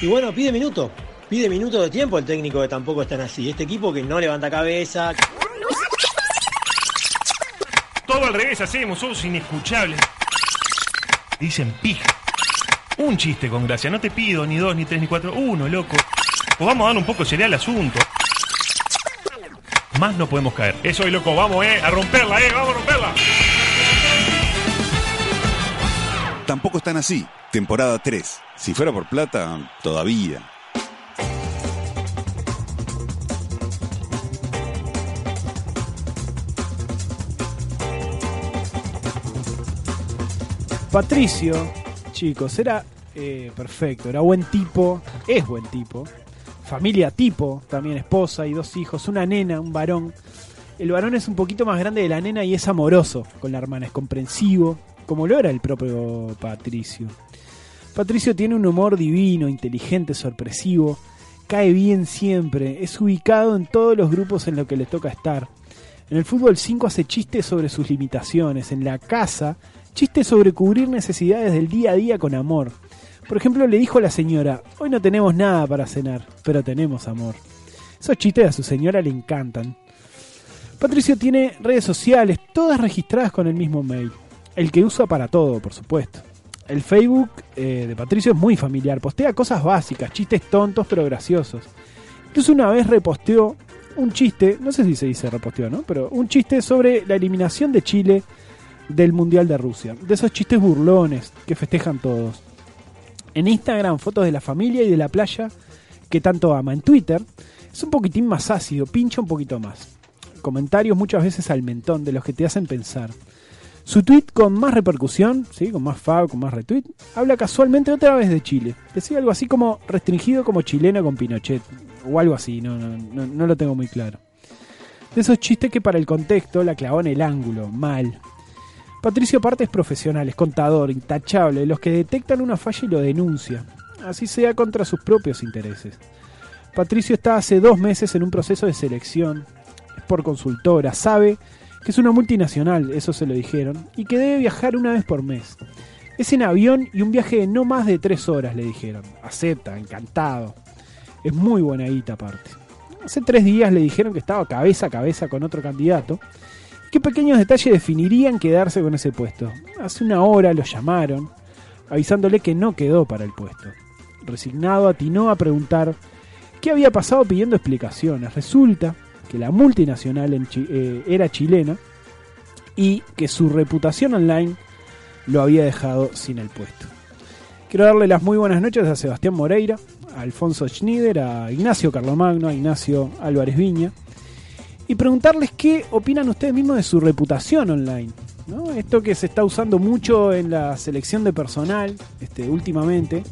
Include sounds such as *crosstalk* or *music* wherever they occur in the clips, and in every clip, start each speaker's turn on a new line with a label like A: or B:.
A: Y bueno, pide minuto. Pide minuto de tiempo el técnico que tampoco es tan así. Este equipo que no levanta cabeza.
B: Todo al revés hacemos, somos inescuchables. Dicen pija. Un chiste con gracia. No te pido ni dos, ni tres, ni cuatro. Uno, loco. Pues vamos a dar un poco sería el asunto. Más no podemos caer. Eso es loco. Vamos, eh. A romperla, eh. Vamos a romperla.
C: Tampoco están así. Temporada 3. Si fuera por plata, todavía.
D: Patricio, chicos, era eh, perfecto, era buen tipo, es buen tipo. Familia tipo, también esposa y dos hijos, una nena, un varón. El varón es un poquito más grande de la nena y es amoroso con la hermana, es comprensivo, como lo era el propio Patricio. Patricio tiene un humor divino, inteligente, sorpresivo, cae bien siempre, es ubicado en todos los grupos en los que le toca estar. En el fútbol 5 hace chistes sobre sus limitaciones, en la casa Chiste sobre cubrir necesidades del día a día con amor. Por ejemplo, le dijo a la señora, hoy no tenemos nada para cenar, pero tenemos amor. Esos chistes a su señora le encantan. Patricio tiene redes sociales, todas registradas con el mismo mail. El que usa para todo, por supuesto. El Facebook eh, de Patricio es muy familiar, postea cosas básicas, chistes tontos pero graciosos. Incluso una vez reposteó un chiste, no sé si se dice reposteó, ¿no? Pero un chiste sobre la eliminación de Chile del Mundial de Rusia. De esos chistes burlones que festejan todos. En Instagram, fotos de la familia y de la playa que tanto ama. En Twitter, es un poquitín más ácido, pincha un poquito más. Comentarios muchas veces al mentón de los que te hacen pensar. Su tweet con más repercusión, ¿sí? con más fab, con más retweet, habla casualmente otra vez de Chile. Decía algo así como restringido como chileno con Pinochet, o algo así, no, no, no, no lo tengo muy claro. De esos chistes que para el contexto la clavó en el ángulo, mal, Patricio Parte es profesional, es contador, intachable, los que detectan una falla y lo denuncia, así sea contra sus propios intereses. Patricio está hace dos meses en un proceso de selección, es por consultora, sabe que es una multinacional, eso se lo dijeron, y que debe viajar una vez por mes. Es en avión y un viaje de no más de tres horas, le dijeron. Acepta, encantado. Es muy buena guita aparte. Hace tres días le dijeron que estaba cabeza a cabeza con otro candidato ¿Qué pequeños detalles definirían quedarse con ese puesto? Hace una hora lo llamaron, avisándole que no quedó para el puesto. Resignado, atinó a preguntar qué había pasado pidiendo explicaciones. Resulta que la multinacional en chi eh, era chilena y que su reputación online lo había dejado sin el puesto. Quiero darle las muy buenas noches a Sebastián Moreira, a Alfonso Schneider, a Ignacio Carlomagno, a Ignacio Álvarez Viña y preguntarles qué opinan ustedes mismos de su reputación online. ¿no? Esto que se está usando mucho en la selección de personal este, últimamente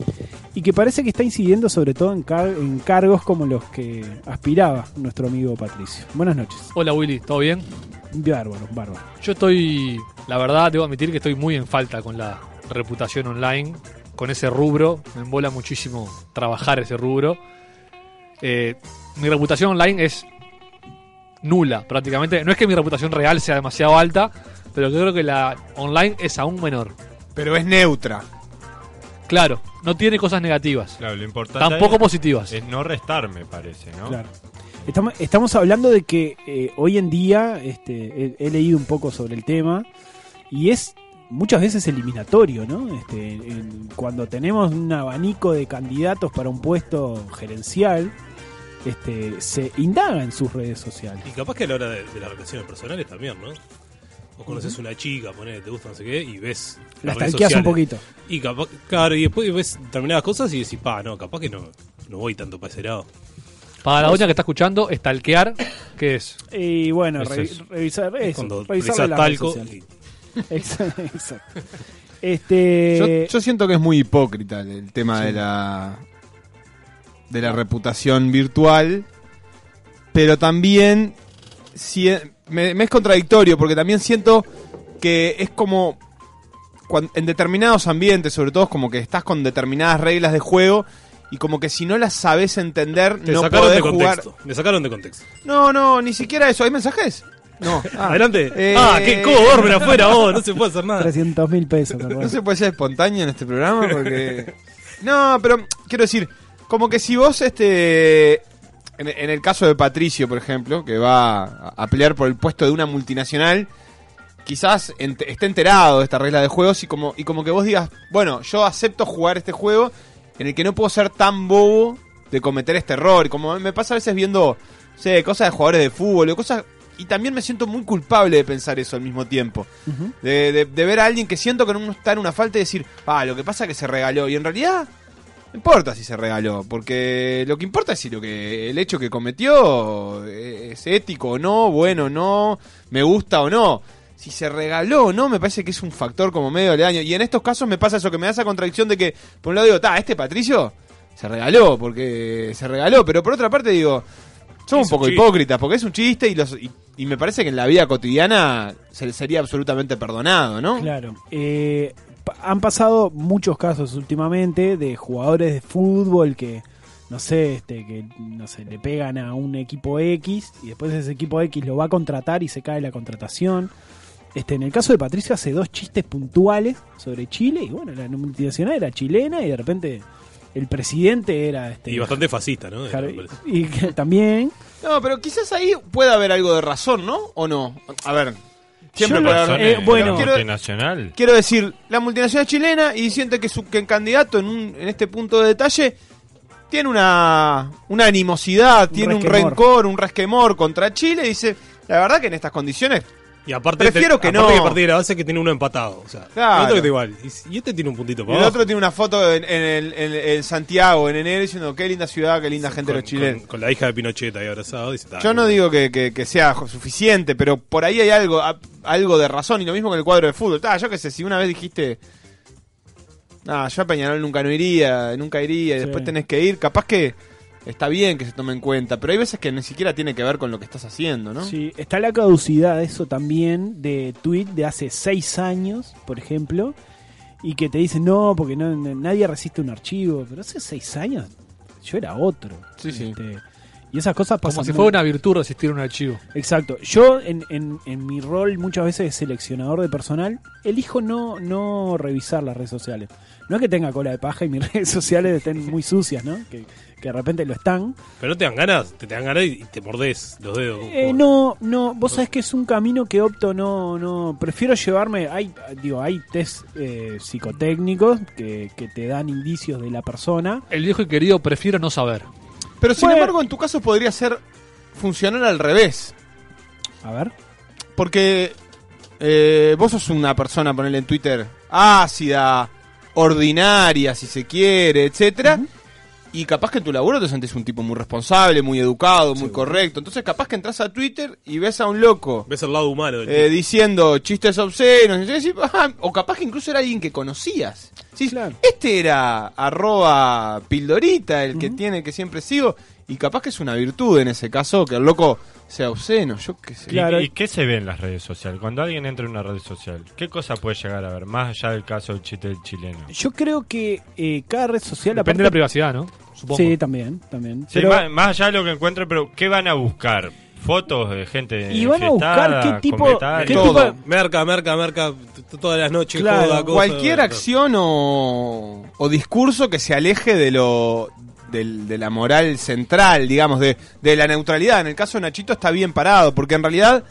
D: y que parece que está incidiendo sobre todo en, car en cargos como los que aspiraba nuestro amigo Patricio. Buenas noches.
E: Hola Willy, ¿todo bien?
D: Bárbaro, bárbaro.
E: Yo estoy, la verdad, debo admitir que estoy muy en falta con la reputación online, con ese rubro. Me embola muchísimo trabajar ese rubro. Eh, mi reputación online es nula prácticamente. No es que mi reputación real sea demasiado alta, pero yo creo que la online es aún menor.
F: Pero es neutra.
E: Claro, no tiene cosas negativas.
G: Claro, lo importante
E: tampoco
G: es-
E: positivas.
G: Es no restar, me parece, ¿no?
D: Claro. Estamos, estamos hablando de que eh, hoy en día este, he, he leído un poco sobre el tema y es muchas veces eliminatorio, ¿no? Este, en- cuando tenemos un abanico de candidatos para un puesto gerencial, este, se indaga en sus redes sociales.
H: Y capaz que a la hora de, de las relaciones personales también, ¿no? Vos conoces una chica, ponés, te gusta, no sé qué, y ves.
D: La
H: las redes
D: stalkeás un
H: sociales.
D: poquito.
H: Y capaz, claro, y después ves determinadas cosas y decís, pa, no, capaz que no, no voy tanto para ese lado.
E: Para la doña que está escuchando, stalkear, ¿qué es?
D: Y bueno,
H: Es
D: revi-
H: eso.
D: revisar
H: Es
D: eso,
H: cuando
D: revisar
H: utilizás
D: las redes
H: talco
D: sociales. *laughs*
H: y-
D: Exacto. exacto. Este,
H: Eh,
F: yo, yo siento que es muy hipócrita el, el tema de la de la reputación virtual, pero también si, e, me, me es contradictorio porque también siento que es como cuan- en determinados ambientes, sobre todo es como que estás con determinadas reglas de juego y como que si no las sabes entender
H: Te
F: no
H: sacaron
F: podés
H: de
F: jugar.
H: contexto. Me sacaron de contexto.
F: No, no, ni siquiera eso. ¿Hay mensajes?
H: *laughs*
F: No. Ah.
H: Adelante.
F: Eh,
H: Ah, qué cobarde afuera vos, no se puede hacer nada.
D: 300 mil pesos, perdón.
F: No se puede ser espontáneo en este programa porque. No, pero quiero decir, Como que si vos, este. En, en el caso de Patricio, por ejemplo, que va a, a pelear por el puesto de una multinacional, quizás ent- esté enterado de esta regla de juegos y como, y como que vos digas, bueno, yo acepto jugar este juego en el que no puedo ser tan bobo de cometer este error. Como me pasa a veces viendo, sé, cosas de jugadores de fútbol o cosas. Y también me siento muy culpable de pensar eso al mismo tiempo.
D: Ujú.
F: De, de- de ver a alguien que siento que no está en una falta y decir, ah, lo que pasa es que se regaló. Y en realidad, no importa si se regaló, porque lo que importa es si lo que el hecho que cometió eh, es ético o no, bueno o no, me gusta o no. Si se regaló o no, me parece que es un factor como medio daño Y en estos casos me pasa eso, que me da esa contradicción de que, por un lado digo, ta, este Patricio se regaló, porque se regaló, pero por otra parte digo, somos
H: Es
F: un
H: un
F: poco
H: chiste.
F: hipócritas, porque es un chiste y, los, y, y me parece que en la vida cotidiana se le sería absolutamente perdonado, ¿no?
D: Claro. Eh, pa- han pasado muchos casos últimamente de jugadores de fútbol que no sé, este, que no sé, le pegan a un equipo X y después ese equipo X lo va a contratar y se cae la contratación. Este, en el caso de Patricio hace dos chistes puntuales sobre Chile y bueno, la multinacional era chilena y de repente el presidente era este
H: Y bastante fascista, ¿no?
D: Jar-
H: Me parece.
D: y *laughs* que también
F: No, pero quizás ahí pueda haber algo de razón, ¿no? ¿O no? A ver, siempre
D: Yo
F: puede
D: lo-
F: haber-
D: eh, bueno.
F: quiero,
G: multinacional.
F: quiero decir, la multinacional chilena y siente que su que el candidato en, un, en este punto de detalle tiene una, una animosidad, tiene un
D: resquemor.
F: rencor, un resquemor contra Chile y dice, la verdad que en estas condiciones...
H: Y aparte,
F: Prefiero que
H: aparte
F: no.
H: que partir de la base que tiene uno empatado. O sea,
F: Claro.
H: el otro que está igual. Y, si- y este tiene un puntito
F: y
H: para
F: el
H: abajo.
F: otro tiene una foto en, en el- en- en Santiago, en enero, diciendo, qué linda ciudad, qué linda gente
H: Con-
F: los chilenos.
H: Con, con la hija de Pinochet ahí abrazado. Dice, "Ta,
F: Yo no
H: bueno".
F: digo que, que- que sea jo- suficiente, pero por ahí hay algo, a- algo de razón, y lo mismo con el cuadro de fútbol. Ta, yo qué sé, si una vez dijiste. Ah, yo a Peñarol nunca no iría, nunca iría, y
D: Sí.
F: después tenés que ir, capaz que está bien que se tome en cuenta, pero hay veces que ni siquiera tiene que ver con lo que estás haciendo, ¿no?
D: Sí, está la caducidad, eso también, de tweet de hace seis años, por ejemplo, y que te dicen, no, porque no, n- nadie resiste un archivo, pero hace seis años yo era otro.
F: Sí, sí.
D: Este, y esas cosas pasan.
E: Como si
D: muy-
E: fuera una virtud resistir un archivo.
D: Exacto. Yo, en, en- en mi rol muchas veces de seleccionador de personal, elijo no, no revisar las redes sociales. No es que tenga cola de paja y mis *laughs* redes sociales estén muy sucias, ¿no? Que, que de repente lo están.
H: Pero no te dan ganas, te, te dan ganas y te mordés los dedos.
D: Eh, no, no, vos sabés que es un camino que opto, no, no, prefiero llevarme, hay, digo, hay test eh, psicotécnicos que, que te dan indicios de la persona.
E: El viejo y querido prefiero no saber.
F: Pero sin
D: Bueno.
F: embargo, en tu caso podría ser funcionar al revés,
D: A ver,
F: porque eh, vos sos una persona, ponele en Twitter, ácida, ordinaria, si se quiere, etcétera. Y capaz que en tu laburo te sentís un tipo muy responsable, muy educado, muy correcto. Entonces capaz que entras a Twitter y ves a un loco
H: Ves el lado humano. del
F: eh,
H: tipo.
F: diciendo chistes obscenos. y decís, "Ah", o capaz que incluso era alguien que conocías. Sí,
D: Claro.
F: Este era arroba pildorita, el que tiene, que siempre sigo. Y capaz que es una virtud en ese caso que el loco sea obsceno. Yo qué sé.
G: ¿Y-
D: Claro.
G: ¿Y, qué se ve en las redes sociales? Cuando alguien entra en una red social, ¿qué cosa puede llegar a ver? Más allá del caso del chiste del chileno.
D: yo creo que eh, cada red social...
E: Depende de la privacidad, ¿no? Supongo.
D: Sí, también, también.
G: Sí,
D: Pero-
G: más, más allá de lo que encuentre, pero ¿qué van a buscar? ¿Fotos de gente
D: Y van a
G: enfiestada,
D: buscar qué tipo-
G: cometada?
D: qué
G: Todo.
D: tipo de-
H: Merca, merca, merca. t- t- Todas las noches,
D: Claro.
H: joda, cosa,
F: cualquier
H: bueno,
F: acción o, o discurso que se aleje de lo del- de la moral central, digamos, de, de la neutralidad. En el caso de Nachito está bien parado, porque en realidad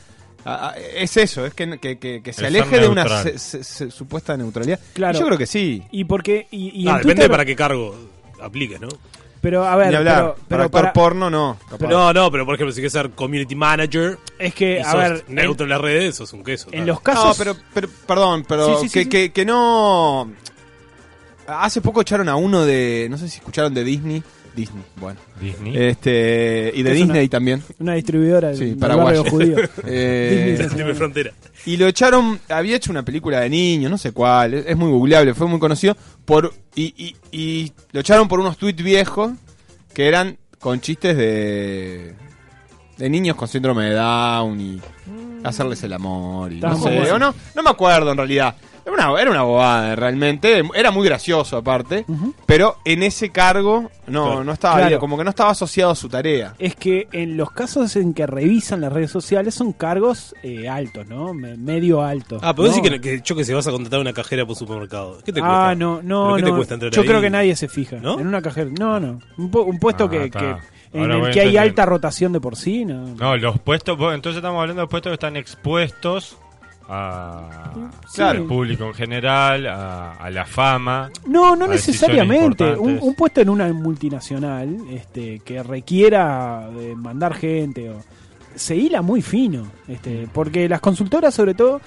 F: ah, ah, es eso, es que, que- que- que se
G: El
F: aleje
G: ser
F: de una
G: neutral.
F: se- se- se- supuesta neutralidad.
D: Claro.
F: Y Yo creo que sí.
D: Y porque... Y, y
H: Ah,
D: en
H: depende
D: Twitter-
H: para qué cargo apliques, ¿no?
D: Pero a
F: Ni
D: ver,
F: hablar.
D: pero,
F: para
D: pero
F: actor
D: para-
F: porno no. capaz.
H: no, no, pero por ejemplo, si quieres ser community manager
D: es
H: y
D: que, a
H: sos
D: ver, en,
H: neutro en las redes, sos un queso.
D: en
H: tal.
D: los
F: No,
D: casos...
F: pero, pero- perdón, pero
D: Sí, sí, sí,
F: que,
D: sí.
F: que- que no. Hace poco echaron a uno de. No sé si escucharon de Disney. Disney, bueno.
G: Disney.
F: Este, y de
D: Es una-
F: Disney también.
D: Una distribuidora
F: Sí,
D: del
F: paraguaya.
D: *laughs* barrio judío.
F: *laughs* Eh,
D: Disney
H: Tiene frontera.
F: y lo echaron, había hecho una película de niños, no sé cuál, es, es muy googleable, fue muy conocido, por y, y- y lo echaron por unos tweets viejos que eran con chistes de de niños con síndrome de Down y hacerles el amor y no
D: Estamos
F: sé,
D: Mm. bueno.
F: o no, no me acuerdo en realidad. Era una, era una bobada, realmente. Era muy gracioso, aparte. Pero en ese cargo, no,
H: Claro.
F: no estaba
D: Claro.
F: bien, Como que no estaba asociado a su tarea.
D: Es que en los casos en que revisan las redes sociales son cargos eh, altos, ¿no? Me- medio altos.
H: Ah, pero
D: ¿no?
H: decís que, que yo que se vas a contratar una cajera por supermercado. ¿Qué te cuesta?
D: Ah, no, no,
H: ¿Pero qué te
D: no.
H: cuesta entrar
D: Yo
H: ahí?
D: creo que nadie se fija.
H: ¿No?
D: En una cajera. No, no. Un, pu- un puesto
G: Ah,
D: que,
G: está.
D: que- en
G: Ahora
D: el
G: voy
D: que hay
G: entendiendo.
D: alta rotación de por sí, no.
G: No, los puestos, bueno, entonces estamos hablando de puestos que están expuestos a,
D: Sí.
G: al público en general, a, a la fama.
D: No, no
G: a
D: necesariamente.
G: decisiones
D: Un,
G: importantes.
D: un puesto en una multinacional este, que requiera de mandar gente. O, se hila muy fino. Este,
G: Mm.
D: porque las consultoras, sobre todo,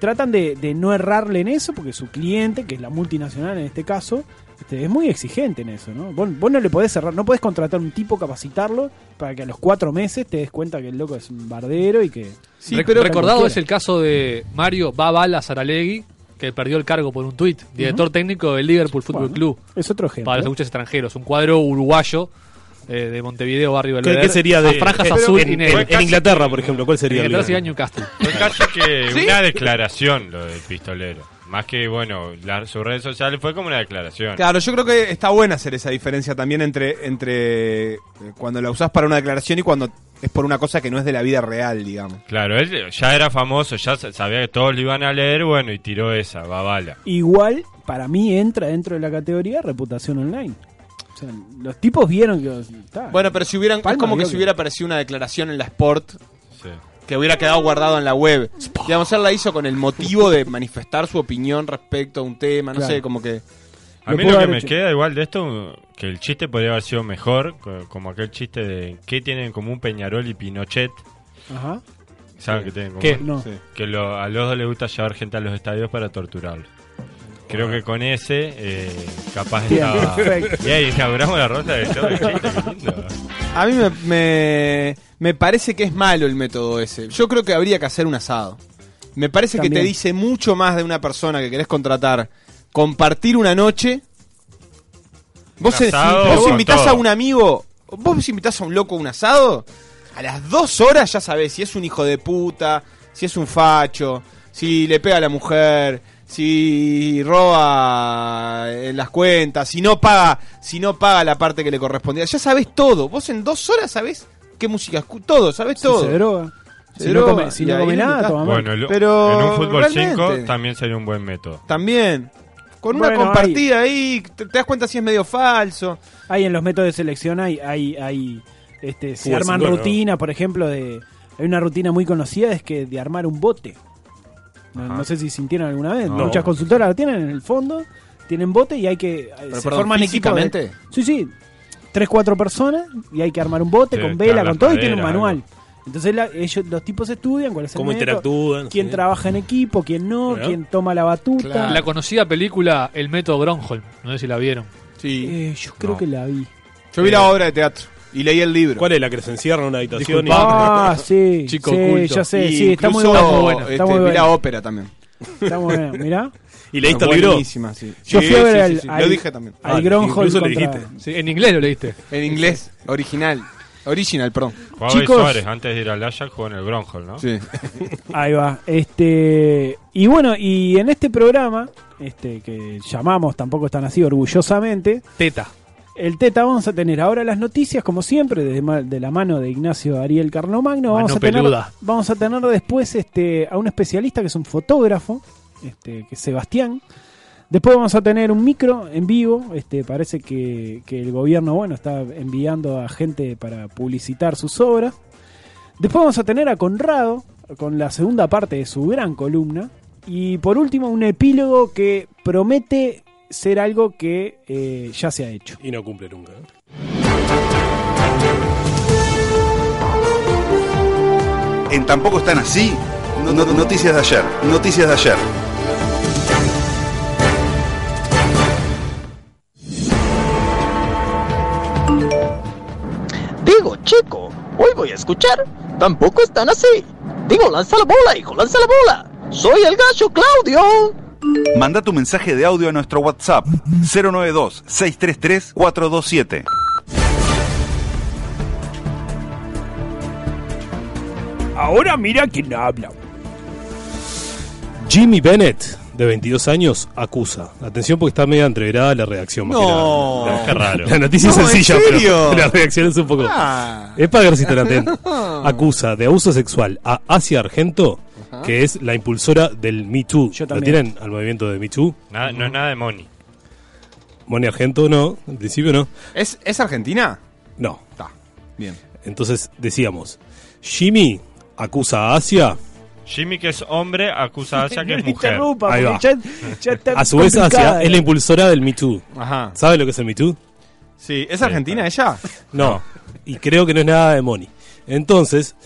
D: tratan de, de no errarle en eso, porque su cliente, que es la multinacional en este caso, este, es muy exigente en eso. ¿no? Vos, vos no le podés errar, no podés contratar un tipo, capacitarlo, para que a los cuatro meses te des cuenta que el loco es un bardero y que.
F: Sí,
E: Rec-
F: pero
E: recordado
D: cualquiera.
E: es el caso de Mario Babala Saralegui, que perdió el cargo por un tuit, director técnico del Liverpool Fútbol
D: Bueno,
E: Club
D: Es otro ejemplo.
E: para los escuchas extranjeros, un cuadro uruguayo eh, de Montevideo, Barrio Belvedere.
H: ¿Qué sería de
E: a franjas
H: en-
E: azul
H: en,
E: y
H: en-
E: negro.
H: en Inglaterra, por ejemplo, ¿cuál sería? el
E: Inglaterra sería
H: liderazgo?
E: Newcastle.
G: Fue casi que una declaración lo del pistolero. Más que, bueno, la- sus redes sociales fue como una declaración.
F: Claro, yo creo que está buena hacer esa diferencia también entre, entre eh, cuando la usás para una declaración y cuando es por una cosa que no es de la vida real, digamos.
G: Claro, él ya era famoso, ya sa- sabía que todos lo iban a leer, bueno, y tiró esa, babala.
D: Igual, para mí entra dentro de la categoría reputación online. O sea, los tipos vieron que. está.
F: Bueno, pero si hubieran,
D: Palma
F: es como que
D: vio
F: si
D: que-
F: hubiera aparecido una declaración en la Sport
G: Sí.
F: que hubiera quedado guardado en la web. Digamos, él la hizo con el motivo de manifestar su opinión respecto a un tema, no
D: Claro.
F: sé, como que...
G: A
D: Lo
G: mí
D: pudo
G: lo que
D: haber
G: me
D: hecho.
G: queda igual de esto, que el chiste podría haber sido mejor, co- como aquel chiste de ¿qué tienen en común Peñarol y Pinochet?
D: Ajá.
G: ¿Saben qué tienen en
E: ¿Qué?
G: común?
D: No.
F: Sí.
G: Que lo- a los dos les gusta llevar gente a los estadios para torturarlo. Creo que con ese, eh, capaz
D: Bien,
G: estaba...
D: perfecto.
G: Y ahí inauguramos la ronda de todo el chiste, qué lindo.
F: A mí me, me, me parece que es malo el método ese. Yo creo que habría que hacer un asado. Me parece que
D: También.
F: te dice mucho más de una persona que querés contratar compartir una noche. Vos,
G: Un
F: en-
G: asado
F: vos
G: con
F: invitás
G: todo.
F: a un amigo, vos invitás a un loco a un asado, a las dos horas ya sabés si es un hijo de puta, si es un facho, si le pega a la mujer, si roba en las cuentas, si no paga, si no paga la parte que le correspondía. Ya sabés todo, vos en dos horas sabés qué música escu- todo, sabés
D: Si
F: todo.
D: se droga.
F: Se
D: si no
F: droga,
D: come, si
F: y
D: no
F: ahí
D: come
F: lo
D: nada,
F: invitás.
D: toma mal.
G: Bueno, lo-
F: Pero
G: en un fútbol 5
F: realmente.
G: también sería un buen método.
F: También. Con una
D: Bueno,
F: compartida ahí, te, te das cuenta si es medio falso.
D: Hay en los métodos de selección, hay. hay, hay este, se
H: Fútbol
D: arman
H: cinco, ¿no?
D: rutinas, por ejemplo, de. Hay una rutina muy conocida, es que de armar un bote. No,
G: Ajá.
D: no sé si sintieron alguna vez.
G: No.
D: Muchas consultoras la tienen en el fondo, tienen bote y hay que. eh, se
F: perdón,
D: forman equipos de-
F: físicamente.
D: Sí, sí. Tres, cuatro personas y hay que armar un bote
G: Sí,
D: con vela,
G: claro,
D: con todo y tiene un
G: madera,
D: manual.
G: algo.
D: Entonces la- ellos, los tipos estudian cuál es el
H: ¿Cómo
D: método,
H: interactúan?
D: quién
H: Sí.
D: trabaja en equipo, quién no,
H: Bueno.
D: quién toma la batuta.
F: Claro.
E: La conocida película El Método Gronholm, no sé si la vieron. Eh.
F: Sí.
D: Eh, yo creo
G: No.
D: que la vi.
F: Yo vi la obra de teatro y leí el libro.
H: ¿Cuál es la que se encierra en una habitación? y- *laughs*
D: Ah, sí,
E: Chico
D: sí,
E: oculto.
D: ya sé,
F: Y
D: sí, está muy
F: incluso,
D: buena,
F: este,
D: está muy
F: vi la
D: buena,
F: ópera también.
D: está muy buena, mirá.
H: ¿Y leíste el libro?
F: Buenísima, sí.
D: Yo
F: Sí,
D: fui a ver
F: sí,
D: al,
F: sí, sí.
D: al-
F: Lo dije también.
D: al
H: Ah,
D: Gronholm
H: incluso
D: contra...
H: le dijiste.
E: Sí, en inglés lo leíste.
F: En inglés, original. Original, perdón.
G: Jugaba
D: Chicos.
G: Suárez, antes de ir al Ajax jugó en el Gronholm, ¿no? *laughs*
F: Sí.
D: Ahí va. Este, y bueno, y en este programa, este que llamamos tampoco están así orgullosamente,
E: Teta.
D: el Teta vamos a tener ahora las noticias, como siempre, desde ma- de la mano de Ignacio Ariel Carnomagno. Vamos
E: Mano
D: a, tener,
E: peluda.
D: vamos a tener después este, a un especialista que es un fotógrafo, este, que es Sebastián. Después vamos a tener un micro en vivo. Este, parece que, que el gobierno bueno, está enviando a gente para publicitar sus obras. Después vamos a tener a Conrado con la segunda parte de su gran columna. Y por último, un epílogo que promete ser algo que eh, ya se ha hecho.
H: Y no cumple nunca. ¿eh?
C: En Tampoco están así. No- no- noticias de ayer. Noticias de ayer.
I: Digo, chico, hoy voy a escuchar. Tampoco están así. Digo, lanza la bola, hijo, lanza la bola. Soy el gallo Claudio.
C: Manda tu mensaje de audio a nuestro WhatsApp 092 633 427.
D: Ahora mira quién habla.
H: Jimmy Bennett de 22 años acusa. Atención porque está media entreverada la redacción. más que
D: No.
H: nada.
B: Qué raro.
H: La noticia
F: No,
H: es
F: ¿en
H: sencilla, pero
F: serio?
H: la redacción es un poco...
F: Ah.
H: Es para ver si están *laughs* atentos. Acusa de abuso sexual a Asia Argento, que es la impulsora del Me Too.
D: Yo
H: ¿La
D: también.
H: tienen al movimiento de Me Too?
G: Nada- no es nada de Moni.
H: Moni Argento no, en principio no.
F: ¿Es, ¿Es Argentina?
H: No.
F: Está. Bien.
H: Entonces decíamos, Jimmy acusa a Asia.
G: Jimmy, que es hombre, acusa a Asia que es mujer.
D: interrumpa,
H: Ahí
D: porque ya- ya está
H: A su vez, Asia
D: complicada.
H: es la impulsora del Me Too.
F: Ajá.
H: ¿Sabe lo que es el Me Too?
F: Sí, ¿es Argentina ella?
H: No. Y creo que no es nada de Moni. Entonces,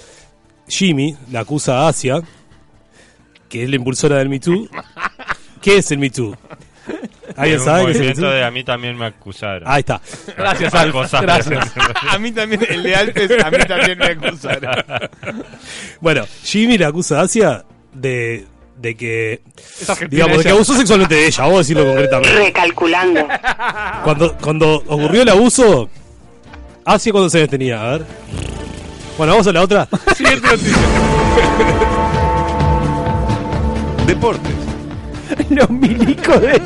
H: Jimmy la acusa a Asia, que es la impulsora del Me Too. ¿Qué es el Me Too?
G: Es
H: ¿Alguien
G: un
H: sabe Ah, qué es el Me
G: movimiento
H: Too?
G: de a mí también me acusaron.
H: Ahí está.
E: Gracias, Alf,
G: Acosaron. *laughs*
E: gracias.
F: A mí también, el de Alpes, a mí también me acusaron.
H: Bueno, Jimmy la acusa a Asia
D: Eh,
H: de, de que.
E: Es Argentina
H: Digamos, de que
E: ella.
H: abusó sexualmente de ella, vos decirlo concretamente.
J: Recalculando.
H: Cuando, cuando ocurrió el abuso, ah, ¿hacia cuántos años tenía? A ver. Bueno, vamos a la
F: *laughs*
H: otra.
E: Siguiente noticia.
C: Deportes.
D: Los milicos de,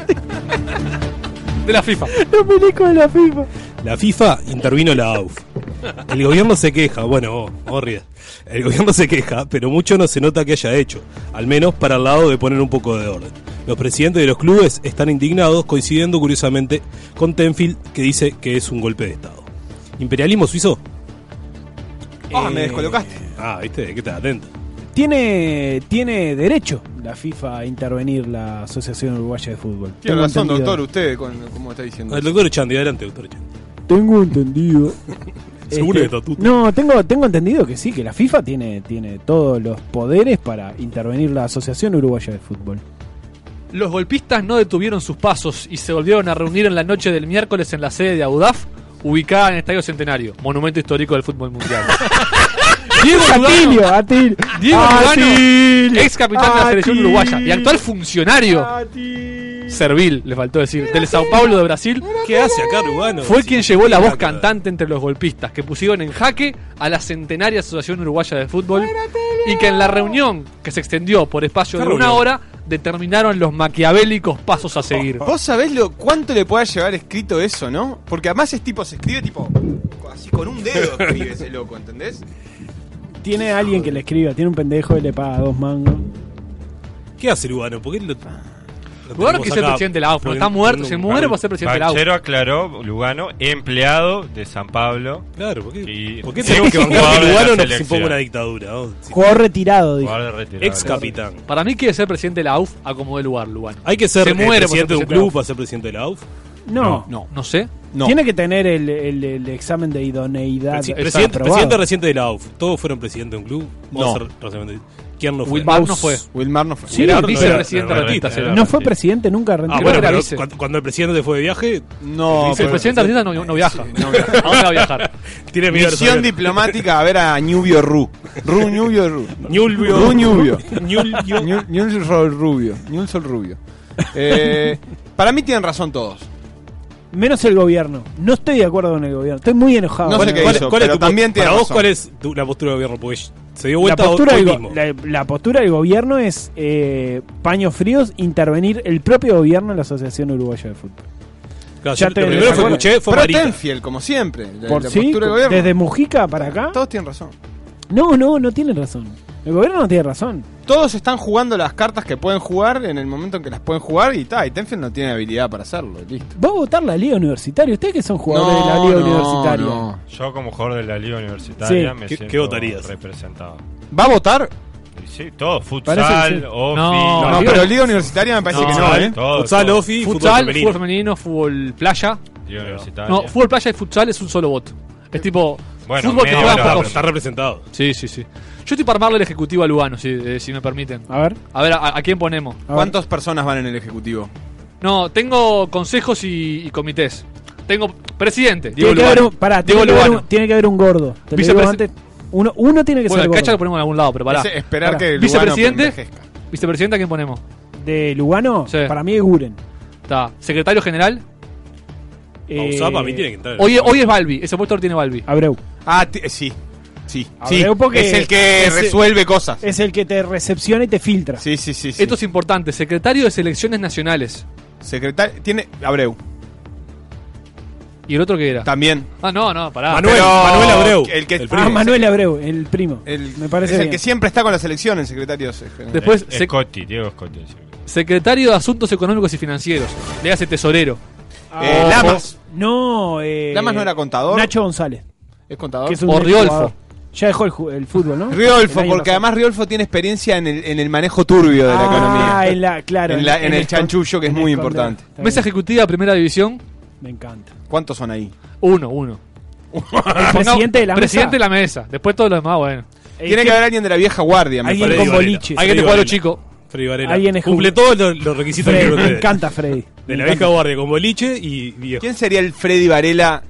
E: De la FIFA.
D: los milicos de la FIFA.
H: La FIFA intervino la AUF. El gobierno se queja, bueno, vos, vos ríes. El gobierno se queja, pero mucho no se nota que haya hecho, al menos para el lado de poner un poco de orden. Los presidentes de los clubes están indignados, coincidiendo curiosamente con Tenfield, que dice que es un golpe de Estado. ¿Imperialismo suizo?
F: Ah, me descolocaste.
H: Ah, viste, que estás atento.
D: Tiene, tiene derecho la FIFA a intervenir la Asociación Uruguaya de Fútbol.
F: Tiene
D: Tengo
F: razón,
D: entendido.
F: doctor, usted, con, como está diciendo.
H: El doctor Chandi, adelante, doctor Chandi.
D: Tengo entendido.
H: *laughs*
D: este,
H: Según el estatuto.
D: No, tengo, tengo entendido que sí, que la FIFA tiene, tiene todos los poderes para intervenir la Asociación Uruguaya de Fútbol.
E: Los golpistas no detuvieron sus pasos y se volvieron a reunir en la noche del miércoles en la sede de Audaf, ubicada en el Estadio Centenario, monumento histórico del
D: *laughs*
E: fútbol mundial. Diego Lugano,
D: Atilio, Atilio. Ah,
E: Diego Lugano,
D: Atilio.
E: ex capitán de la selección
D: Atilio.
E: uruguaya y actual funcionario
D: Ah, Atilio.
E: servil, le faltó decir, del Sao Paulo de Brasil,
H: ¿Qué hace acá, Rubano?
E: fue quien llevó la voz
H: Acá.
E: cantante entre los golpistas que pusieron en jaque a la centenaria Asociación Uruguaya de Fútbol y que en la reunión que se extendió por espacio
H: ¿Qué
E: de una
H: reunión?
E: hora determinaron los maquiavélicos pasos a seguir.
F: Vos sabés lo cuánto le pueda llevar escrito eso, ¿no? Porque además es tipo, se escribe tipo, así con un dedo escribe ese loco, ¿entendés?
D: Tiene alguien que le escriba, tiene un pendejo y le paga dos mangos.
H: ¿Qué hace Lugano? ¿Por qué lo.?
E: Lugano que es el presidente de la AUF, no está muerto, se muere por ser presidente de la AUF.
G: Banchero aclaró, Lugano, empleado de San Pablo.
H: Claro, ¿por qué?
G: Y-
H: ¿Por qué
G: Digo
E: *laughs*
H: tenemos que
G: que un jugador
H: bancar que
G: de la
H: Lugano nos
G: selección.
H: imponga una dictadura? ¿no? Sí.
D: Jugador retirado, dijo.
G: jugador de retirado.
H: Ex capitán.
E: Para mí quiere ser presidente de la AUF a como de lugar, Lugano.
H: ¿Hay que ser
E: Se
H: eh,
E: muere por ser
H: presidente de un
E: presidente de la
H: club
E: AUF.
H: para ser presidente de la AUF?
D: No.
F: No.
E: No sé.
F: No.
D: Tiene que tener el, el- el examen de idoneidad.
H: Presi-
D: eh,
H: presidente,
D: aprobado.
H: presidente reciente de la AUF. ¿Todos fueron presidente de un club? Vamos
F: No.
H: a ser razonablemente- ¿Quién no fue?
E: Wilmar no fue.
F: Wilmar no fue.
D: Sí,
E: Era
H: no
G: era-
E: vicepresidente
G: no era-
E: ratista.
G: era-
E: será.
D: no fue presidente nunca
H: Ah,
D: Rentista.
H: bueno,
E: Creo que era
H: pero
E: vice.
H: cuando, cuando el presidente fue de viaje,
F: No,
E: El presidente argentino no, no viaja.
H: *laughs*
E: ¿A dónde va a viajar?
H: tiene miedo.
F: Misión diplomática a ver a Ñubio Ru. Ru Ñubio Ru.
H: Ñulvio. *laughs*
F: Ru Ñubio.
H: Ñulvio.
F: Ñu- Ñul Sol Rubio. Ñul Sol Rubio. Eh, para mí tienen razón todos.
D: Menos el gobierno. No estoy de acuerdo con el gobierno. Estoy muy enojado.
F: No sé
D: Bueno,
F: qué
H: ¿Cuál,
F: hizo,
H: cuál es
F: pero
H: tu,
F: también tiene
H: para vos,
F: razón.
H: ¿cuál es tu- la postura del gobierno? Porque se dio
D: la,
H: vuelta
D: postura
H: hoy
D: del go-
H: mismo.
D: la- la postura del gobierno es eh, paños fríos, intervenir el propio gobierno en la Asociación Uruguaya de Fútbol.
H: Claro,
D: ya
H: yo-
D: te-
H: lo primero que
D: Pero-
H: escuché fue
F: Pero
H: Marita.
F: Tenfield, como siempre. La,
D: Por
F: la
D: sí,
F: postura del gobierno.
D: desde Mujica para acá.
F: Todos tienen razón.
D: No, no, no tienen razón. El gobierno no tiene razón.
F: Todos están jugando las cartas que pueden jugar en el momento en que las pueden jugar y ta, y Tenfield no tiene habilidad para hacerlo, y listo.
D: Va a votar la Liga Universitaria. Ustedes que son jugadores
F: No,
D: de la Liga
F: no,
D: Universitaria.
F: no.
G: Yo como jugador de la liga universitaria
D: Sí.
G: me
H: ¿Qué-
G: siento
H: qué votarías?
G: representado.
F: ¿Va a votar?
G: Y Sí, todo,
D: Parece que
G: futsal,
D: sí.
G: ofi,
E: No,
F: No,
E: Liga-
F: pero Liga Universitaria me parece
E: No,
F: que no, ¿eh?
G: todo,
H: Futsal,
G: todo.
H: ofi, fútbol
E: Futsal,
H: femenino.
E: fútbol femenino, fútbol playa.
G: Liga universitaria.
E: No, fútbol playa y futsal es un solo voto. Es tipo.
G: Bueno,
E: fútbol que
G: medio
E: juega
H: No,
G: lo
H: está-
E: por
G: hablo.
E: dos.
H: está representado.
E: Sí, sí, sí. Yo estoy para armarle el ejecutivo a Lugano, si, eh, si me permiten.
D: A ver.
E: A ver, ¿a, a quién ponemos?
D: a ver.
F: ¿Cuántas personas van en el Ejecutivo?
E: No, tengo consejos y, y comités. Tengo presidente, Diego
D: Tiene que, haber
E: Lugano.
D: un, pará,
E: Diego
D: tiene, que haber
E: Lugano.
D: un, tiene que haber un gordo. Te lo digo
E: Vicepresi-
D: antes. Uno, uno tiene que
E: Bueno,
D: ser
E: el cacha
D: gordo.
E: lo ponemos en algún lado, pero pará.
F: Es esperar
D: Pará.
F: que el
E: Vicepresidente.
F: Vicepresidente.
E: Vicepresidente, ¿a quién ponemos?
D: De Lugano,
E: Sí.
D: para mí es Guren.
E: Está. Secretario general.
D: Eh,
H: Pausá, Ah, para mí tiene que entrar.
E: Hoy, hoy es Balbi, ese puesto lo tiene Balbi.
D: Abreu.
F: Ah, ti- eh, sí. Sí,
D: Abreu
F: sí,
D: porque
F: es el que
D: es el-
F: resuelve cosas.
D: Es el que te recepciona y te filtra.
F: Sí, sí, sí. sí.
E: Esto es importante. Secretario de Selecciones Nacionales.
F: Secretario. Tiene. Abreu.
E: ¿Y el otro que era?
F: También.
E: Ah, no, no, pará.
H: Manuel,
F: pero-
H: Manuel Abreu.
F: el que-
H: el
D: Ah,
H: primo.
D: Manuel Abreu, el primo.
F: El,
D: Me parece
F: es el
D: bien.
F: que siempre está con la selección, el secretario. general.
E: Después,
G: Es-
E: sec-
G: Scotti, Diego Scotti. sí.
E: Secretario de Asuntos Económicos y Financieros. Le hace tesorero.
F: Eh,
D: Ah,
F: Lamas.
D: No, eh,
F: Lamas no era contador.
D: Nacho González.
F: ¿Es contador?
D: que es un
E: O Riolfo.
D: exjugador. Ya dejó el, ju- el fútbol, ¿no?
F: Riolfo,
D: El año
F: porque
D: pasado.
F: además Riolfo tiene experiencia en el, en el manejo turbio de la
D: Ah,
F: economía.
D: en la- claro,
F: En la- en el
D: escon-
F: chanchullo, que es
D: en
F: muy
D: esconder.
F: importante.
D: Está bien.
E: Mesa Ejecutiva, Primera División.
D: Me encanta.
F: ¿Cuántos son ahí?
E: Uno,
F: *laughs*
E: uno.
D: El presidente de la
E: Presidente de
D: mesa.
E: la mesa. Después todo lo demás, bueno.
D: Eh,
F: Tiene que haber alguien de la vieja guardia, me
D: Alguien
F: parece.
D: con
H: Freddy Varela.
D: boliches.
E: Hay que te
H: Freddy
E: cuadro
H: Varela.
E: chico.
H: Freddy Varela.
D: Alguien es
H: Cumple
D: jug-
H: todos los, los requisitos
D: Freddy,
H: que
D: me
H: ustedes.
D: encanta Freddy.
H: De
D: Me
H: la
D: encanta.
H: vieja guardia con boliche y viejo.
F: ¿Quién sería el Freddy Varela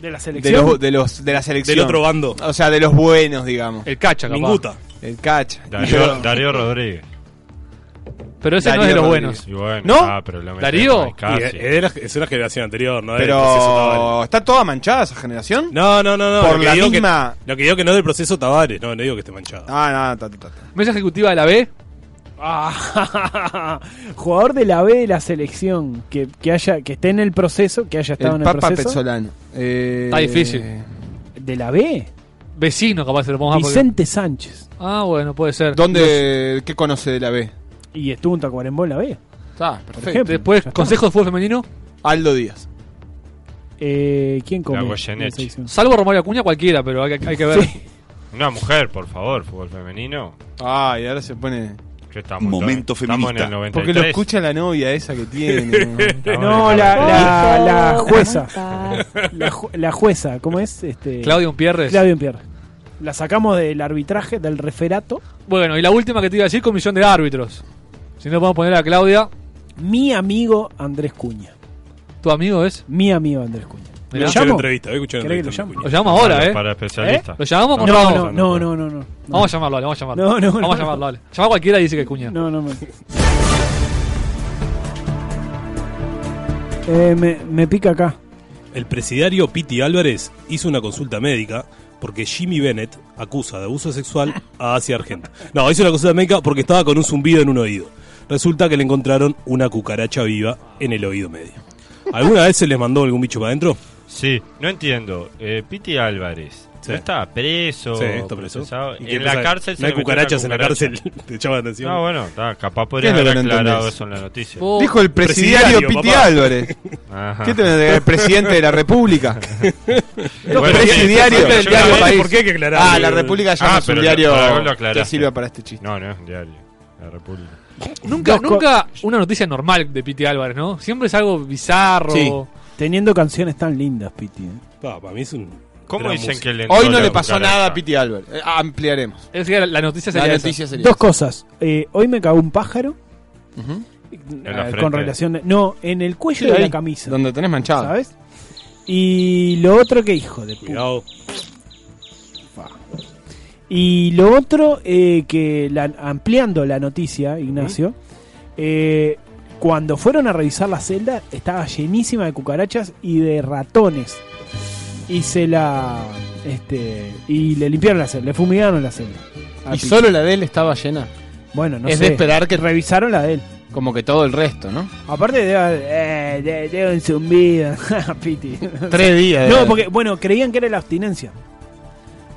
D: de la
F: de,
D: selección.
F: los, de, los, de la selección?
H: Del otro bando.
F: O sea, de los buenos, digamos.
E: El cacha, capaz.
H: Minguta.
F: El catch.
G: Darío, Darío Rodríguez.
E: Pero ese no es de
F: Darío
E: los
F: Rodríguez.
E: buenos.
G: Y bueno,
F: ¿No?
G: ah, pero lo metemos
E: ¿Darío? eh,
G: ahí, casi.
H: Y es, es de la- es una generación anterior, ¿no? Del proceso Tavares.
F: Pero está toda manchada esa generación.
H: No, no, no, no.
F: Por
H: lo que
F: la
H: digo
F: misma-
H: Que, lo que digo que no es del proceso Tavares, no, no digo que esté manchado.
F: Ah, no, ta, ta, ta, ta.
E: Uh, Mesa Ejecutiva de la B.
D: Ah, jugador de la B de la selección que, que haya que esté en el proceso, que haya estado
F: El
D: en el
F: Papa
D: proceso
F: Pezzolano. Eh,
E: Está difícil.
D: de la B,
E: Vecino, capaz se lo pongo
D: Vicente Sánchez
E: Ah, bueno, puede ser.
F: ¿Dónde, ¿Qué conoce de la B?
D: y estuvo en Tacuarembó en la B.
F: Está, perfecto.
D: ejemplo.
E: Después,
D: Ya está.
E: Consejo de Fútbol Femenino.
F: Aldo Díaz.
D: Eh, ¿quién come?
G: Goyeneche.
D: en la selección?
E: Salvo Romario Acuña, cualquiera, pero hay, que- hay que ver. *laughs*
D: Sí.
G: Una mujer, por favor, fútbol femenino.
F: Ah, y ahora se pone...
G: Que estamos,
C: Momento
G: estamos en
C: feminista.
G: el 93.
F: Porque lo escucha la novia esa que
G: *laughs*
F: tiene. ¿no?
G: Estamos
D: No,
G: en el
D: la,
G: 93.
D: la, la
J: ¿Cómo
D: jueza,
J: estás?
D: la, ju- la jueza, ¿cómo es? Este
E: Claudio Umpierres.
D: Claudio Pierre. La sacamos del arbitraje, del referato.
E: Bueno, y la última que te iba a decir, comisión de árbitros. Si no podemos poner a Claudia,
D: Mi amigo Andrés Cuña.
E: tu amigo es.
D: Mi amigo Andrés Cuña.
H: Voy a
E: Mirá.
H: escuchar
D: llamo?
H: una entrevista, voy a escuchar una
D: ¿Querés que
H: entrevista.
D: lo
H: de
D: llamo?
E: Lo llamamos
H: Acuña.
E: ahora, ¿eh?
G: Para especialistas.
E: ¿Lo llamamos?
G: No,
E: o
D: No,
E: no?
D: no, no, no, no, no.
E: Vamos a llamarlo, dale, vamos a llamarlo.
D: No, no,
E: Vamos a
D: no.
E: llamarlo, dale. Llama a cualquiera y dice que cuña.
D: No, no me. *laughs* Eh, me, me pica acá.
H: El presidiario Piti Álvarez hizo una consulta médica porque Jimmy Bennett acusa de abuso sexual a Asia Argento. No, hizo una consulta médica porque estaba con un zumbido en un oído. Resulta que le encontraron una cucaracha viva en el oído medio. ¿Alguna vez se les mandó algún bicho para adentro?
G: Sí, no entiendo. Eh, Piti Álvarez.
H: Sí.
G: ¿No estaba preso?
H: sí, está preso.
G: procesado?
H: ¿Y qué
G: En la
H: pasa?
G: cárcel se
H: No hay
G: le metió
H: cucarachas
G: una
H: en la
G: cucaracha.
H: cárcel. *laughs* Te llama la atención.
G: No, bueno, está, capaz podría
F: ¿Qué es lo
G: haber
F: que no
G: aclarado
F: entendés?
G: eso en la noticia.
E: Vos-
F: Dijo el presidiario,
H: Presidiario,
F: Piti
H: papá.
F: Álvarez.
G: Ajá.
F: ¿Qué te el presidente de
G: *laughs*
F: la República?
G: Bueno,
F: Pero
G: sí,
F: ese
G: sí,
F: diario-
G: sí,
F: el
G: yo
F: diario
G: la-
F: del país.
H: ¿Por qué hay que aclarar?
F: Ah, la República ya
G: Ah,
F: no es un
G: pero
F: diario
G: para vos lo
F: que
G: aclaraste.
F: sirva para este chiste.
G: No, no es un diario. La República.
E: Nunca,
D: Dos co-
E: nunca una noticia normal de Piti Álvarez, ¿no? Siempre es algo bizarro.
F: Sí.
D: Teniendo canciones tan lindas, Piti. eh.
H: Pa, para mí es un.
G: ¿Cómo
H: gran
G: dicen
H: músico.
G: que le entró
F: Hoy no
G: la
F: le pasó
G: cucaracha?
F: nada a Piti Álvarez. Eh, ampliaremos.
E: Es que la, la noticia
F: La
E: sería esa.
F: noticia sería.
D: Dos cosas. Eh, hoy me cagó un pájaro.
F: Ujú.
D: Eh,
G: la frente?
D: con relación. No, en el cuello
F: Sí,
D: de
F: ahí,
D: la camisa.
F: Donde tenés manchado.
D: ¿Sabes? Y lo otro que hijo de puta.
H: Cuidado.
D: Y lo otro, eh, que la- ampliando la noticia, Ignacio, eh, cuando fueron a revisar la celda estaba llenísima de cucarachas y de ratones. Y se la... Este, y le limpiaron la celda, le fumigaron la celda. A
K: Y
D: Pi.
K: solo la de él estaba llena.
D: Bueno, no
K: es
D: sé,
K: de esperar que
D: revisaron la de él.
K: como que todo el resto, ¿no?
D: Aparte de... Eh, de, de un zumbido, *laughs* Piti.
K: Tres días.
D: No, porque, bueno, creían que era la abstinencia.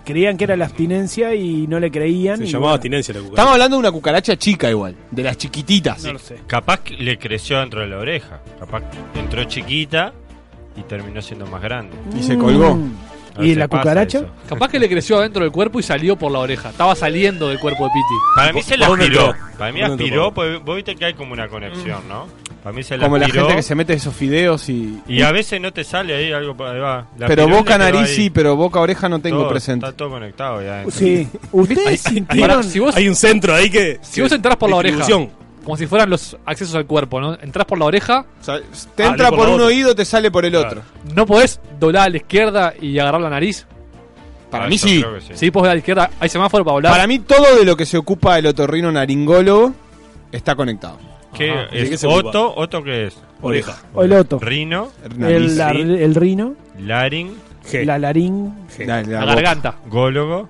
D: Creían que era la abstinencia y no le creían.
H: Se
D: y
H: llamaba
D: bueno,
H: abstinencia la cucaracha.
K: Estamos hablando de una cucaracha chica igual, de las chiquititas.
D: No lo sé.
G: Capaz que le creció dentro de la oreja. Capaz que entró chiquita y terminó siendo más grande.
F: Y se colgó.
D: Mm.
G: A
D: ¿Y
G: veces
D: la
G: pasa
D: cucaracha?
G: eso.
E: Capaz que le creció adentro del cuerpo y salió por la oreja. Estaba saliendo del cuerpo de Piti.
G: Para mí se la
H: ¿Por dónde
G: aspiró.
H: entró?
G: Para mí
H: ¿Por dónde
G: aspiró,
H: entró?
G: pues vos viste que hay como una conexión, ¿no? Para mí se la
F: Como la
G: aspiró.
F: gente que se mete esos fideos y.
G: Y a veces no te sale ahí algo para ahí va. La
F: pero
G: pirula
F: boca
G: quedó
F: nariz
G: ahí.
F: sí, pero boca oreja no tengo
G: Todo-
F: presente.
G: Está todo conectado ya. adentro.
D: Sí. ¿Ustedes sintieron?
E: Pará, si vos,
H: Hay un centro ahí que.
E: si vos entrás por la oreja,
H: Distribución.
G: Ah,
E: como si fueran los accesos al cuerpo, ¿no? Entrás por la oreja,
F: O sea, te
H: Ah,
F: entra
H: no, por
F: por
H: la
F: un
H: otra.
F: oído, te sale por el
H: Claro.
F: otro.
E: ¿no podés doblar a la izquierda y agarrar la nariz?
F: Para
G: Ah,
F: mí
G: yo
F: sí.
G: creo que sí.
E: Si vos doblas a la izquierda, hay semáforo para doblar.
F: Para mí todo de lo que se ocupa el otorrino naringólogo está conectado.
G: ¿Qué
E: Ajá.
H: ¿Y de qué
G: es
H: se ocupa?
G: Otto? ¿Otto qué es?
H: Oreja.
D: O el otro.
G: Rino,
F: Nariz,
D: el, la-
G: sí.
D: el rino,
G: laring,
H: G.
D: la larín.
H: G.
F: la- la
E: la
F: boca.
E: garganta.
G: gólogo,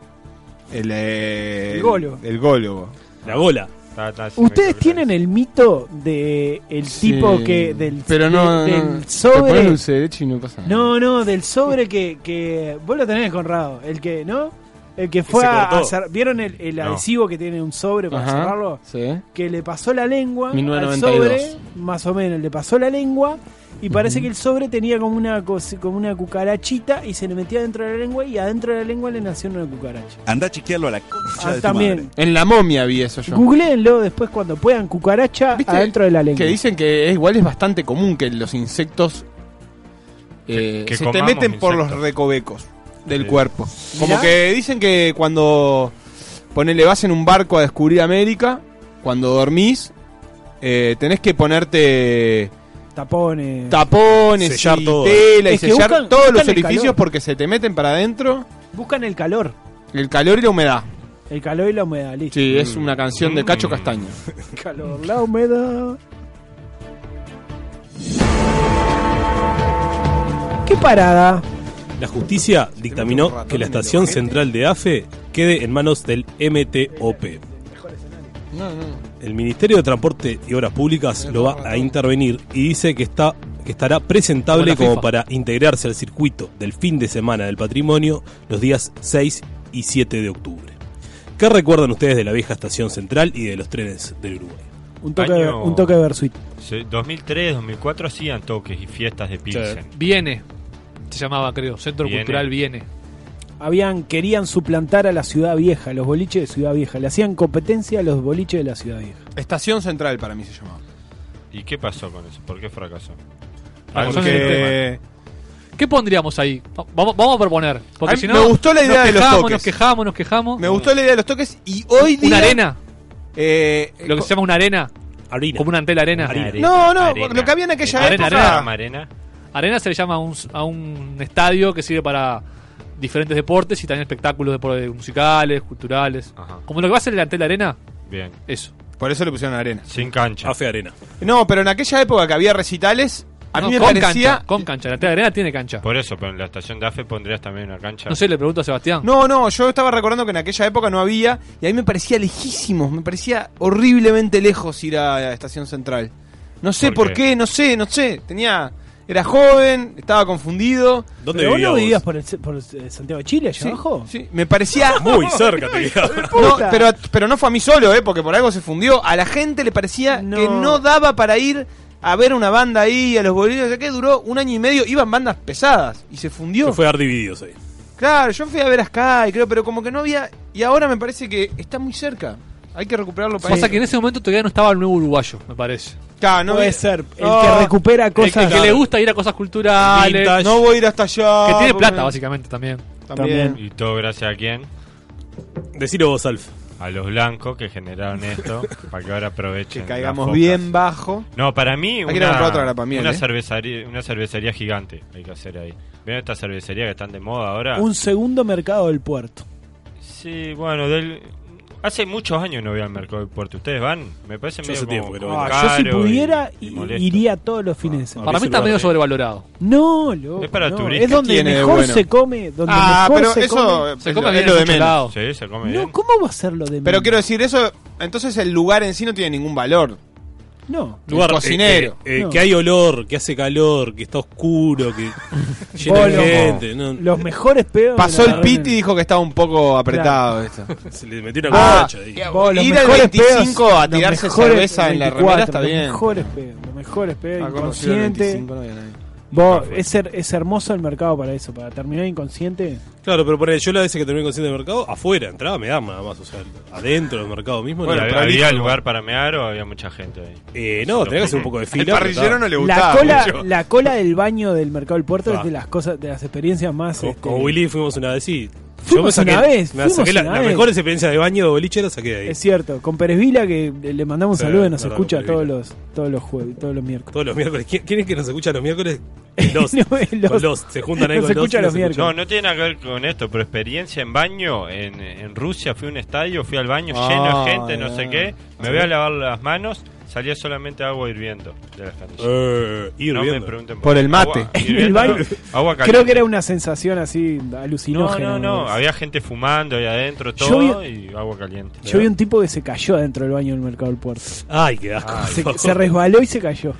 F: El, eh,
D: El gólobo.
F: El gólobo.
H: La gola.
G: Está- está- sí, me
D: Ustedes
G: quedo
D: tienen el mito de el
F: Sí.
D: tipo que del
F: Pero no,
D: de-
F: no,
D: del
F: Te pones
D: sobre
F: dulce de leche y no pasa nada.
D: No, no, del sobre que, que vos lo tenés Conrado, el que, ¿no? El que fue
H: se
D: a,
H: cortó.
D: a cer- vieron el, el
G: No.
D: adhesivo que tiene un sobre para
K: Ajá.
D: cerrarlo,
K: Sí.
D: que le pasó la lengua al
K: 1992.
D: sobre, más o menos, le pasó la lengua y parece que el sobre tenía como una cos- como una cucarachita y se le metía dentro de la lengua y adentro de la lengua le nació una cucaracha.
C: Andá a chequearlo a la concha
D: Ah,
C: de tu
D: también.
C: madre.
F: En la momia vi eso yo.
D: Googleenlo después cuando puedan, cucaracha
F: ¿Viste
D: adentro de la lengua.
F: Que dicen que es, igual es bastante común que los insectos eh,
G: Que- que
F: se te
G: comamos
F: meten por los
G: insectos.
F: recovecos del
G: Sí.
F: cuerpo.
D: Mirá.
F: Como que dicen que cuando ponele vas en un barco a descubrir América, cuando dormís, eh, tenés que ponerte
D: Tapones.
F: tapones,
H: Sellar
F: y
H: todo.
F: tela y
D: Es que
F: sellar
D: buscan-
F: todos
D: buscan
F: los
D: el
F: orificios
D: calor.
F: porque se te meten para adentro
D: Buscan el calor,
F: el calor y la humedad.
D: el calor y la humedad, listo.
F: Sí, es una canción de Cacho
G: Mm.
F: Castaño.
D: El calor, la humedad. ¿Qué parada?
H: La justicia dictaminó que la estación central de AFE quede en manos del MTOP. El Ministerio de Transporte y Obras Públicas lo va a intervenir y dice que está que estará presentable
E: Como la
H: como
E: FIFA.
H: para integrarse al circuito del fin de semana del patrimonio los días 6 y 7 de octubre. ¿Qué recuerdan ustedes de la vieja estación central y de los trenes del Uruguay?
D: Un toque,
G: Año-
D: un toque de Bersuit.
G: Sí, 2003, 2004 hacían toques y fiestas de Pilsen.
E: Viene. Se llamaba, creo. Centro
G: Viene.
E: Cultural Viene.
D: Habían, querían suplantar a la ciudad vieja, los boliches de ciudad vieja. Le hacían competencia a los boliches de la ciudad vieja.
F: Estación Central para mí se llamaba.
G: ¿Y qué pasó con eso? ¿Por qué fracasó? Ah,
E: Fracasó
G: Algo
E: en el
G: que-
F: Porque
E: ¿Qué pondríamos ahí? Va- Vamos, vamos a proponer.
F: A
E: Porque
F: mí
E: si no.
F: me gustó la idea
E: nos
F: de los
E: quejamos,
F: toques.
E: Nos quejamos, nos quejamos.
F: me gustó la idea de los toques y hoy día...
E: Una arena.
F: Eh,
E: Lo que se llama una arena.
H: Harina.
E: Como una antela arena.
G: Arena.
F: No, no,
G: Arena.
F: lo que había en aquella
E: Arena,
F: época...
E: arena.
G: Eh, Arena.
E: Arena se le llama a un, a un estadio que sirve para diferentes deportes y también espectáculos depo- musicales, culturales.
G: Ajá.
E: Como lo que va a ser el Antel Arena,
G: Bien.
E: eso.
F: Por eso le pusieron arena.
G: Sin cancha.
H: AFE Arena.
F: No, pero en aquella época que había recitales, a
E: No,
F: mí me
E: con
F: parecía...
E: cancha, con cancha. El Antel Arena tiene cancha.
G: Por eso, pero en la estación de AFE pondrías también una cancha.
E: No sé, le pregunto a Sebastián.
F: No, no, yo estaba recordando que en aquella época no había y a mí me parecía lejísimos, me parecía horriblemente lejos ir a la estación central. No sé por,
G: ¿Por
F: qué?
G: qué?
F: no sé, no sé. Tenía era joven, estaba confundido.
H: ¿Dónde
D: Pero vos no vivías
H: vivías vos?
D: por, el ce- por eh, Santiago de Chile, allá
F: Sí,
D: abajo.
F: sí, me parecía
D: *laughs*
H: Muy cerca te quedaba.
F: No,
D: Puta.
F: pero, pero no fue a mí solo, ¿eh? porque por algo se fundió. A la gente le parecía
D: No.
F: que no daba para ir a ver una banda ahí, a los bolivianos, que duró un año y medio, iban bandas pesadas y se fundió.
E: Oh.
H: Se fue a dar divididos ahí.
F: Claro, yo fui a ver a Sky, creo, pero como que no había... Y ahora me parece que está muy cerca. Hay que recuperarlo para
E: Pasa
F: eso.
E: que en ese momento todavía no estaba el nuevo uruguayo, me parece.
F: Claro, no
D: Puede
F: voy-
D: ser. El
F: No,
D: que recupera
E: El que,
D: cosas.
E: que le gusta ir a cosas culturales,
H: Vintage.
F: No voy a ir hasta allá.
E: que tiene
F: porque-
E: plata, básicamente, también.
F: También.
G: ¿Y todo gracias a quién?
H: Decilo vos, Alf.
G: A los blancos que generaron esto, para que ahora aprovechen.
F: Que
G: las
F: caigamos
G: focas.
F: bien bajo.
G: No, para mí
F: que ir
G: una,
F: a comprar otra grapamiel,
G: una
F: ¿eh?
G: cervecería, una cervecería gigante hay que hacer ahí. ¿Ven estas cervecerías que están de moda ahora?
D: Un segundo mercado del puerto.
G: Sí, bueno, del... hace muchos años no voy al mercado del puerto. ¿Ustedes van? Me parece
H: Yo
G: medio
H: hace
G: como
H: tiempo que no
G: como
H: voy.
D: Ah, yo si
G: caro
D: pudiera
G: y- y
D: i-
G: molesto.
D: iría todos los fines de
F: Ah,
D: semana.
E: Para
H: ese
E: mí está
H: lugar
E: medio
H: sí.
E: sobrevalorado.
D: No, loco,
G: Es para
D: no.
G: turistas.
D: Es donde
F: Tiene de
D: mejor
F: bueno.
D: se come. Donde
F: Ah,
D: mejor
F: pero
D: se
F: eso
E: Se
F: es
E: come
F: lo-
E: bien
F: es
E: en
F: lo de
E: muchos
F: menos.
E: lados.
G: Sí, se come
D: come.
G: bien.
D: No, ¿cómo va a ser lo de
F: Pero
D: menos?
F: quiero decir, eso. Entonces el lugar en sí no tiene ningún valor.
D: No.
H: Lugar,
F: El cocinero.
H: eh, eh, eh,
D: No.
H: Que hay olor, que hace calor, que está oscuro,
D: *laughs*
H: que lleno
D: Vos
H: de
D: lo-
H: gente. no,
D: Los mejores pedos. de
F: Pasó
D: la
F: el pit y
D: carrera.
F: dijo que estaba un poco apretado esto.
H: *laughs* se le metió una
F: Ah,
H: cucaracha ahí.
D: Vos, los
F: ir al
D: mejores
F: 25
D: pedos,
F: a
D: los
F: tirarse
D: mejores-
F: cerveza en la
D: 24,
F: remera está
D: los
F: bien.
D: Mejores pedos, los mejores pedos.
F: Ah, conocido el
D: Inconsciente.
F: 25, no había nadie.
D: Vos, es, her- es hermoso el mercado para eso, para terminar inconsciente.
H: Claro, pero por ahí, yo la vez que terminé consciente del mercado, afuera, entraba, me da nada más. O sea, adentro del mercado mismo.
G: Bueno,
H: no,
G: ¿había- ¿Había lugar para mear o había mucha gente ahí?
H: eh, no tenía que hacer un poco de fila.
F: El
H: pero
F: parrillero
H: estaba-
F: no le
D: La
F: gustaba.
D: cola,
F: mucho.
D: la cola del baño del mercado del puerto
H: Ah.
D: es de las cosas, de las experiencias más.
H: Con,
D: este,
H: con Willy fuimos una vez, sí.
D: Fuimos
H: yo me
D: una
H: saqué,
D: vez,
H: me
D: fuimos
H: saqué la,
D: una
H: la
D: vez.
H: mejor experiencia de baño de boliche, la saqué de ahí.
D: Es cierto, con Pérez Vila que le mandamos
H: Sí,
D: saludos y nos
H: verdad,
D: escucha
H: Pérez Vila.
D: todos los, todos los jueves, todos los miércoles.
H: Todos los miércoles. ¿Quién, quién es que nos escucha los
D: *laughs*
H: miércoles? Los.
D: No, es
H: con
D: los-
H: los. Se
D: *laughs*
H: juntan ahí
D: Nos
H: con los.
D: escucha
H: y
D: los
H: nos
D: miércoles.
G: No, no tiene nada que ver con esto, pero experiencia en baño. En, en Rusia fui a un estadio, fui al baño
F: Ah,
G: lleno de gente, no
F: ya.
G: sé qué. Me voy a lavar las manos salía solamente agua hirviendo de las canillas.
H: Eh,
G: no me
H: hirviendo.
G: pregunten
F: Por el mate.
G: Agua,
D: *laughs* En el
G: hirviendo,
D: baile.
G: no, *laughs* agua caliente.
D: Creo que era una sensación así
G: No,
D: alucinógena.
G: no,
D: me
G: no.
D: parece.
G: Había gente fumando ahí adentro,
D: Yo
G: todo, y agua caliente.
D: Yo vi un tipo que se cayó adentro del baño del mercado del puerto.
H: Ay, qué asco.
D: Se, se resbaló y se cayó.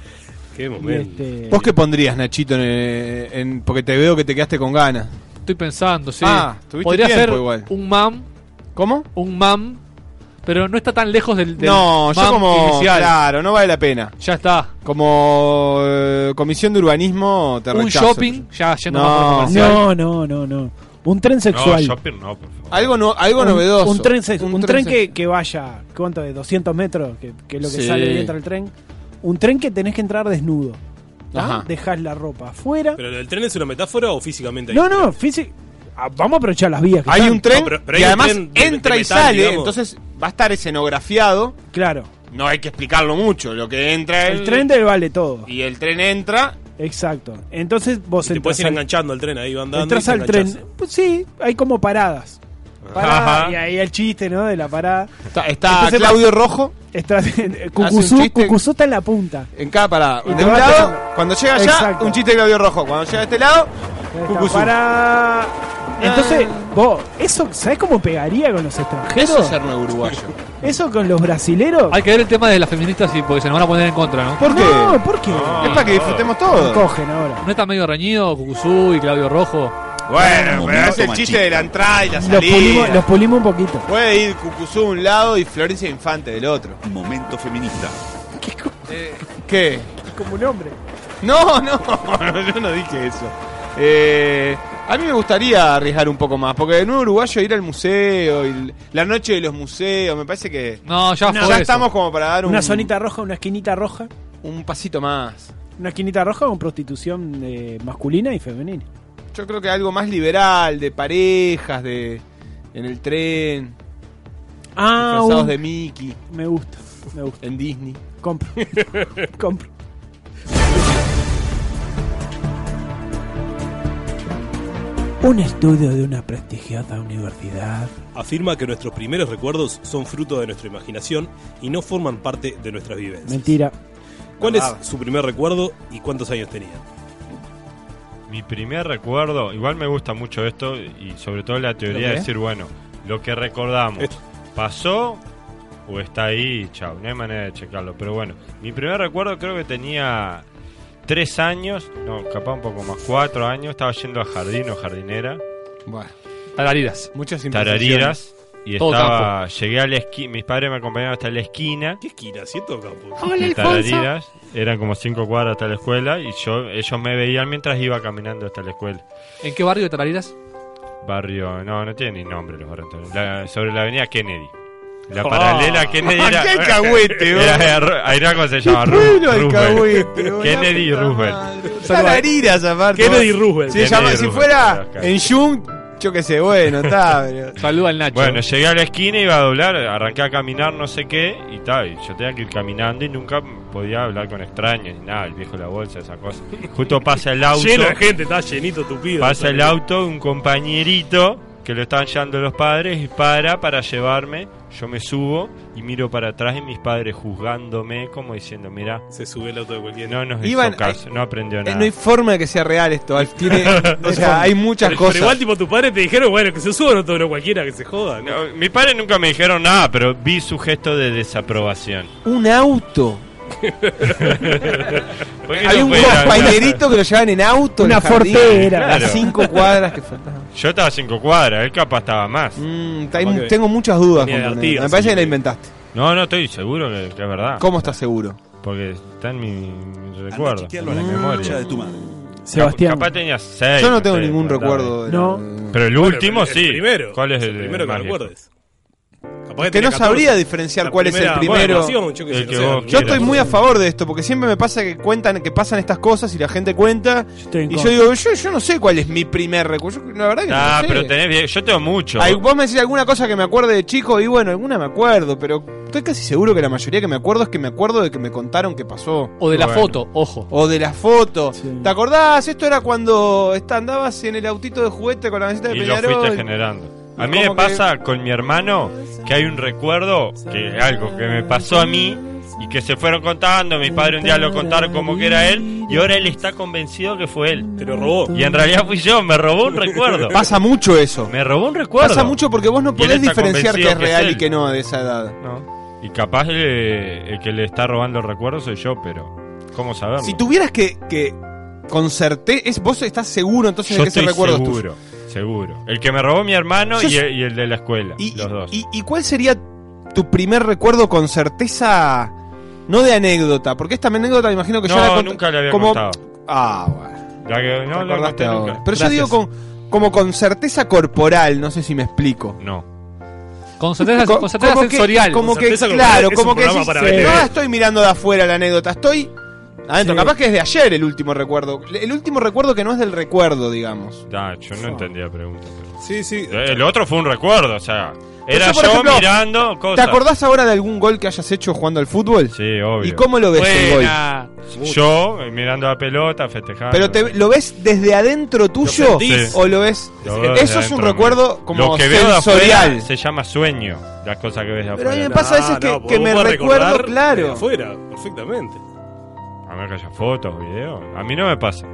H: Qué
D: Y
H: momento.
D: este-
F: ¿Vos qué pondrías, Nachito, en, en- porque te veo que te quedaste con ganas?
E: Estoy pensando, sí.
F: Ah, tuviste
E: Podría
F: tiempo
E: ser
F: igual.
E: un mam,
F: ¿Cómo?
E: un mam, pero no está tan lejos del, del
F: No, yo
E: mam
F: como...
E: inicial.
F: Claro, no vale la pena.
E: Ya está.
F: Como eh, comisión de urbanismo te
E: un
F: rechazo.
E: shopping, ya yendo
F: No.
E: más por comercial.
D: No, no, no, no. Un tren
G: No,
D: sexual.
G: shopping no, por favor.
F: Algo, no, algo
D: un,
F: novedoso.
D: Un tren, sex- un tren
F: sex-
D: que, que vaya, ¿cuánto? De 200 metros, que, que es lo que
K: Sí.
D: sale y entra el tren. Un tren que tenés que entrar desnudo.
F: Ajá.
D: Dejas la ropa afuera.
H: ¿Pero lo del tren es una metáfora o físicamente? hay
D: No,
H: un tren?
D: no, físico. ah, Vamos a aprovechar las vías. que
F: Hay
D: están.
F: un tren
H: No, pero- pero hay
F: que
H: un
F: además
H: tren de- de
F: entra y
H: metal,
F: sale,
H: digamos.
F: entonces va a estar escenografiado.
D: Claro.
F: No hay que explicarlo mucho, lo que entra
D: El tren te vale todo.
F: y el tren entra.
D: Exacto. Entonces vos
H: Y te
D: entras
H: puedes ir
D: al,
H: enganchando al tren ahí, va andando.
D: entras
H: y te
D: al tren.
H: enganchás.
D: Pues sí, hay como paradas. Parada,
G: Ajá.
D: y ahí el chiste, ¿no? De la parada.
F: Está, está
D: Entonces va-
F: Claudio Rojo
D: Estás- *laughs* Cucuzú,
F: chiste-
D: Cucuzú está en la punta.
F: en cada parada.
D: Y
F: De
D: te
F: un
D: va
F: lado,
D: tocando.
F: cuando llega allá,
D: Exacto.
F: un chiste de Claudio Rojo. Cuando llega a este lado, Cucuzú.
D: Para... Entonces, vos, eso, ¿sabés cómo pegaría con los
F: Ah. eso es
D: extranjeros?
F: ser nuevo uruguayo.
D: Eso con los brasileros.
E: Hay que ver el tema de las feministas y porque se nos van a poner en contra, ¿no?
F: ¿Por qué?
D: No, ¿por qué?
F: es para que disfrutemos
D: Lo
F: todo.
D: cogen ahora.
E: ¿No está medio reñido Cucuzú y Claudio Rojo?
F: Bueno, pero
C: momento
F: es el
C: machista.
F: chiste de la entrada y la
D: Los pulimos, los
F: salida.
D: pulimos un poquito.
F: Puede ir Cucuzú de un lado y Florencia Infante del otro. Eh,
C: Momento feminista.
F: ¿Qué?
D: Como un hombre.
F: No, no, *laughs* yo no dije eso. Eh, a mí me gustaría arriesgar un poco más, porque de nuevo uruguayo ir al museo, y l- la noche de los museos, me parece que
E: No, ya fue.
F: ya
E: eso.
F: estamos como para dar un,
D: Una zonita roja, una esquinita roja.
F: un pasito más.
D: Una esquinita roja con prostitución eh, masculina y femenina.
F: Yo creo que algo más liberal, de parejas, de en el tren,
D: Ah,
F: disfrazados
D: un-
F: de Mickey,
D: me gusta, me gusta.
F: en Disney. *laughs*
D: Compro, compro. Un estudio de una prestigiosa universidad
H: Afirma que nuestros primeros recuerdos son fruto de nuestra imaginación y no forman parte de nuestras vivencias.
D: Mentira.
H: ¿Cuál es
F: Ah.
H: su primer recuerdo y cuántos años tenía?
G: Mi primer recuerdo, igual me gusta mucho esto y sobre todo la teoría de
F: qué?
G: decir, bueno, lo que recordamos, ¿pasó o está ahí? y Chao, no hay manera de checarlo. Pero bueno, mi primer recuerdo creo que tenía tres años, no, capaz un poco más, cuatro años, estaba yendo a jardín o jardinera,
F: Bueno,
E: Tarariras.
F: muchas
G: tarariras, y
E: Todo
G: estaba, llegué a la esquina, mis padres me acompañaron hasta la esquina.
H: ¿Qué esquina? ¿Cierto campo?
G: de Tarariras, eran como cinco cuadras hasta la escuela y yo ellos me veían mientras iba caminando hasta la escuela.
E: ¿En qué barrio de Tarariras?
G: Barrio, no, no tiene ni nombre los barrios. La- sobre la avenida Kennedy. La paralela a Kennedy era.
F: ¡Qué alcahuete,
G: *laughs*
F: vos!
G: era- era Ru- ahí era como se llama Ru-
F: Pueblo
G: Roosevelt.
F: alcahuete, vos, la
G: Kennedy y
F: puta
G: Roosevelt.
F: madre. Tarariras, aparte.
H: Kennedy Roosevelt.
F: Si, se llama- si
G: Roosevelt,
F: fuera
G: acá.
F: en Jung, yo qué sé, bueno, está. *laughs* pero-
E: Saluda al Nacho.
G: Bueno, llegué a la esquina, iba a doblar, arranqué a caminar, no sé qué, y tal. Yo tenía que ir caminando y nunca podía hablar con extraños, ni nada, el viejo de la bolsa, esa cosa. Justo pasa el auto.
H: Lleno de gente, está llenito, tupido.
G: Pasa el auto, un compañerito que lo estaban llevando los padres y para para llevarme. Yo me subo y miro para atrás y mis padres juzgándome, como diciendo, mira,
H: Se sube el auto de cualquier.
G: no nos
F: Iban-
G: hizo caso, no aprendió
F: Eh,
G: nada.
F: no hay forma de que sea real esto. Alf, *laughs* tiene- o sea, hay muchas
H: pero,
F: cosas.
H: pero igual, tipo, tus padres te dijeron, bueno, que se suba no todo, no cualquiera, que se joda. ¿no?
G: No, mis padres nunca me dijeron nada, pero vi su gesto de
F: *laughs*
G: desaprobación. *laughs*
F: Un auto.
G: ¿Por qué
F: Había
G: no
F: un
G: fue ir a-
F: compañerito que lo llevaban en auto. en
D: Una
F: el jardín,
D: fortera.
F: Las
G: Claro.
F: cinco cuadras *laughs* que faltaban.
G: Yo estaba a cinco cuadras, él capaz estaba más.
F: Mm, hay-
H: Capaz que-
F: tengo muchas dudas.
H: Tenía
F: con
H: de
F: tu nena.
H: Artigas,
F: Me parece
H: sí.
F: que la inventaste.
G: No, no, estoy seguro que, que es verdad.
F: ¿Cómo estás seguro?
G: Porque está en mi, mi
C: Anda a
G: recuerdo, Mm. en
C: chequearlo a
G: mi
C: la Ah. concha
G: memoria.
C: de tu madre.
D: Sebastián.
G: Capaz tenía seis.
F: Yo no
G: no
F: tengo
G: sé,
F: ningún
G: cuatro
F: recuerdo. de la-
D: No.
G: Pero el
H: Bueno,
G: último
H: el- el
G: sí.
H: primero.
G: ¿Cuál es
H: el,
G: el,
H: primero que
G: más viejo?
H: recuerdes? Capaz
F: Que no
H: tenés 14.
F: sabría diferenciar
H: La
F: cuál es el
H: primera
F: primero.
H: evaluación, yo qué sé,
G: El
H: no
G: que
H: sé,
G: vos
H: la
F: Yo
H: primera.
F: estoy muy a favor de esto, porque siempre me pasa que cuentan, que pasan estas cosas y la gente cuenta.
D: estoy en
F: Y yo
D: contra.
F: digo, yo, yo no sé cuál es mi primer recuerdo. Yo, La verdad que
G: Ah,
F: no lo sé.
G: pero tenés bien. Yo tengo mucho.
F: Ay, vos me decís alguna cosa que me acuerde de chico y bueno, alguna me acuerdo, pero estoy casi seguro que la mayoría que me acuerdo es que me acuerdo de que me contaron que pasó.
E: o de la
G: Bueno.
E: foto, ojo.
F: O de las fotos.
D: Sí.
F: ¿Te acordás? Esto era cuando esta- andabas en el autito de juguete con la mesita de
G: y lo fuiste
F: Peñarol.
G: generando. A
F: Y
G: mí me
F: como que-
G: pasa con mi hermano que hay un recuerdo, que algo que me pasó a mí, Y que se fueron contando, mi padre un día lo contaron como que era él, y ahora él está convencido que fue él.
H: Te lo robó.
G: Y en realidad fui yo, me robó un recuerdo.
F: Pasa mucho eso.
G: Me robó un recuerdo.
F: Pasa mucho porque vos no
G: Y él
F: podés
G: está
F: diferenciar que
G: convencido
F: es
G: que es
F: real
G: él.
F: y que no de esa edad.
G: No. Y capaz eh, el que le está robando el recuerdo soy yo, pero ¿cómo saberlo?
F: Si tuvieras que, que con certeza, es, vos estás seguro entonces
G: yo
F: de que ese
G: estoy
F: recuerdo es tuyo.
G: seguro, seguro. El que me robó mi hermano
F: Yo
G: y
F: sé-
G: el, y el de la escuela,
F: ¿Y,
G: los dos.
F: y- y cuál sería tu primer recuerdo con certeza? No de anécdota, porque esta anécdota me imagino que
G: no,
F: ya la cont-
G: nunca le había
F: como-
G: contado.
F: Ah, bueno.
G: La que- no
F: te
G: la
F: acordaste
G: conté
F: ahora.
G: nunca.
F: Pero yo digo con, como con certeza corporal, no sé si me explico.
G: No.
E: Con certeza,
F: Co-
E: con certeza
F: como que-
E: sensorial.
F: como que,
H: certeza corporal
F: claro,
H: es
F: como
H: un
F: que
H: programa
F: decís,
H: para
F: "Sí,
H: bebés".
F: no la estoy mirando de afuera la anécdota, estoy adentro.
A: Sí.
F: Capaz que es de ayer el último recuerdo. El último recuerdo que no es del recuerdo, digamos.
G: Ah, yo no entendía la pregunta. pero- Eh,
H: Sí, sí.
G: El otro fue un recuerdo, o sea. Era
F: yo, por
G: yo,
F: ejemplo,
G: mirando cosas.
F: ¿Te acordás ahora de algún gol que hayas hecho jugando al fútbol?
G: Sí, obvio.
F: ¿Y cómo lo ves el gol?
E: Buena.
G: Yo eh, mirando la pelota, festejando.
F: ¿Pero te, lo ves desde adentro tuyo
G: sentís.
F: o lo ves...?
G: Lo veo
F: eso
G: de
F: es un
G: adentro
F: recuerdo
G: mío.
F: como
G: Lo que veo de
F: sensorial.
G: afuera se llama sueño, las cosas que ves de
F: Pero a mí me
G: afuera.
F: pasa a
H: Ah,
F: veces que, que me recuerdo, claro.
H: Afuera, perfectamente.
G: A mí que haya fotos, videos. A mí no me pasa.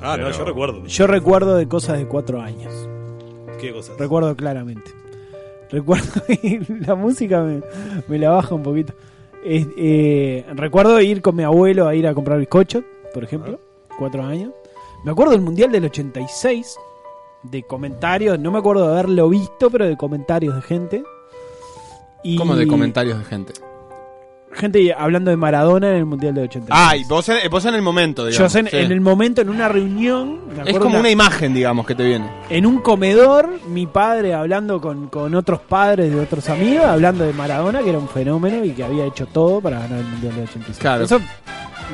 H: Ah, no,
G: Pero-
H: yo recuerdo.
D: Yo recuerdo de cosas de cuatro años.
H: ¿Qué cosas?
D: Recuerdo claramente. Recuerdo. *laughs* y la música me, me la baja un poquito. Es- eh, recuerdo ir con mi abuelo a ir a comprar bizcocho, por ejemplo. Cuatro años. Me acuerdo del Mundial del 86. De comentarios. No me acuerdo de haberlo visto, pero de comentarios de gente. Y
K: Como de comentarios de gente.
D: Gente hablando de Maradona en el Mundial del 86.
F: Ay, vos en, vos en el momento,
D: Yo
F: digamos.
D: en,
F: Ah, sí.
D: en el momento, en una reunión. me
F: es
D: acuerdo
F: como
D: una-
F: una imagen, digamos, que te viene.
D: en un comedor, mi padre hablando con, con otros padres de otros amigos, hablando de Maradona, que era un fenómeno y que había hecho todo para ganar el Mundial del 86.
K: Claro.
D: Eso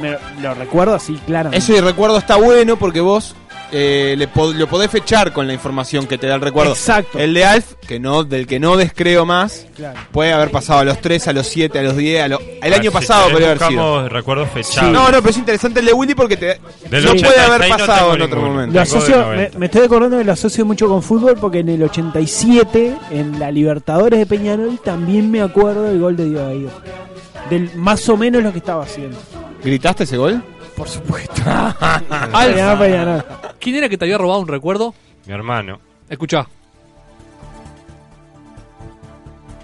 D: me- lo recuerdo así, claramente.
F: Ese recuerdo está bueno porque vos eh, le pod- lo podés fechar con la información que te da el recuerdo.
D: Exacto.
F: El de Alf, que no, del que no descreo más,
D: Claro.
F: puede haber pasado a los 3, a los 7, a los 10, a lo- el
G: Ah,
F: año
G: si
F: pasado
G: querés,
F: podría haber sido.
G: buscamos recuerdos fechados.
F: No, no, pero es interesante el de Willy porque te,
G: Del
F: no puede
G: 86
F: haber
G: no
F: pasado
G: tengo
F: en otro
G: ninguno.
F: momento.
D: Lo
G: Tengo
D: asocio-
G: del
D: me,
G: 90.
D: me estoy acordando que lo asocio mucho con fútbol porque en el 87, en la Libertadores de Peñarol, también me acuerdo del gol de Diego Del más o menos lo que estaba haciendo.
F: ¿Gritaste ese gol?
D: Por
F: *laughs*
D: supuesto. Peñarol, Peñarol.
E: ¿Quién era que te había robado un recuerdo?
G: Mi hermano.
E: Escuchá.
F: Qué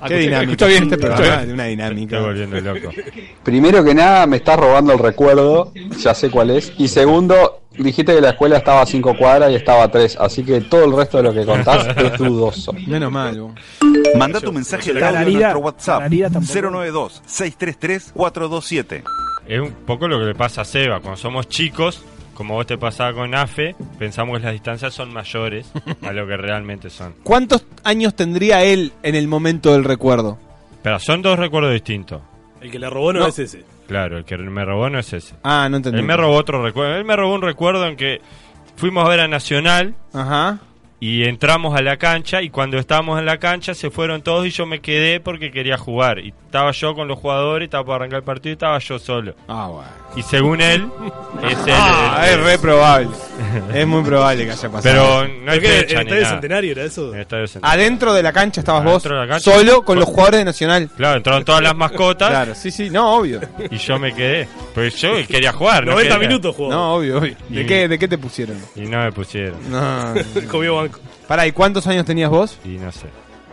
E: Escuchá-
F: dinámico.
E: escuchá bien.
F: este programa. Una dinámica.
G: Estoy volviendo loco.
J: Primero que nada, me estás robando el recuerdo, ya sé cuál es. Y segundo, dijiste que la escuela estaba a cinco cuadras y estaba a tres, así que todo el resto de lo que
E: *laughs*
J: contás es dudoso.
F: Menos mal. vos.
C: Manda tu mensaje de audio en
D: Tararira,
C: nuestro WhatsApp
D: tararira tampoco.
C: 092-633-427.
G: Es un poco lo que le pasa a Seba. Cuando somos chicos, como vos te pasaba con AFE, pensamos que las distancias son mayores a lo que realmente son.
F: ¿Cuántos años tendría él en el momento del recuerdo?
G: Pero son dos recuerdos distintos.
H: El que le robó no,
F: No.
H: es ese.
G: Claro, el que me robó no es ese.
F: Ah, no entendí.
G: Él me robó otro recuerdo. Él me robó un recuerdo en que fuimos a ver a Nacional
F: Ajá.
G: y entramos a la cancha y cuando estábamos en la cancha se fueron todos y yo me quedé porque quería jugar. Y estaba yo con los jugadores, estaba para arrancar el partido y estaba yo solo.
F: Ah, bueno.
G: Y según
F: *laughs*
G: él, es él.
F: Ah,
G: el-
F: es re
G: *laughs*
F: probable. Es muy probable que haya pasado. Ah,
G: Pero no hay
H: ¿El que el
G: fecha ni
H: estadio
G: nada.
H: centenario era eso?
G: En
F: Eh.
G: el Estadio Centenario.
F: Adentro de la cancha estabas vos,
G: Adentro de la cancha.
F: solo con
G: Con-
F: los jugadores de Nacional.
G: Claro, entraron todas las mascotas
F: Claro, sí, sí, no, obvio.
G: y yo me quedé. Pues yo quería jugar. no
H: 90
G: quería.
H: minutos jugó.
F: No, obvio, obvio. ¿De
G: Y-
F: qué, de qué te pusieron?
G: Y no me pusieron.
F: No.
G: *laughs*
H: Comió banco.
F: Pará, ¿y cuántos años tenías vos?
G: Y no sé.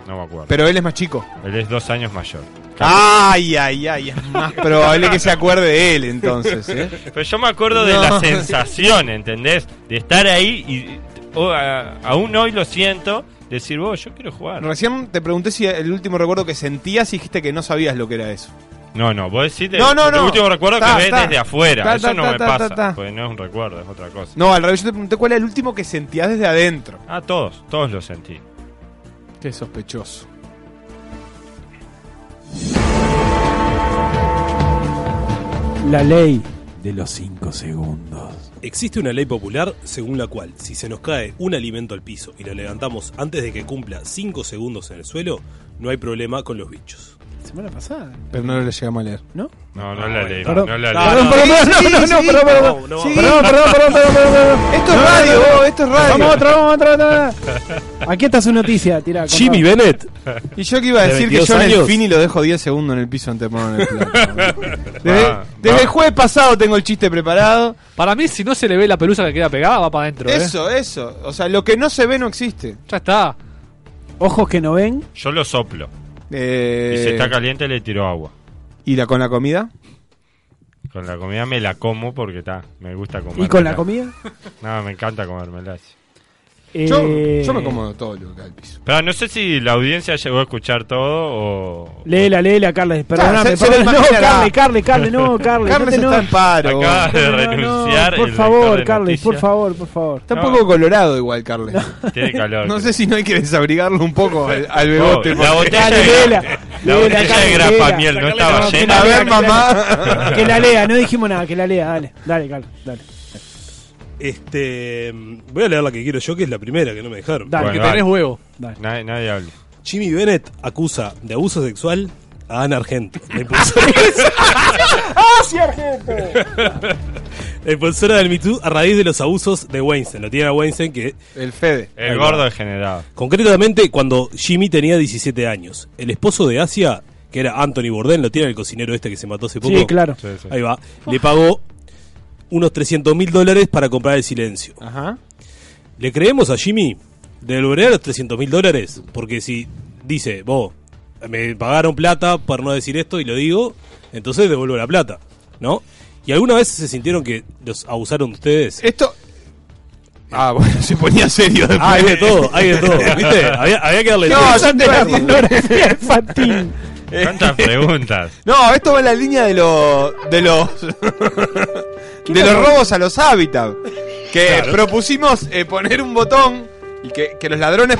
G: No me acuerdo.
F: Pero él es más chico.
G: Él es dos años mayor.
F: Ay, ay, ay, es más probable que se acuerde de él entonces, ¿eh?
G: *laughs* Pero yo me acuerdo de
F: No.
G: la sensación, ¿entendés? De estar ahí y o, a- aún hoy lo siento, decir, vos, yo quiero jugar.
F: Recién te pregunté si el último recuerdo que sentías y dijiste que no sabías lo que era eso.
G: No, no, vos decís de-
F: No, no,
G: del
F: no.
G: último recuerdo
F: Ta,
G: que ves
F: ta.
G: desde afuera.
F: Ta,
G: Eso
F: ta,
G: no
F: ta,
G: me
F: ta,
G: pasa,
F: ta, ta.
G: porque no es un recuerdo, es otra cosa.
F: No, al revés, yo te pregunté cuál era el último que sentías desde adentro.
G: Ah, todos, todos lo sentí.
F: Qué sospechoso.
D: La ley de los cinco segundos.
H: Existe una ley popular según la cual, si se nos cae un alimento al piso y lo levantamos antes de que cumpla 5 segundos en el suelo, no hay problema con los bichos.
D: semana pasada.
F: Pero no le llegamos a leer.
D: ¿No?
G: No, no la leí.
F: Perdón.
G: No la leí.
F: Perdón, perdón, perdón, no, no, no, perdón, perdón.
D: Sí, Perdón, perdón, perdón, perdón, perdón, perdón.
F: Esto es radio, vos, esto es radio.
D: Vamos otra, vamos otra, otra. otra. *laughs* Aquí está su noticia, tirá. contá.
H: Jimmy Bennett.
F: Y yo que iba a
H: ¿De
F: decir que
H: 22
F: yo en el
H: años?
F: Fini lo dejo 10 segundos en el piso antes de ponerlo en
E: *laughs*
F: *laughs* el plato. Desde,
G: Va,
F: desde
G: va.
F: el jueves pasado tengo el chiste preparado.
E: Para mí, si no se le ve la pelusa que queda pegada, va para adentro. ¿eh?
F: Eso, eso. O sea, lo que no se ve no existe.
E: Ya está.
D: Ojos que no ven.
G: Yo lo soplo.
F: Eh,
G: Y si está caliente le tiro agua.
F: ¿y la con la comida?
G: Con la comida me la como porque está, me gusta comer.
D: ¿Y con la comida?
G: No, me encanta comérmela.
F: Yo,
D: Eh,
F: yo me como todo lo que hay al piso.
G: Pero no sé si la audiencia llegó a escuchar todo o...
D: Léela, léela, Carles.
F: se-
D: Perdóname,
F: se lo
D: perdóname. No,
F: imaginará.
D: Carles, Carles, Carles,
F: *laughs*
D: no, Carles.
F: Carles
D: no, te no.
F: está en paro.
G: Acaba de
D: No, no, no,
G: renunciar.
D: por
G: el
D: favor,
G: director de
D: Carles, por
G: noticias.
D: favor, por favor.
F: Está un poco colorado igual, Carles.
G: *laughs* Tiene calor.
F: No sé si no hay que desabrigarlo un poco al, al
G: Oh,
F: bebote.
G: la botella,
D: Dale,
G: de-
D: léela,
G: la
D: léela,
G: botella de
D: Carles,
G: grapa
D: léela.
G: miel no
D: Sacale
G: estaba
D: la
G: llena.
F: A
D: botella.
F: ver, mamá.
D: Que la lea, no dijimos nada, que la lea, dale, dale, Carles, dale.
H: Este, mm, voy a leer la que quiero yo, que es la primera que no me dejaron.
D: Dale,
G: Bueno,
E: que tenés
G: dale.
E: huevo.
D: dale.
G: Nadie, nadie habla.
H: Jimmy Bennett acusa de abuso sexual a Ana Argento, la
F: *laughs*
H: impulsora,
D: ¡Ah, sí, Argento!
H: la impulsora del Me Too a raíz de los abusos de Weinstein. Lo tiene a Weinstein que
F: El Fede.
G: El
H: Ahí va.
G: gordo degenerado.
H: Concretamente, cuando Jimmy tenía 17 años, el esposo de Asia, que era Anthony Bourdain, lo tiene el cocinero este que se mató hace poco.
D: Sí, claro.
G: Sí, sí.
H: Ahí va. Le pagó unos 300 mil dólares para comprar el silencio.
F: Ajá.
H: ¿Le creemos a Jimmy? ¿Le devolveré los 300 mil dólares? Porque si dice, vos, me pagaron plata para no decir esto y lo digo, entonces devuelvo la plata, ¿no? ¿Y alguna vez se sintieron que los abusaron ustedes?
F: Esto. Ah, *laughs* bueno, se ponía serio después.
H: Ah, hay de todo, hay de
F: *laughs*
H: todo, ¿viste? Había, había que darle todo.
F: No, yo te iba a decir-
D: Pornografía infantil.
F: Eh.
G: ¿Cuántas preguntas?
F: No, esto va en la línea de los. de los. de los robos a los hábitats. Que propusimos eh, poner un botón y que, que los ladrones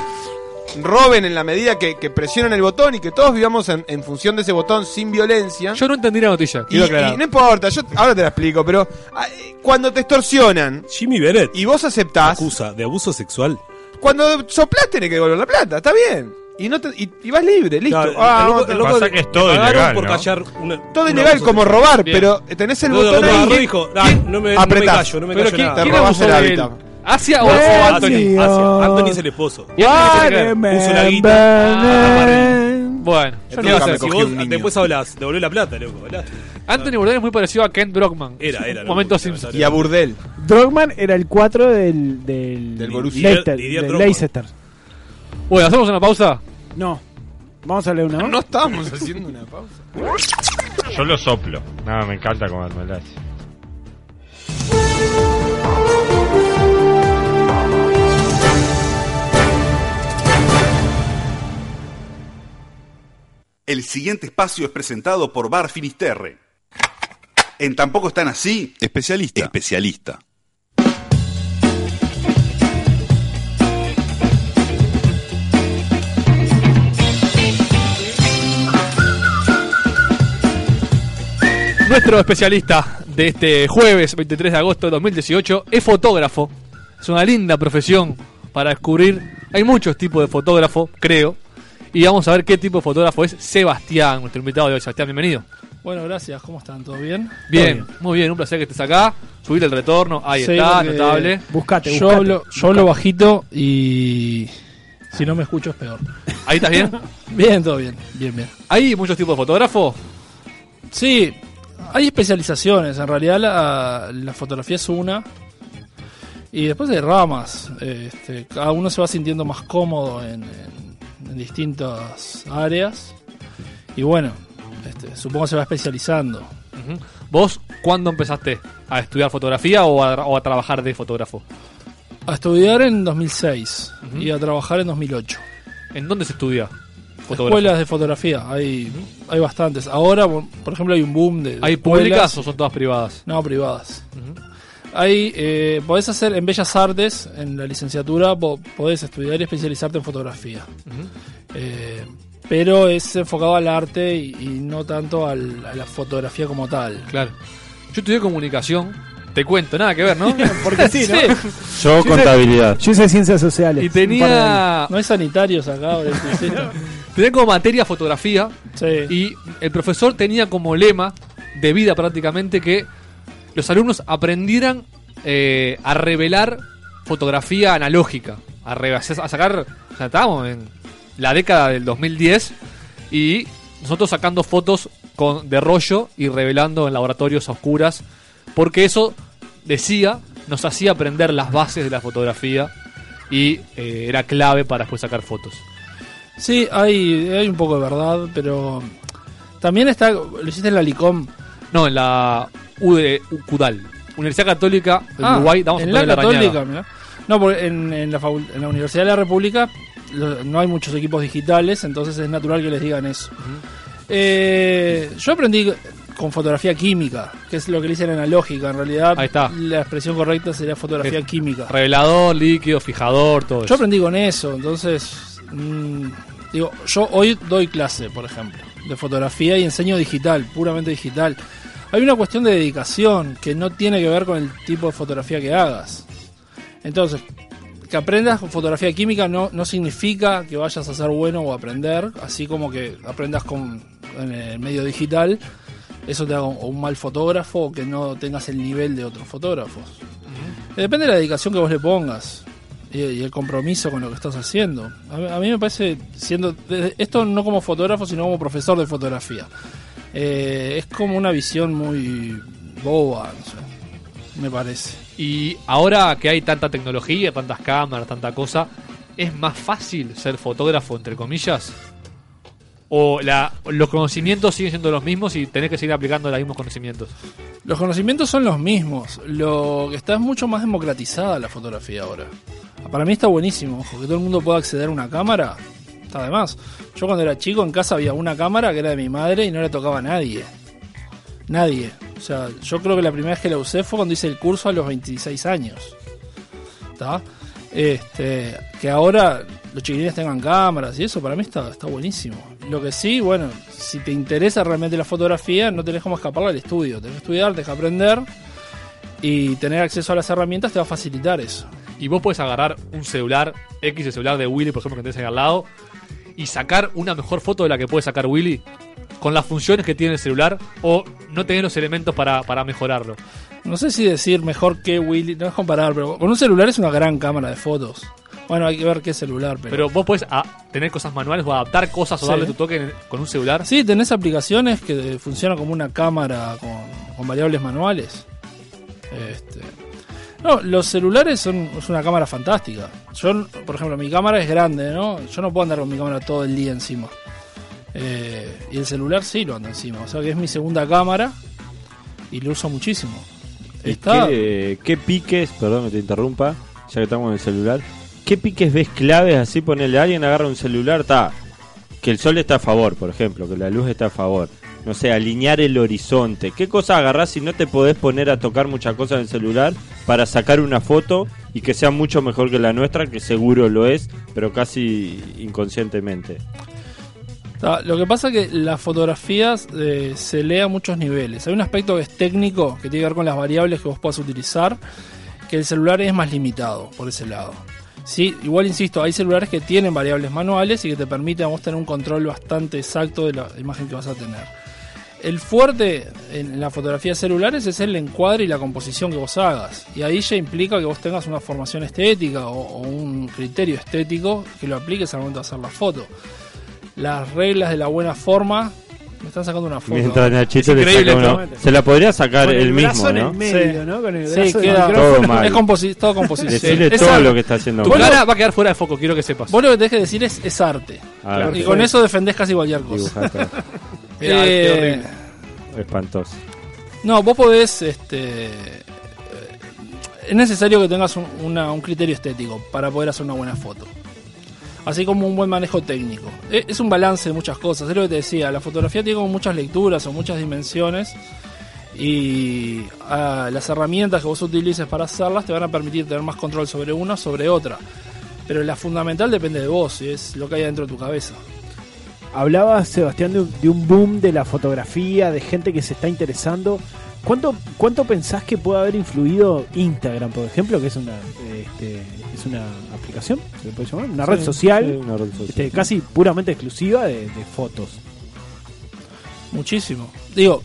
F: roben en la medida que, que presionan el botón y que todos vivamos en, en función de ese botón sin violencia.
E: Yo no entendí la noticia.
F: y, y no importa, yo ahora te la explico, pero ah, eh, cuando te extorsionan
H: Jimmy Bennett
F: y vos aceptás,
H: acusa de abuso sexual.
F: cuando soplás tenés que devolver la plata, está bien. Y, no te- y, y vas libre, listo.
H: Claro,
F: Ah,
H: el loco-
F: vamos a-
H: el loco
G: Pasa
H: le-
G: que es todo
H: le pagaron
G: ilegal,
H: por
G: ¿no?
H: callar una-
F: Todo
H: un
F: ilegal
H: abuso
F: como
H: sexual.
F: robar,
E: Bien.
F: pero tenés el
H: No,
F: botón
H: no,
F: ahí.
H: no, dijo, "Ah, no me, no me
F: Apretás.
H: callo, no me
E: Pero
H: callo
E: ¿quién,
H: nada".
E: ¿quién
F: Te robás
E: abusó
F: el
E: de él?
F: hábitat.
E: ¿Asia o,
D: Eh,
E: o
D: sí.
E: Anthony?
H: Asia,
D: Dios.
H: Anthony es el esposo. Puso la
D: Why
E: Ah, Bueno, yo no
F: Nunca
H: Entonces,
E: sé.
F: me
H: si
F: cogí un
H: vos
F: niño.
H: después hablas, devolvió la plata, loco. ¿verdad?
E: Anthony Bourdain es muy parecido a Ken Brockman.
H: Era, era. loco,
E: Momento
H: era,
E: Simpson.
H: era.
F: Y a Burdel.
D: Drogman era el 4 del. del.
F: Del
H: Borussia.
D: Leicester,
H: Didier
D: del
H: Drogman.
D: Leicester.
E: Bueno, ¿hacemos una pausa?
D: No. Vamos a leer una.
F: No estábamos haciendo una pausa.
G: Yo lo soplo. No, me encanta comérmelas.
C: El siguiente espacio es presentado por Bar Finisterre. En Tampoco están así, especialista. Especialista.
E: Nuestro especialista de este jueves 23 de agosto de 2018 es fotógrafo. Es una linda profesión para descubrir. Hay muchos tipos de fotógrafo, creo. Y vamos a ver qué tipo de fotógrafo es Sebastián, nuestro invitado de hoy. Sebastián, bienvenido.
L: Bueno, gracias. ¿Cómo están? ¿Todo bien?
E: Bien, muy bien, un placer que estés acá. Subir el retorno, ahí
L: Sí,
E: está,
L: porque-
E: notable.
D: Buscate,
L: Yo
D: buscate.
L: hablo, yo hablo bajito y si no me escucho es peor.
E: Ahí estás bien.
L: Bien, todo bien. Bien, bien.
E: Hay muchos tipos de fotógrafos.
L: Sí, *laughs* hay especializaciones. En realidad la, la fotografía es una. Y después hay ramas. Este, cada uno se va sintiendo más cómodo en, en- en distintas áreas. Y bueno, este, supongo que se va especializando.
E: Ujú. ¿Vos cuándo empezaste a estudiar fotografía o a, o a trabajar de fotógrafo?
L: A estudiar en 2006 y a trabajar en 2008.
E: ¿En dónde se estudia fotografía?
L: Escuelas de fotografía, hay, hay bastantes. Ahora, por por ejemplo, hay un boom de. de
E: ¿Hay
L: escuelas.
E: públicas o son todas privadas?
L: No, privadas. Hay, eh, podés hacer en Bellas Artes, en la licenciatura, po- podés estudiar y especializarte en fotografía. Eh, pero es enfocado al arte y, y no tanto al- a la fotografía como tal.
E: Claro. Yo estudié comunicación, te cuento, nada que ver,
L: *laughs*
E: ¿no?
D: Porque sí, ¿no?
E: *laughs* Sí.
G: Yo contabilidad.
D: Yo hice ciencias sociales.
E: Y
D: un par de años.
E: tenía
L: No hay sanitarios acá, ahora, electricistas.
E: *laughs* Tenía como materia fotografía. Y el profesor tenía como lema de vida prácticamente que los alumnos aprendieran eh, a revelar fotografía analógica. A, re- a sacar. O sea, estábamos en la década del 2010 y nosotros sacando fotos con, de rollo y revelando en laboratorios a oscuras, porque eso decía, nos hacía aprender las bases de la fotografía y eh, era clave para después sacar fotos.
L: Sí, hay, hay un poco de verdad, pero también está. Lo hiciste en la LICOM.
E: No, en la UD, UCUDAL, Universidad Católica del
L: Ah,
E: Uruguay, damos
L: en
E: un
L: la
E: toque de arañada.
L: Católica, mirá. No, porque en, en la, facul- en la Universidad de la República lo- no hay muchos equipos digitales, entonces es natural que les digan eso. Eh, yo aprendí con fotografía química, que es lo que le dicen analógica. En realidad,
E: Ahí está.
L: la expresión correcta sería fotografía
E: Es-
L: química.
E: Revelador, líquido, fijador, todo
L: Yo
E: eso.
L: aprendí con eso, entonces. mm, digo, yo hoy doy clase, por ejemplo, de fotografía y enseño digital, puramente digital. Hay una cuestión de dedicación que no tiene que ver con el tipo de fotografía que hagas. Entonces, que aprendas con fotografía química no, no significa que vayas a ser bueno o aprender, así como que aprendas con en el medio digital, eso te haga un, un mal fotógrafo o que no tengas el nivel de otros fotógrafos. Eh, Depende de la dedicación que vos le pongas y, y el compromiso con lo que estás haciendo. A, mí- a mí me parece, siendo desde- esto no como fotógrafo, sino como profesor de fotografía. Eh, es como una visión muy boba, no sé, me parece.
E: Y ahora que hay tanta tecnología, tantas cámaras, tanta cosa, ¿es más fácil ser fotógrafo, entre comillas? ¿O la- los conocimientos siguen siendo los mismos y tenés que seguir aplicando los mismos conocimientos?
L: Los conocimientos son los mismos. Lo que está es mucho más democratizada la fotografía ahora. Para mí está buenísimo, ojo, que todo el mundo pueda acceder a una cámara. Está de más. Yo cuando era chico en casa había una cámara que era de mi madre y no la tocaba a nadie. Nadie. O sea, yo creo que la primera vez que la usé fue cuando hice el curso a los 26 años. ¿Está? Este, que ahora los chiquilines tengan cámaras y eso, para mí está, está buenísimo. Lo que sí, bueno, si te interesa realmente la fotografía, no tenés cómo escaparla del estudio. Tenés que estudiar, tenés que aprender y tener acceso a las herramientas te va a facilitar eso.
E: Y vos podés agarrar un celular, X el celular de Willy, por ejemplo, que tenés ahí al lado, y sacar una mejor foto de la que puede sacar Willy con las funciones que tiene el celular o no tenés los elementos para, para mejorarlo.
L: No sé si decir mejor que Willy, no es comparar, pero con un celular es una gran cámara de fotos. Bueno, hay que ver qué celular, pero...
E: Pero vos podés a- tener cosas manuales o adaptar cosas o
L: Sí.
E: darle tu toque en- con un celular.
L: Sí, tenés aplicaciones que funcionan como una cámara con, con variables manuales. Este. No, los celulares son es una cámara fantástica. Yo, por ejemplo, mi cámara es grande, ¿no? Yo no puedo andar con mi cámara todo el día encima. Eh, y el celular sí lo ando encima. O sea que es mi segunda cámara y lo uso muchísimo.
G: ¿Y
L: Está-
G: Eh, ¿Qué, qué piques, perdón que te interrumpa, ya que estamos en el celular, qué piques ves claves así ponerle a alguien agarra un celular, está, que el sol está a favor, por ejemplo, que la luz está a favor, no sé, alinear el horizonte, qué cosa agarrás si no te podés poner a tocar muchas cosas en el celular para sacar una foto y que sea mucho mejor que la nuestra, que seguro lo es, pero casi inconscientemente.
L: Ta, Lo que pasa es que las fotografías eh, se lee a muchos niveles. Hay un aspecto que es técnico, que tiene que ver con las variables que vos puedas utilizar, que el celular es más limitado por ese lado. Sí, igual insisto, hay celulares que tienen variables manuales y que te permiten a vos tener un control bastante exacto de la imagen que vas a tener. El fuerte en la fotografía de celulares es el encuadre y la composición que vos hagas. Y ahí ya implica que vos tengas una formación estética o, o un criterio estético que lo apliques al momento de hacer la foto las reglas de la buena forma. Me están sacando una foto. ¿eh?
G: Mientras Nachito le saca uno. Se la podría sacar
L: Con el
G: él
L: brazo
G: mismo,
L: en el
G: ¿no?
D: medio, ¿no? Con el
L: Sí,
D: brazo del
L: queda-
D: micrófono.
G: Todo mal.
L: Es composi- todo composición.
G: Decile
L: Es
G: todo
L: arte.
G: lo que está haciendo
E: Tu
G: mal.
E: cara va a quedar fuera de foco, quiero que sepas.
L: Vos lo que tenés que decir es, es arte.
G: Ah,
E: *laughs*
L: y
G: perfecto.
L: con eso defendés casi cualquier cosa.
G: Dibujar,
L: Mirá, Eh, qué horrible.
G: Espantoso.
L: No, vos podés, este, eh, es necesario que tengas un, una- un criterio estético para poder hacer una buena foto. Así como un buen manejo técnico. E- Es un balance de muchas cosas, es lo que te decía, la fotografía tiene como muchas lecturas o muchas dimensiones y ah, las herramientas que vos utilices para hacerlas te van a permitir tener más control sobre una, sobre otra. Pero la fundamental depende de vos y es lo que hay dentro de tu cabeza.
D: Hablaba Sebastián de un, de un boom de la fotografía, de gente que se está interesando. ¿Cuánto, ¿Cuánto pensás que puede haber influido Instagram, por ejemplo, que es una eh, este, es una aplicación, se le puede llamar, una
M: Sí,
D: red social,
M: sí, una red social.
D: este, casi puramente exclusiva de, de fotos.
L: Muchísimo. Digo,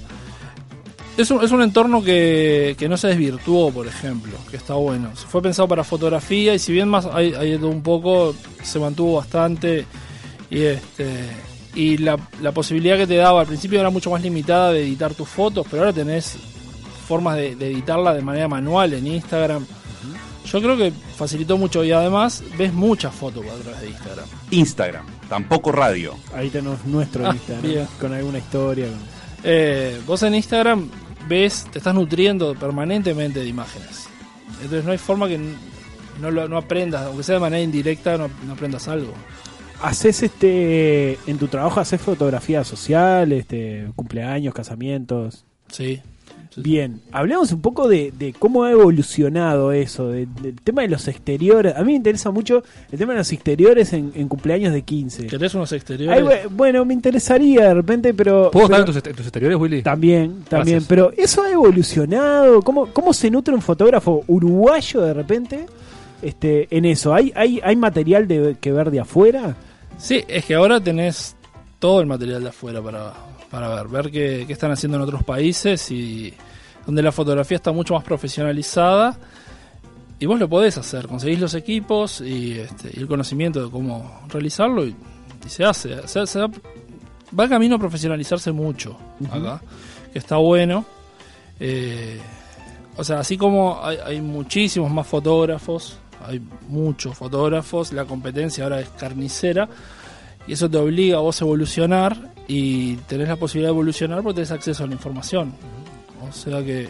L: es un, es un entorno que, que no se desvirtuó, por ejemplo, que está bueno. Se Fue pensado para fotografía y si bien más hay, hay de todo un poco, se mantuvo bastante. Y este y la, la posibilidad que te daba al principio era mucho más limitada de editar tus fotos, pero ahora tenés formas de, de editarla de manera manual en Instagram. Yo creo que facilitó mucho y además ves muchas fotos a través de Instagram.
C: Instagram, tampoco radio.
D: Ahí tenemos nuestro
L: Ah,
D: Instagram,
L: bien.
D: con alguna historia. con-
L: Eh, vos en Instagram ves, te estás nutriendo permanentemente de imágenes. Entonces no hay forma que n- no, lo- no aprendas, aunque sea de manera indirecta, no, no aprendas algo.
D: ¿Haces este en tu trabajo haces fotografía social, este cumpleaños, casamientos?
L: Sí.
D: Bien, hablemos un poco de, de cómo ha evolucionado eso, de- del tema de los exteriores. A mí me interesa mucho el tema de los exteriores en, en cumpleaños de 15.
L: ¿Querés unos
D: Ay,
L: exteriores?
D: bu- bueno, me interesaría de repente, pero...
E: ¿Puedo
D: pero-
E: estar en tus, est- en tus exteriores, Willy?
D: También, también,
E: Gracias.
D: pero eso ha evolucionado. ¿Cómo, ¿Cómo se nutre un fotógrafo uruguayo de repente este, en eso? ¿Hay, hay, hay material de, que ver de afuera?
L: Sí, es que ahora tenés todo el material de afuera para, para ver, ver qué, qué están haciendo en otros países y donde la fotografía está mucho más profesionalizada y vos lo podés hacer, conseguís los equipos y, este, y el conocimiento de cómo realizarlo y, y se hace, O sea, se da- va camino a profesionalizarse mucho
D: Ujú.
L: acá, que está bueno. Eh, o sea, así como hay, hay muchísimos más fotógrafos, hay muchos fotógrafos, la competencia ahora es carnicera y eso te obliga a vos a evolucionar y tenés la posibilidad de evolucionar porque tenés acceso a la información. O sea que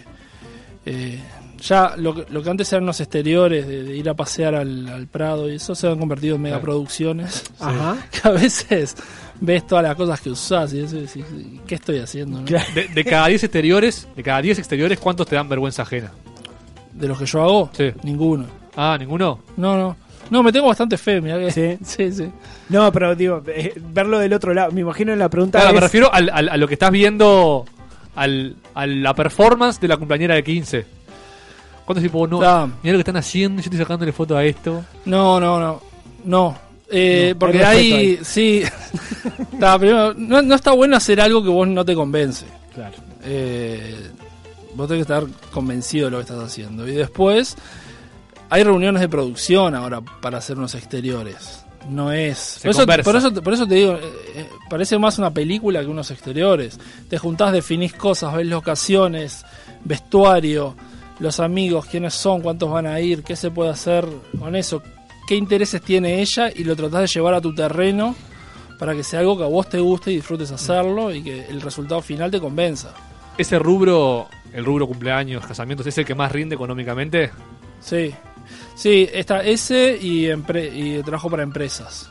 L: eh, ya lo, que- lo que antes eran los exteriores, de, de ir a pasear al, al Prado y eso se han convertido en megaproducciones.
D: Ajá.
L: *laughs* Que a veces ves todas las cosas que usás y eso y decís, ¿qué estoy haciendo? no?
E: De, de cada 10 exteriores, de cada 10 exteriores, ¿cuántos te dan vergüenza ajena?
L: ¿De los que yo hago? Ninguno.
E: Ah, ¿ninguno?
L: No, no. No, me tengo bastante fe, mirá que...
D: Sí.
L: *laughs* sí, sí.
D: No, pero digo, eh, verlo del otro lado, me imagino la pregunta
E: Claro,
D: es-
E: me refiero al- al- a lo que estás viendo, al, a la performance de la cumpleañera de 15. ¿Cuántos tipo, no,
L: Claro.
E: mirá lo que están haciendo, yo estoy sacándole foto a esto?
L: No, no, no. No. Eh,
E: No,
L: porque
E: hay
L: ahí,
E: respeto
L: *laughs* sí. Está, primero, no, no está bueno hacer algo que vos no te convence.
D: Claro.
L: Eh, vos tenés que estar convencido de lo que estás haciendo. Y después, hay reuniones de producción ahora para hacer unos exteriores. No es. Por eso,
E: conversa.
L: por, eso, por eso te digo, eh, eh, parece más una película que unos exteriores. Te juntás, definís cosas, ves locaciones, vestuario, los amigos, quiénes son, cuántos van a ir, qué se puede hacer con eso, qué intereses tiene ella y lo tratás de llevar a tu terreno para que sea algo que a vos te guste y disfrutes hacerlo y que el resultado final te convenza.
E: Ese rubro, el rubro cumpleaños, casamientos, ¿es el que más rinde económicamente?
L: Sí, sí, está ese y, empre- y trabajo para empresas.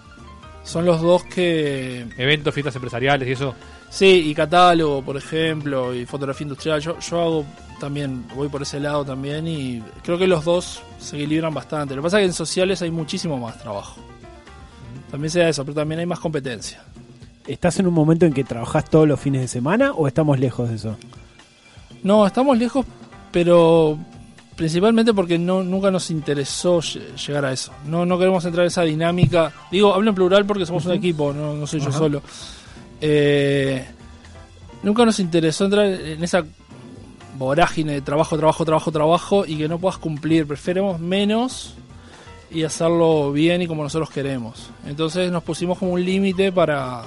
L: Son los dos que...
E: Eventos, fiestas empresariales y eso.
L: Sí, y catálogo, por ejemplo, y fotografía industrial. Yo, yo hago también, voy por ese lado también y creo que los dos se equilibran bastante. Lo que pasa es que en sociales hay muchísimo más trabajo. También sea eso, pero también hay más competencia.
D: ¿Estás en un momento en que trabajás todos los fines de semana o estamos lejos de eso?
L: No, estamos lejos, pero principalmente porque no, nunca nos interesó lle- llegar a eso. No, no queremos entrar en esa dinámica. Digo, hablo en plural porque somos un
D: Ujú.
L: equipo, no, no soy yo
D: Ajá.
L: solo. Eh, nunca nos interesó entrar en esa vorágine de trabajo, trabajo, trabajo, trabajo y que no puedas cumplir. Preferimos menos y hacerlo bien y como nosotros queremos. Entonces nos pusimos como un límite para.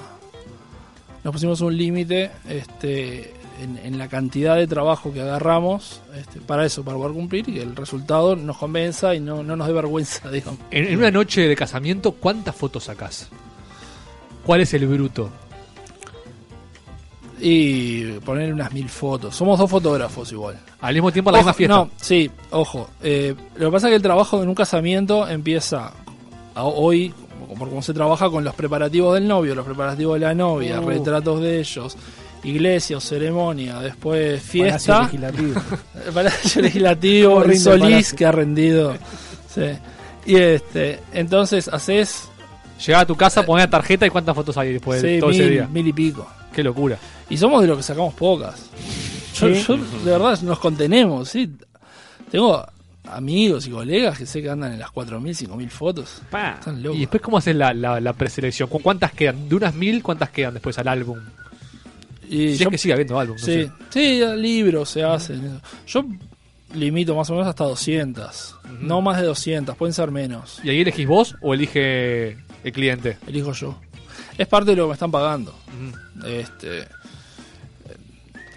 L: Nos pusimos un límite este, en, en la cantidad de trabajo que agarramos este, para eso, para poder cumplir y que el resultado nos convenza y no, no nos dé vergüenza, *laughs* digamos.
E: En, en una noche de casamiento, ¿cuántas fotos sacás? ¿Cuál es el bruto?
L: Y poner unas mil fotos. Somos dos fotógrafos igual.
E: Al mismo tiempo a la
L: Ojo,
E: misma fiesta.
L: No, sí, ojo. Eh, lo que pasa es que el trabajo en un casamiento empieza a- hoy, como- por cómo se trabaja, con los preparativos del novio, los preparativos de la novia,
D: Uh.
L: retratos de ellos, iglesia o ceremonia, después
D: Palacio
L: fiesta.
D: legislativo.
L: El *laughs* Palacio Legislativo,
D: ¿Cómo
L: el
D: rinde el
L: Solís
D: palacio?
L: que ha rendido. Sí. Y este, entonces haces
E: Llegás a tu casa, ponés la tarjeta y cuántas fotos hay después de
L: sí,
E: todo ese
L: mil,
E: día.
L: mil y pico.
E: Qué locura.
L: Y somos de los que sacamos pocas. Yo,
E: Sí.
L: yo, de verdad nos contenemos, sí. Tengo amigos y colegas que sé que andan en las 4.000, 5.000 fotos. Están locos.
E: Y después, ¿cómo haces la, la- la preselección? ¿Cu- ¿Cuántas quedan? ¿De unas mil? ¿Cuántas quedan después al álbum?
L: Y
E: si es que sigue habiendo álbum, no
L: Sí,
E: sé.
L: sí, libros se hacen. eso. Yo limito más o menos hasta 200. No más de 200, pueden ser menos.
E: ¿Y ahí elegís vos o elige el cliente?
L: Elijo yo. Es parte de lo que me están pagando. Este,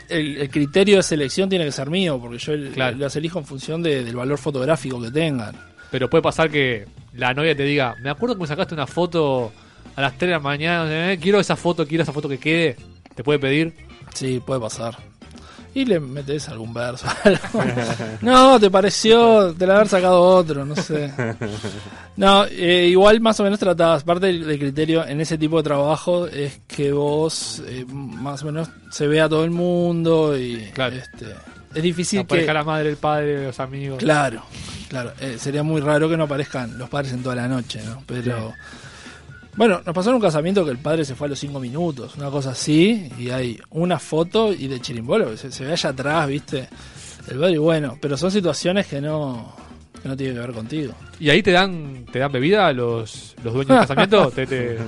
L: el, el criterio de selección tiene que ser mío, porque yo el- las elijo en función de- del valor fotográfico que tengan.
E: Pero puede pasar que la novia te diga, me acuerdo que me sacaste una foto a las 3 de la mañana, no sé, eh, quiero esa foto, quiero esa foto que quede. ¿Te puede pedir?
L: Sí, puede pasar. Y le metes algún verso. *laughs* algo. no, te pareció, te la haber sacado otro, no *laughs* sé. No, eh, igual más o menos tratás. Parte del, del criterio en ese tipo de trabajo es que vos eh, más o menos se vea a todo el mundo y este, es difícil
E: la pareja,
L: que...
E: la madre, el padre, los amigos.
L: Claro, claro. Eh, sería muy raro que no aparezcan los padres en toda la noche, ¿no? Pero. Bueno, nos pasó en un casamiento que el padre se fue a los cinco minutos, una cosa así, y hay una foto y de chirimbolo, que se, se ve allá atrás, ¿viste? El padre, y bueno, pero son situaciones que no, que no tienen que ver contigo.
E: ¿Y ahí te dan te dan bebida los, los dueños del
L: *laughs*
E: casamiento? ¿Te, te-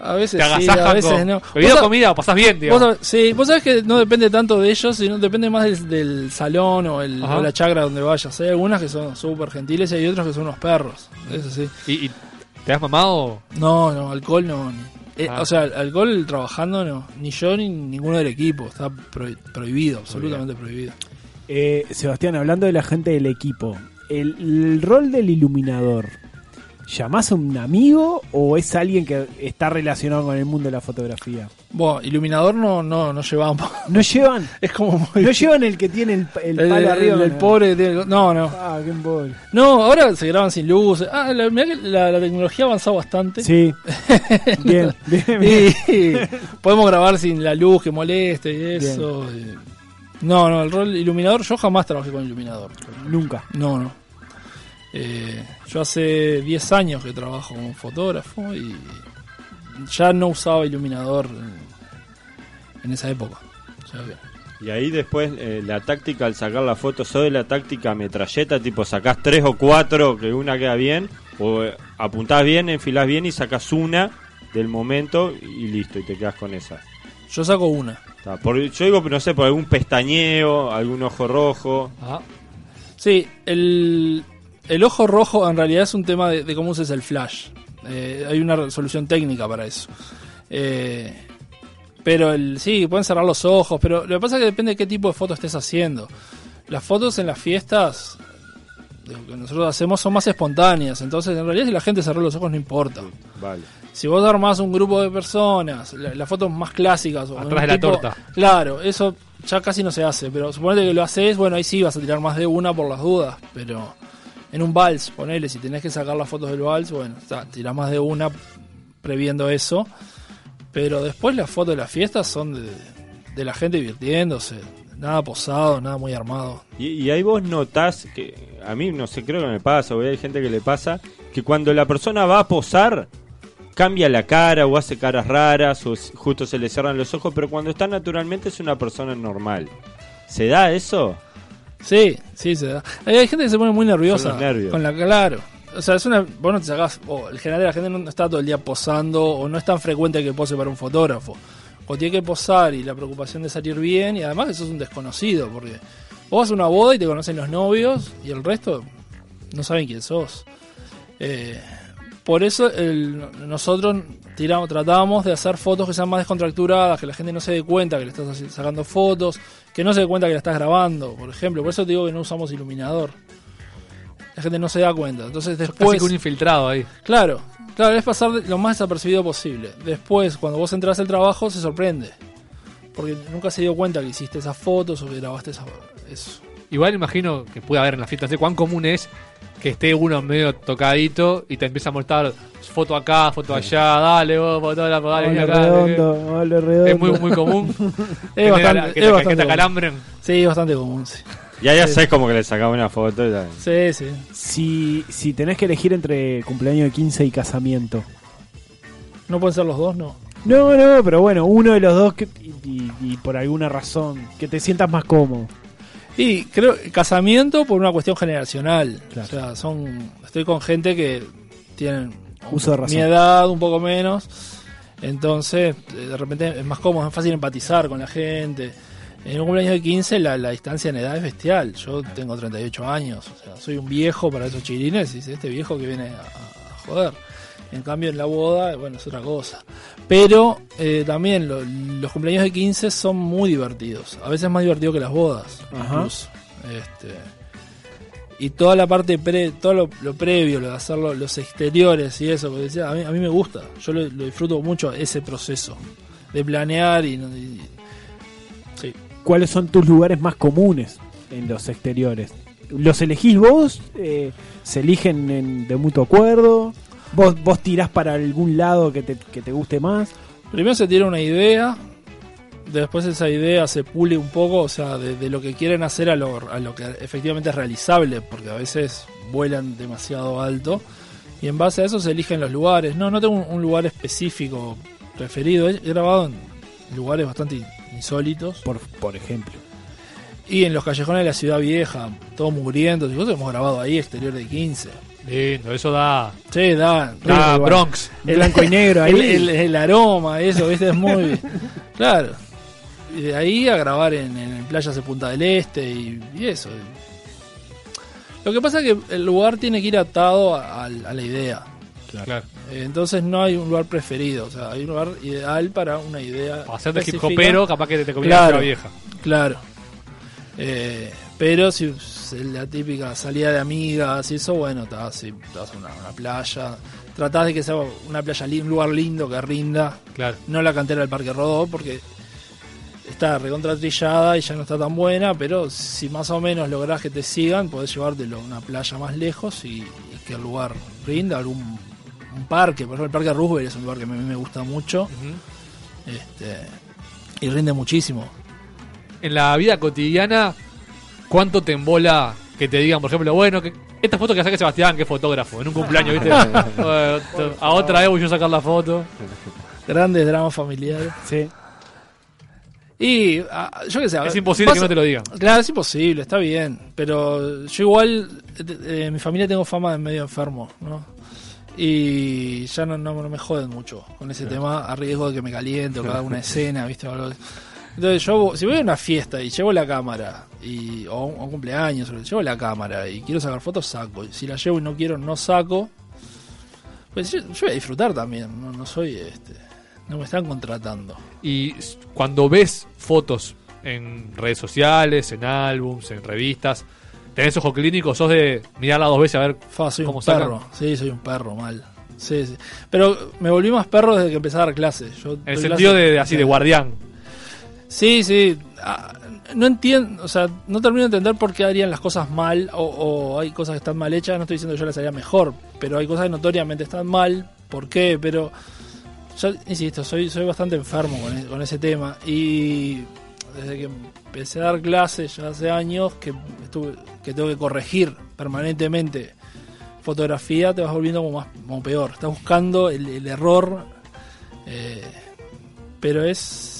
L: A veces
E: te
L: sí,
E: agasajan
L: a veces
E: con-
L: no.
E: ¿Bebida
L: Vos
E: o
L: sab-
E: comida? ¿Pasás bien, digamos?
L: Vos sab- sí, vos sabés que no depende tanto de ellos, sino depende más del, del salón o, el,
E: Ajá.
L: o la chacra donde vayas. Hay algunas que son súper gentiles y hay otros que son unos perros. Eso sí.
E: ¿Y, y te has mamado?
L: No, no, alcohol no. ni- eh,
E: Ah.
L: O sea, alcohol trabajando no. Ni yo ni ninguno del equipo. Está prohi- prohibido, absolutamente prohibido.
D: Eh, Sebastián, hablando de la gente del equipo, el, el rol del iluminador, ¿llamás a un amigo o es alguien que está relacionado con el mundo de la fotografía?
L: Bueno, iluminador no, no, no llevamos.
D: ¿No llevan?
L: *laughs* Es como muy...
D: ¿No llevan el que tiene el, el
L: El-
D: palo
L: el-
D: arriba?
L: el pobre que tiene el- No, no.
D: Ah, qué embole.
L: No, ahora se graban sin luz. Ah, la, mirá que la- la tecnología ha avanzado bastante. *laughs*
D: Sí. Bien, bien, bien.
L: Y *laughs* podemos grabar sin la luz que moleste y eso. y- No, no, el rol iluminador, yo jamás trabajé con iluminador.
D: Nunca.
L: No, no. Eh, yo hace 10 años que trabajo como fotógrafo y ya no usaba iluminador en- en esa época. O sea que-
G: Y ahí después eh, la táctica al sacar la foto, soy la táctica metralleta, tipo sacás tres o cuatro, que una queda bien, o eh, apuntás bien, enfilás bien y sacás una del momento y listo, y te quedás con esa.
L: Yo saco una.
G: Está, por- yo digo, no sé, por algún pestañeo, algún ojo rojo.
L: Sí, el, el ojo rojo en realidad es un tema de, de cómo usas el flash. Eh, hay una solución técnica para eso. Eh, pero el, sí, pueden cerrar los ojos, pero lo que pasa es que depende de qué tipo de foto estés haciendo. Las fotos en las fiestas de lo que nosotros hacemos son más espontáneas, entonces en realidad si la gente cerró los ojos no importa.
G: Vale.
L: Si vos armás un grupo de personas, la- las fotos más clásicas. o
E: Atrás
L: un
E: de la torta.
L: Claro, eso ya casi no se hace, pero suponete que lo haces, bueno, ahí sí vas a tirar más de una por las dudas, pero en un vals, ponele, si tenés que sacar las fotos del vals, bueno, está, tirás más de una previendo eso, pero después las fotos de las fiestas son de, de la gente divirtiéndose, nada posado, nada muy armado.
G: Y, y ahí vos notás que a mí no sé, creo que me pasa, o hay gente que le pasa, que cuando la persona va a posar, cambia la cara o hace caras raras o s- justo se le cierran los ojos, pero cuando está naturalmente es una persona normal. ¿Se da eso?
L: Sí, sí se da. Hay hay gente que se pone muy nerviosa.
G: Son los nervios.
L: Con la claro. O sea, es una. Vos no te sacás. O el general de la gente no no está todo el día posando. O no es tan frecuente que pose para un fotógrafo. O tiene que posar y la preocupación de salir bien. Y además eso es un desconocido. Porque vos vas a una boda y te conocen los novios. Y el resto no saben quién sos. Eh, por eso el- nosotros tiramos, tratábamos de hacer fotos que sean más descontracturadas, que la gente no se dé cuenta que le estás haci- sacando fotos, que no se dé cuenta que la estás grabando, por ejemplo. Por eso te digo que no usamos iluminador. La gente no se da cuenta. Entonces después...
E: Casi que un infiltrado ahí.
L: Claro, claro, es pasar de- lo más desapercibido posible. Después, cuando vos entras al trabajo, se sorprende. Porque nunca se dio cuenta que hiciste esas fotos o que grabaste esas eso.
E: Igual imagino que puede haber en las fiestas, no sé cuán común es que esté uno medio tocadito y te empieza a mostrar foto acá, foto allá, dale vos, foto dale, dale, vení
D: Ole
E: acá, eh,
D: redondo, ole redondo.
E: Es muy, muy común. Que
L: *laughs* Es
E: te
L: bastante,
E: cala- que
L: es
E: te-
L: bastante
E: que te
L: común.
E: acalambren.
L: Sí, es bastante común, sí.
G: Y ahí
L: Sí.
G: haces como que le sacaba una foto. y ya.
L: Sí, sí.
D: Si, si tenés que elegir entre cumpleaños de 15 y casamiento.
L: No pueden ser los dos, no.
D: No, no, pero bueno, uno de los dos que- y, y- y por alguna razón, que te sientas más cómodo.
L: Y creo casamiento por una cuestión generacional. O sea, son estoy con gente que tienen
D: Uso de razón.
L: mi edad, un poco menos. Entonces, eh, de repente es más cómodo, es más fácil empatizar con la gente. En un cumpleaños de 15 la, la distancia en edad es bestial. Yo tengo 38 años, o sea, soy un viejo para esos chirines y es este viejo que viene a, a joder. En cambio en la boda, bueno, es otra cosa. Pero eh, también lo- los cumpleaños de 15 son muy divertidos. A veces más divertido que las bodas.
D: Ajá.
L: incluso. Este, y toda la parte pre, todo lo, lo previo, lo de hacer lo- los exteriores y eso, porque decía, a, mí, a mí me gusta, yo lo, lo disfruto mucho ese proceso de planear y, y- sí.
D: ¿Cuáles son tus lugares más comunes en los exteriores? ¿Los elegís vos? Eh, ¿Se eligen en- de mutuo acuerdo? ¿Vos, ¿Vos tirás para algún lado que te, que te guste más?
L: Primero se tiene una idea, después esa idea se pule un poco, o sea, de, de lo que quieren hacer a lo, a lo que efectivamente es realizable, porque a veces vuelan demasiado alto, y en base a eso se eligen los lugares. No, no tengo un, un lugar específico preferido, he grabado en lugares bastante insólitos.
D: Por, por ejemplo.
L: Y en los callejones de la ciudad vieja, todos mugrientos y cosas, hemos grabado ahí, exterior de 15.
E: Lindo, eso da.
L: Sí, da.
E: Da
L: rico, igual.
E: Bronx.
L: El-
E: Blanco y *laughs* negro ahí.
L: Ah, *laughs* El, el- el aroma, eso, ¿viste? Es muy. *laughs* claro. Y de ahí a grabar en, en playas de Punta del Este y, y eso. Lo que pasa es que el lugar tiene que ir atado a, a la idea.
E: Claro.
L: Eh, Entonces no hay un lugar preferido, o sea, hay un lugar ideal para una idea.
E: Para hacerte
L: específica.
E: hip hopero, capaz que te conviene
L: claro,
E: otra vieja.
L: Claro. Eh, pero si es la típica salida de amigas y eso, bueno, te vas, y te vas a una, una playa. Tratás de que sea una playa, li- un lugar lindo que rinda.
E: Claro.
L: No la cantera del Parque Rodó, porque está recontratrillada y ya no está tan buena, pero si más o menos lográs que te sigan, podés llevártelo a una playa más lejos y, y que el lugar rinda, algún un parque, por ejemplo el Parque Roosevelt es un lugar que a mí me gusta mucho este, y rinde muchísimo.
E: En la vida cotidiana, ¿cuánto te embola que te digan, por ejemplo, bueno, que esta foto que saque Sebastián, que es fotógrafo, en un cumpleaños,
L: *laughs*
E: ¿viste? Eh, a otra vez voy yo a sacar la foto.
L: Grandes dramas familiares.
D: Sí.
L: Y ah, yo qué sé. a
E: Es
L: ver,
E: imposible que no te lo digan.
L: Claro, es imposible, está bien. Pero yo igual, eh, eh, mi familia tengo fama de medio enfermo, ¿no? Y ya no, no- no me joden mucho con ese tema, a riesgo de que me caliente o que haga una
E: *laughs*
L: escena, ¿viste? o algo así. Entonces yo, si voy a una fiesta y llevo la cámara, y, o un, o un cumpleaños, o lo- llevo la cámara y quiero sacar fotos, saco. Y si la llevo y no quiero, no saco. Pues yo, yo voy a disfrutar también, no, no soy este. No me están contratando.
E: Y s- cuando ves fotos en redes sociales, en álbums, en revistas, tenés ojo clínico, sos de mirarla dos veces a ver
L: soy
E: cómo
L: un
E: sacan.
L: perro. Sí, soy un perro mal. Sí, sí. Pero me volví más perro desde que empecé a dar clases. Yo
E: En el
L: doy
E: sentido
L: clases-
E: de, de así, de guardián.
L: Sí, sí. Ah, no entiendo, o sea, no termino de entender por qué harían las cosas mal o, o hay cosas que están mal hechas. No estoy diciendo que yo las haría mejor, pero hay cosas que notoriamente están mal. ¿Por qué? Pero yo, insisto, soy, soy bastante enfermo con, e- con ese tema. Y desde que empecé a dar clases ya hace años que, estuve, que tengo que corregir permanentemente fotografía, te vas volviendo como, más, como peor. Estás buscando el, el error. eh, pero es.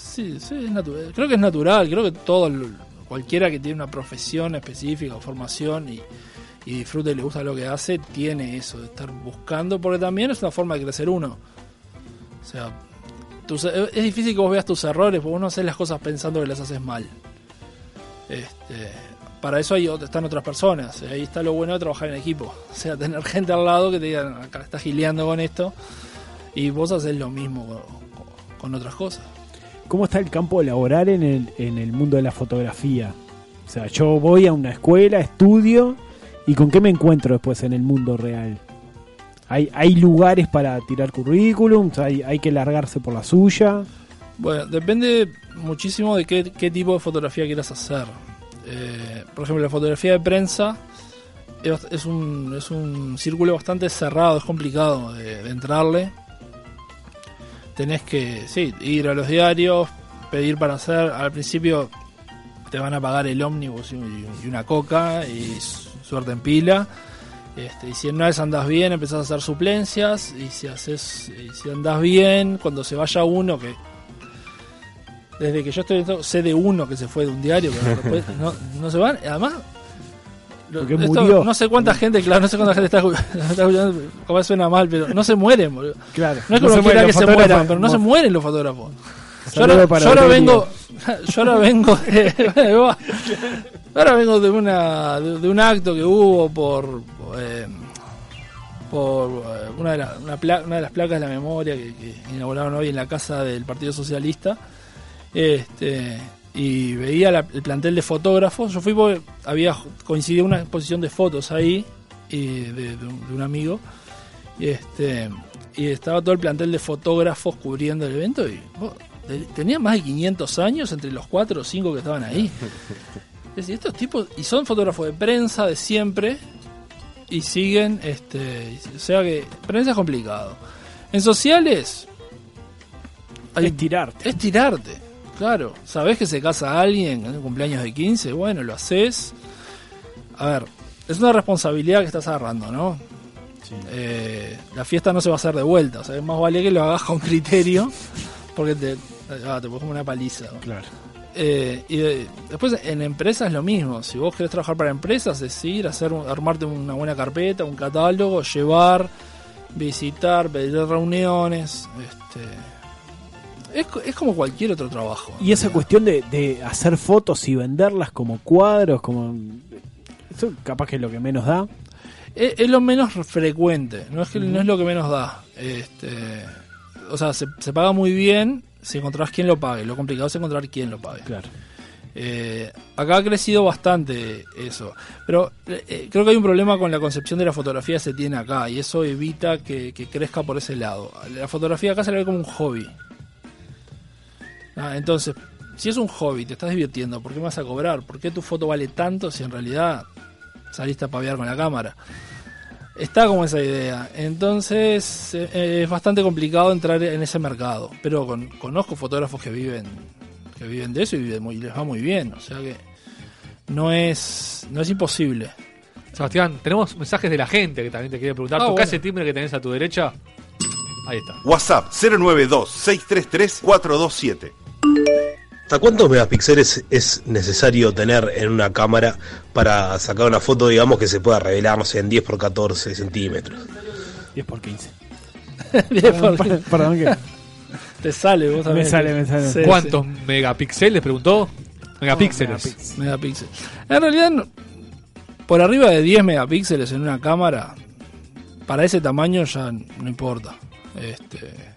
L: Sí, sí, es natural. Creo que es natural. Creo que todo. el- Cualquiera que tiene una profesión específica o formación y, y disfruta y le gusta lo que hace, tiene eso de estar buscando, porque también es una forma de crecer uno. O sea, tus- es difícil que vos veas tus errores, porque vos no haces las cosas pensando que las haces mal. Este, para eso hay, ot- están otras personas. eh, Ahí está lo bueno de trabajar en equipo. *laughs* O sea, tener gente al lado que te digan, acá estás gileando con esto. Y vos haces lo mismo con- con- con otras cosas.
D: ¿Cómo está el campo laboral en el, en el mundo de la fotografía? O sea, yo voy a una escuela, estudio, ¿y con qué me encuentro después en el mundo real? ¿Hay, hay lugares para tirar currículums? ¿Hay, ¿Hay que largarse por la suya?
L: Bueno, depende muchísimo de qué, qué tipo de fotografía quieras hacer. Eh, por ejemplo, la fotografía de prensa es, bast- es un, es un círculo bastante cerrado, es complicado de, de entrarle. Tenés que sí, ir a los diarios, pedir para hacer. Al principio te van a pagar el ómnibus y, y una coca y su- suerte en pila. Este, y si en una vez andás bien, empezás a hacer suplencias. Y si haces, y si andás bien, cuando se vaya uno, que Desde que yo estoy dentro, sé de uno que se fue de un diario, pero después no, no se van. Además, lo-
D: Porque murió.
L: no sé cuánta gente, claro, no sé cuánta gente está escuchando, *laughs* está escuchando, capaz suena mal, pero no se mueren, boludo.
D: Claro.
L: No es que
D: No se
L: uno quiera
D: mueren
L: que
D: los
L: se
D: fotógrafos.
L: mueran, pero no se
D: Mo-
L: mueren los fotógrafos. Yo
D: Saludo
L: ahora,
D: para
L: yo ahora
D: Aurelio.
L: vengo, *laughs* yo ahora vengo de, *laughs* ahora vengo de una de, de un acto que hubo por eh, por eh, una de, la- una, pla- una de las placas de la memoria que, que inauguraron hoy en la casa del Partido Socialista. Este, y veía la- el plantel de fotógrafos. Yo fui porque había coincidido una exposición de fotos ahí y de, de un, de un amigo. Y este y estaba todo el plantel de fotógrafos cubriendo el evento y oh, te- tenía más de 500 años entre los cuatro o cinco que estaban ahí. Es decir, estos tipos y son fotógrafos de prensa de siempre y siguen este, o sea que prensa es complicado. En sociales es tirarte. Es tirarte. Claro, sabés que se casa alguien en un cumpleaños de 15, bueno, lo haces. A ver, es una responsabilidad que estás agarrando, ¿no? Eh, la fiesta no se va a hacer de vuelta, o sea, más vale que lo hagas con criterio, porque te, ah, te pones como una paliza.
D: Claro.
L: y eh, después en empresas es lo mismo, si vos querés trabajar para empresas, es ir, hacer, un- armarte una buena carpeta, un catálogo, llevar, visitar, pedir reuniones, este, es, co- es como cualquier otro trabajo.
D: Y esa cuestión de, de hacer fotos y venderlas como cuadros, como. Eso capaz que es lo que menos da.
L: es, es lo menos frecuente, no es, que, no es lo que menos da. Este, o sea, se, se paga muy bien si encontrás quien lo pague. Lo complicado es encontrar quién lo pague. Eh,
D: Claro.
L: acá ha crecido bastante eso. Pero eh, eh, creo que hay un problema con la concepción de la fotografía que se tiene acá y eso evita que, que crezca por ese lado. La fotografía acá se la ve como un hobby. Ah, entonces, si es un hobby, te estás divirtiendo, ¿por qué me vas a cobrar? ¿Por qué tu foto vale tanto si en realidad saliste a paviar con la cámara? Está como esa idea. Entonces eh, eh, es bastante complicado entrar en ese mercado. Pero con- conozco fotógrafos que viven que viven de eso y viven muy- les va muy bien. O sea que no es, no es imposible.
E: Sebastián, tenemos mensajes de la gente que también te quiere preguntar.
L: Ah,
E: Tocá
L: bueno.
E: ese timbre que
L: *laughs*
E: tenés a tu derecha. Ahí está.
C: WhatsApp 092-633-427.
M: ¿Hasta cuántos megapíxeles es necesario tener en una cámara para sacar una foto, digamos, que se pueda revelar, no sé, en 10 por 14 centímetros?
D: 10 por 15.
L: Perdón,
D: perdón, perdón que-
L: *laughs* Te sale, vos también.
D: Me sale, me sale.
L: Sí,
E: ¿Cuántos
L: sí.
E: megapíxeles? Preguntó. Megapíxeles.
L: Megapíxeles. En realidad, no- por arriba de 10 megapíxeles en una cámara, para ese tamaño ya no importa. Este,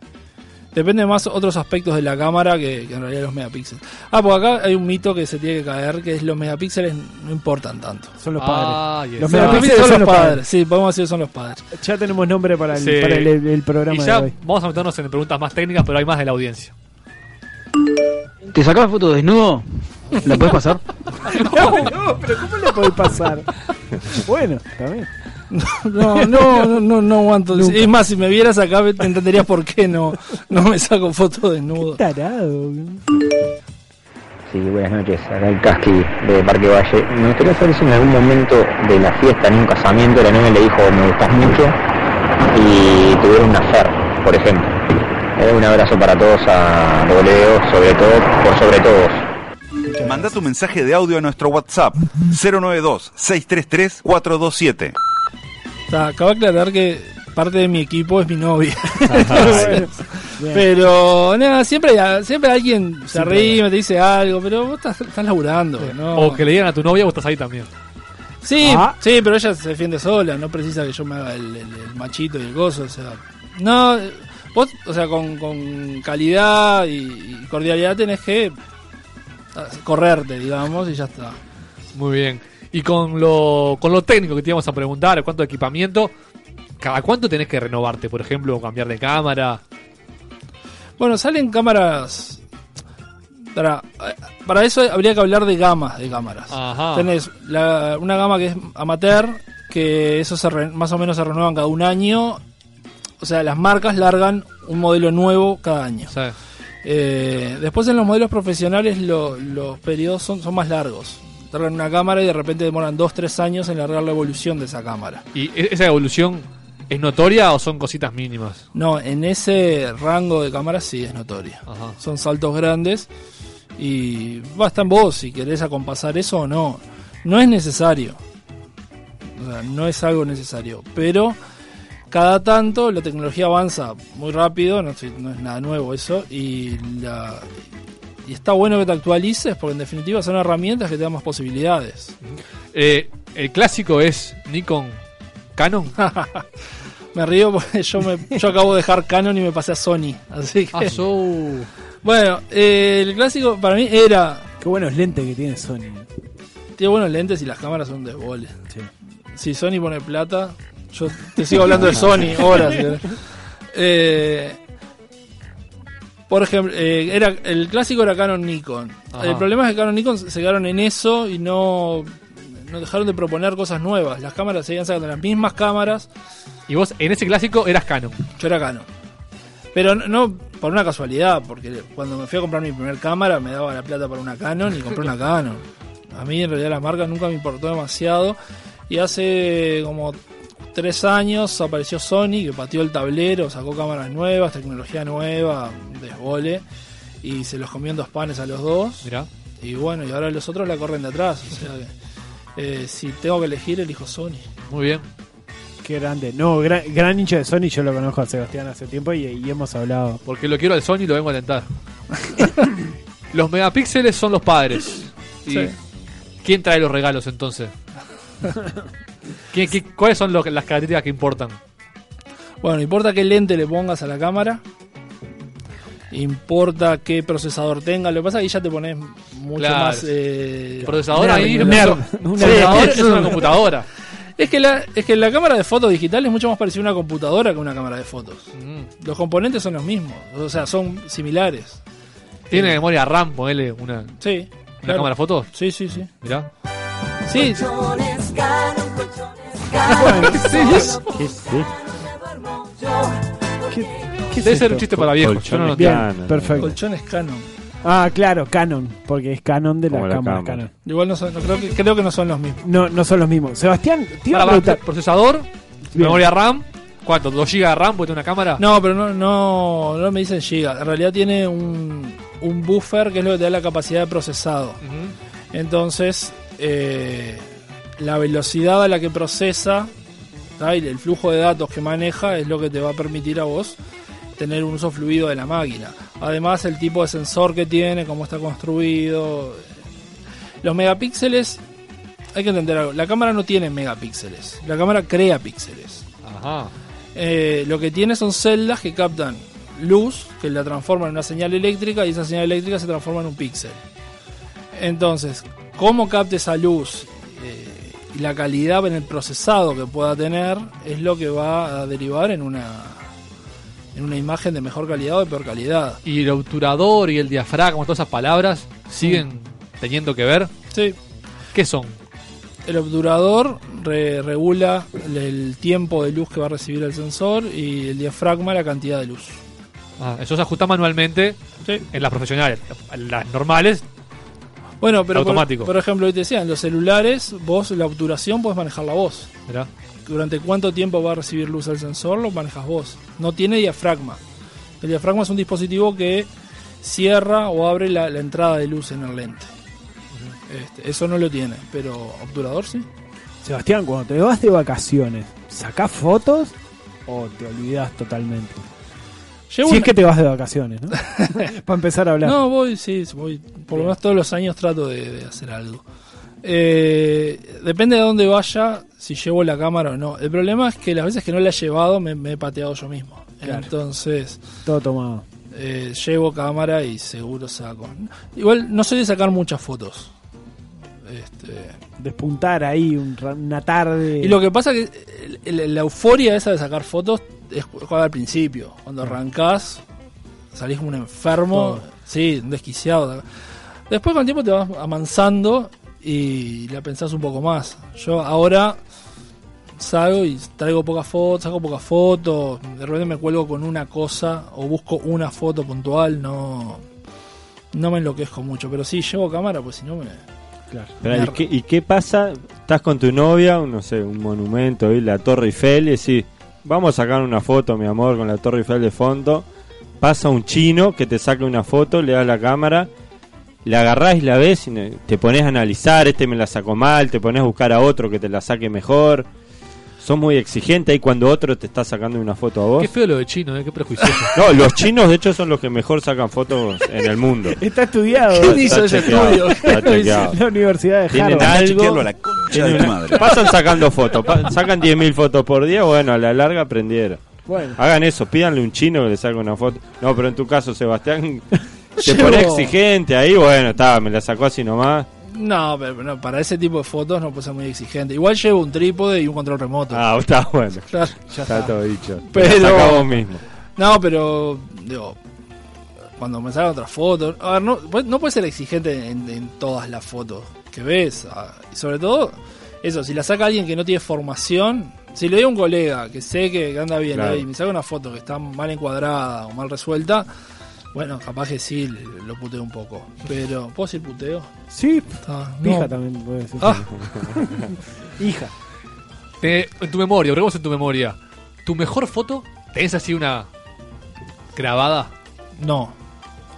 L: depende más otros aspectos de la cámara que, que en realidad los megapíxeles. Ah, porque acá hay un mito que se tiene que caer, que es los megapíxeles no importan tanto.
D: Son los padres.
E: Ah,
D: Los
L: Los
D: megapíxeles
L: megapíxeles son los padres. Sí, podemos decir que son los padres.
D: Ya tenemos nombre para el,
E: Sí.
D: para el, el- el programa
E: Y ya
D: de hoy.
E: vamos a meternos en preguntas más técnicas, pero hay más de la
L: *laughs*
E: audiencia.
N: ¿Te sacás la foto desnudo? ¿La puedes pasar?
D: No, no, pero ¿cómo le puede pasar? *laughs* Bueno, también.
L: *laughs* No, no, no, no, no aguanto.
D: Nunca.
L: Es más, si me vieras acá, te entenderías por qué no, no me saco foto desnudo.
D: Tarado.
O: Sí, buenas noches. Acá el Casqui de Parque Valle. Me gustaría saber si en algún momento de la fiesta, en un casamiento, la novia le dijo me gustas mucho y tuvieron una fer, por ejemplo. Eh, un abrazo para todos a Leo, sobre todo, por sobre todos.
C: Manda tu mensaje de audio a nuestro WhatsApp 092-633-427.
L: O sea, acabo de aclarar que parte de mi equipo es mi novia. *laughs*
C: Ajá.
L: Bien. pero nada, siempre, hay- siempre alguien se
E: Siempre
L: ríe, te dice algo, pero vos estás, estás laburando. ¿no?
E: O que le digan a tu novia, vos estás ahí también.
L: Sí,
E: Ah.
L: sí, pero ella se defiende sola, no precisa que yo me haga el, el- el machito y el gozo, o sea, no, vos, o sea, con, con calidad y, y cordialidad tenés que ah, correrte, digamos, y ya está.
E: Muy bien. Y con lo, con lo técnico que te íbamos a preguntar, cuánto equipamiento, ¿cada cuánto tenés que renovarte, por ejemplo, o cambiar de cámara?
L: Bueno, salen cámaras. Para, para eso habría que hablar de gamas de cámaras.
E: Ajá.
L: Tenés la- una gama que es amateur, que eso se re- más o menos se renuevan cada un año. O sea, las marcas largan un modelo nuevo cada año. Eh, después en los modelos profesionales lo- los periodos son, son más largos. Largan una cámara y de repente demoran 2-3 años en largar la evolución de esa cámara.
E: ¿Y e- esa evolución es notoria o son cositas mínimas?
L: No, en ese rango de cámara sí es notoria. Son saltos grandes. Y basta en vos si querés acompasar eso o no. No es necesario. O sea, no es algo necesario. Pero cada tanto la tecnología avanza muy rápido, no, estoy- no es nada nuevo eso. Y, la- y está bueno que te actualices porque en definitiva son herramientas que te dan más posibilidades.
E: Eh, el clásico es Nikon Canon.
L: *laughs* Me río porque yo, me, yo acabo de dejar Canon y me pasé a Sony. Así que.
E: Ah,
L: Bueno, eh, el clásico para mí era.
D: Qué buenos lentes que tiene Sony.
L: Tiene buenos lentes y las cámaras son de boles. Si Sony pone plata, yo te sigo hablando
E: *laughs*
L: de Sony horas. ¿eh? Eh, por ejemplo, eh, era, el clásico era Canon Nikon.
E: Ajá.
L: El problema es que Canon Nikon se quedaron en eso y no, no dejaron de proponer cosas nuevas. Las cámaras seguían sacando las mismas cámaras.
E: Y vos en ese clásico eras Canon.
L: Yo era Canon. Pero no, no por una casualidad, porque cuando me fui a comprar mi primer cámara me daba la plata para una Canon y compré una Canon. A mí en realidad las marcas nunca me importó demasiado. Y hace como tres años apareció Sony, que pateó el tablero, sacó cámaras nuevas, tecnología nueva, desbole. Y se los comió en dos panes a los dos.
E: Mirá.
L: Y bueno, y ahora los otros la corren de atrás. O sea que, eh, si tengo que elegir, elijo Sony.
E: Muy bien.
D: Qué grande. No, gran, gran hincha de Sony, yo lo conozco a Sebastián hace tiempo y, y hemos hablado.
E: Porque lo quiero al Sony y lo vengo a tentar. los megapíxeles son los padres. Y
D: Sí.
E: ¿Quién trae los regalos entonces? ¿Qué- qué- cuáles son lo que- las características que importan?
L: Bueno, importa qué lente le pongas a la cámara. Importa qué procesador tenga. Lo que pasa es que ahí ya te pones mucho
E: Claro.
L: más. Eh,
E: Procesador ahí,
L: nerd.
E: nerd.
L: Un
E: Sí.
L: procesador *laughs*
E: Es una computadora.
L: Es que, la, es que la cámara de fotos digital es mucho más parecida a una computadora que una cámara de fotos.
E: Mm.
L: Los componentes son los mismos, o sea, son similares.
E: ¿Tiene
L: Eh,
E: memoria RAM, ponele una,
L: Sí.
E: una
L: claro.
E: cámara foto?
L: Sí, sí, sí.
E: Mirá.
L: Sí.
E: ¿Qué Debe ser un chiste para viejos. Yo no lo
D: Bien,
E: entiendo.
D: perfecto.
L: Colchones Canon.
D: Ah, claro, Canon, porque es Canon de las
E: Como la
D: cámaras
E: cámara.
D: Canon.
L: Igual no, son- no creo, que, creo que no son los mismos.
D: No, no son los mismos. Sebastián, te iba a
E: Para, para,
D: preguntar-
E: procesador,
D: Bien.
E: memoria RAM, ¿cuánto? ¿2 GB de RAM? ¿Puede tener una cámara?
L: No, pero no, no, no me dicen giga. En realidad tiene un, un buffer que es lo que te da la capacidad de procesado. Entonces, eh, la velocidad a la que procesa ¿tá? y el flujo de datos que maneja es lo que te va a permitir a vos tener un uso fluido de la máquina. Además, el tipo de sensor que tiene, cómo está construido. Los megapíxeles, hay que entender algo. La cámara no tiene megapíxeles. La cámara crea píxeles.
E: Ajá.
L: Eh, lo que tiene son celdas que captan luz, que la transforman en una señal eléctrica y esa señal eléctrica se transforma en un píxel. Entonces, cómo capte esa luz eh, y la calidad en el procesado que pueda tener es lo que va a derivar en una en una imagen de mejor calidad o de peor calidad.
E: ¿Y el obturador y el diafragma, todas esas palabras, siguen teniendo que ver?
L: Sí.
E: ¿Qué son?
L: El obturador re- regula el- el tiempo de luz que va a recibir el sensor y el diafragma la cantidad de luz.
E: Ah, eso se ajusta manualmente en las profesionales. Las normales,
L: Bueno, pero por-
E: automático.
L: Por, ejemplo, hoy te decía, en los celulares, vos la obturación puedes manejar la voz.
E: Mirá.
L: Durante cuánto tiempo va a recibir luz el sensor, lo manejas vos. No tiene diafragma. El diafragma es un dispositivo que cierra o abre la, la entrada de luz en el lente. Este, eso no lo tiene, pero obturador sí.
D: Sebastián, cuando te vas de vacaciones, ¿sacás fotos o te olvidás totalmente?
L: Llevo
D: si es
L: una-
D: que te vas de vacaciones,
L: *laughs*
D: ¿no? *laughs* Para empezar a hablar.
L: No, voy, sí, voy. Por lo menos todos los años trato de, de hacer algo. Eh, depende de dónde vaya, si llevo la cámara o no. El problema es que las veces que no la he llevado me, me he pateado yo mismo.
D: Claro.
L: Entonces,
D: Todo tomado.
L: eh, llevo cámara y seguro saco. Igual no soy de sacar muchas fotos. Este,
D: Despuntar ahí un ra- una tarde.
L: y lo que pasa que eh, el- el- la euforia esa de sacar fotos es cu- cuando al principio. Cuando arrancás, salís como un enfermo,
D: Todo.
L: sí, un desquiciado. Después con el tiempo te vas amansando y la pensás un poco más. Yo ahora salgo y traigo pocas fotos, saco pocas fotos, de repente me cuelgo con una cosa o busco una foto puntual, no no me enloquezco mucho, pero sí llevo cámara, pues si no me
G: Esperá, ¿y, qué, y qué pasa? Estás con tu novia, un, no sé, un monumento, ¿eh? la Torre Eiffel, y decís, vamos a sacar una foto, mi amor, con la Torre Eiffel de fondo. Pasa un chino que te saca una foto, le das la cámara
P: la agarrás y la ves y no- te pones a analizar, este me la sacó mal, te pones a buscar a otro que te la saque mejor. Son muy exigentes y cuando otro te está sacando una foto a vos.
E: Qué feo lo de chino, ¿eh? qué prejuicioso.
P: No, los chinos de hecho son los que mejor sacan fotos en el mundo.
D: Está estudiado.
P: ¿Quién hizo Está ese chequeado, estudio?
D: *laughs*
P: está chequeado.
D: La Universidad de
P: Tienen
D: Harvard.
P: algo. tienen una- Pasan sacando fotos, pa- sacan 10.000 fotos por día, bueno, a la larga aprendieron.
D: Bueno.
P: Hagan eso, pídanle un chino que le saque una foto. No, pero en tu caso,
L: *laughs*
P: Sebastián, te
L: Llevo-
P: pone exigente ahí, bueno, está, me la sacó así nomás.
L: No, pero no, para ese tipo de fotos no puede ser muy exigente. Igual llevo un trípode y un control remoto.
P: Ah, *laughs* está bueno.
L: Claro,
P: está,
L: ya está.
P: todo dicho.
L: Pero-
P: Te la sacá vos mismo.
L: No, pero digo, cuando me salen otras fotos, a ver, no, pues, no puede ser exigente en, en todas las fotos que ves, ah, y sobre todo eso, si la saca alguien que no tiene formación, si le doy a un colega que sé que anda bien
P: Claro.
L: ahí, y me saca una foto que está mal encuadrada o mal resuelta, bueno, capaz que sí lo puteo un poco, pero ¿puedo decir puteo?
D: Sí,
L: Está,
D: pija
L: no.
D: también puede decir.
L: Ah.
D: Hija.
E: Eh, en tu memoria, abramos en tu memoria. ¿Tu mejor foto? ¿Tenés así una grabada?
L: No.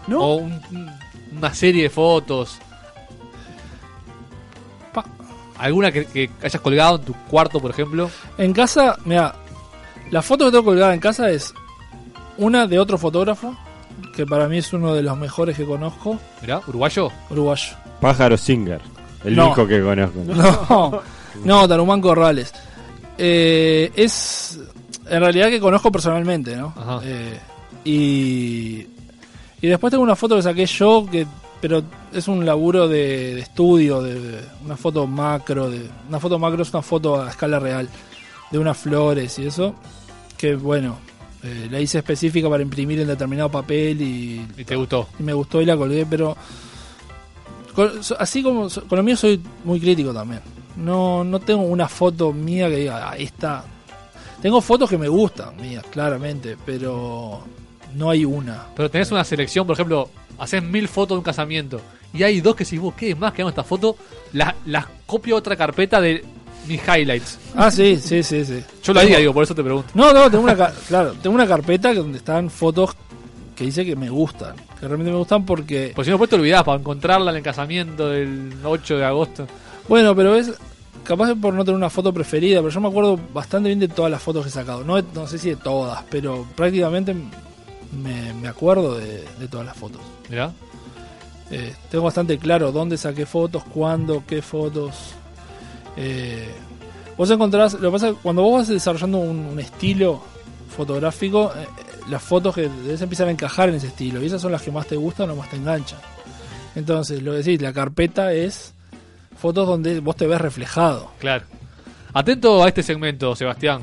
D: ¿No?
E: O un- un- una serie de fotos. Pa- ¿Alguna que, que hayas colgado en tu cuarto, por ejemplo?
L: En casa, mira, la foto que tengo colgada en casa es una de otro fotógrafo, que para mí es uno de los mejores que conozco,
E: Mirá, uruguayo.
L: uruguayo.
P: Pájaro Singer, el
L: No.
P: único que conozco.
L: *laughs* No, no, Tarumán Corrales. Eh, es en realidad que conozco personalmente, ¿no? Eh, y, y después tengo una foto que saqué yo, que pero es un laburo de, de estudio, de, de una foto macro, de una foto macro es una foto a escala real, de unas flores y eso, que bueno, eh, la hice específica para imprimir en determinado papel y...
E: ¿Y te gustó?
L: Y me gustó y la colgué, pero... con- so- así como so- con lo mío soy muy crítico también. No, no tengo una foto mía que diga, ah, esta... Tengo fotos que me gustan mías, claramente, pero no hay una.
E: Pero tenés una selección, por ejemplo, haces mil fotos de un casamiento y hay dos que si vos, ¿qué más que amo esta foto? Las las copio a otra carpeta de mis highlights.
L: Ah, sí, sí, sí, sí.
E: Yo lo
L: Tengo-
E: haría, digo, por eso te pregunto.
L: No, no, tengo una, ca- claro, tengo una carpeta que- donde están fotos que dice que me gustan. Que realmente me gustan porque...
E: Pues si no, pues te olvidás para encontrarla en el casamiento del 8 de agosto.
L: Bueno, pero es capaz que por no tener una foto preferida, pero yo me acuerdo bastante bien de todas las fotos que he sacado. No, no sé si de todas, pero prácticamente me, me acuerdo de, de todas las fotos.
E: Mirá.
L: Eh, tengo bastante claro dónde saqué fotos, cuándo, qué fotos. Eh, vos encontrás, lo que pasa es que cuando vos vas desarrollando un, un estilo fotográfico, eh, eh, las fotos que debes empezar a encajar en ese estilo, y esas son las que más te gustan o más te enganchan. Entonces, lo que decís, la carpeta es fotos donde vos te ves reflejado.
E: Claro. Atento a este segmento, Sebastián.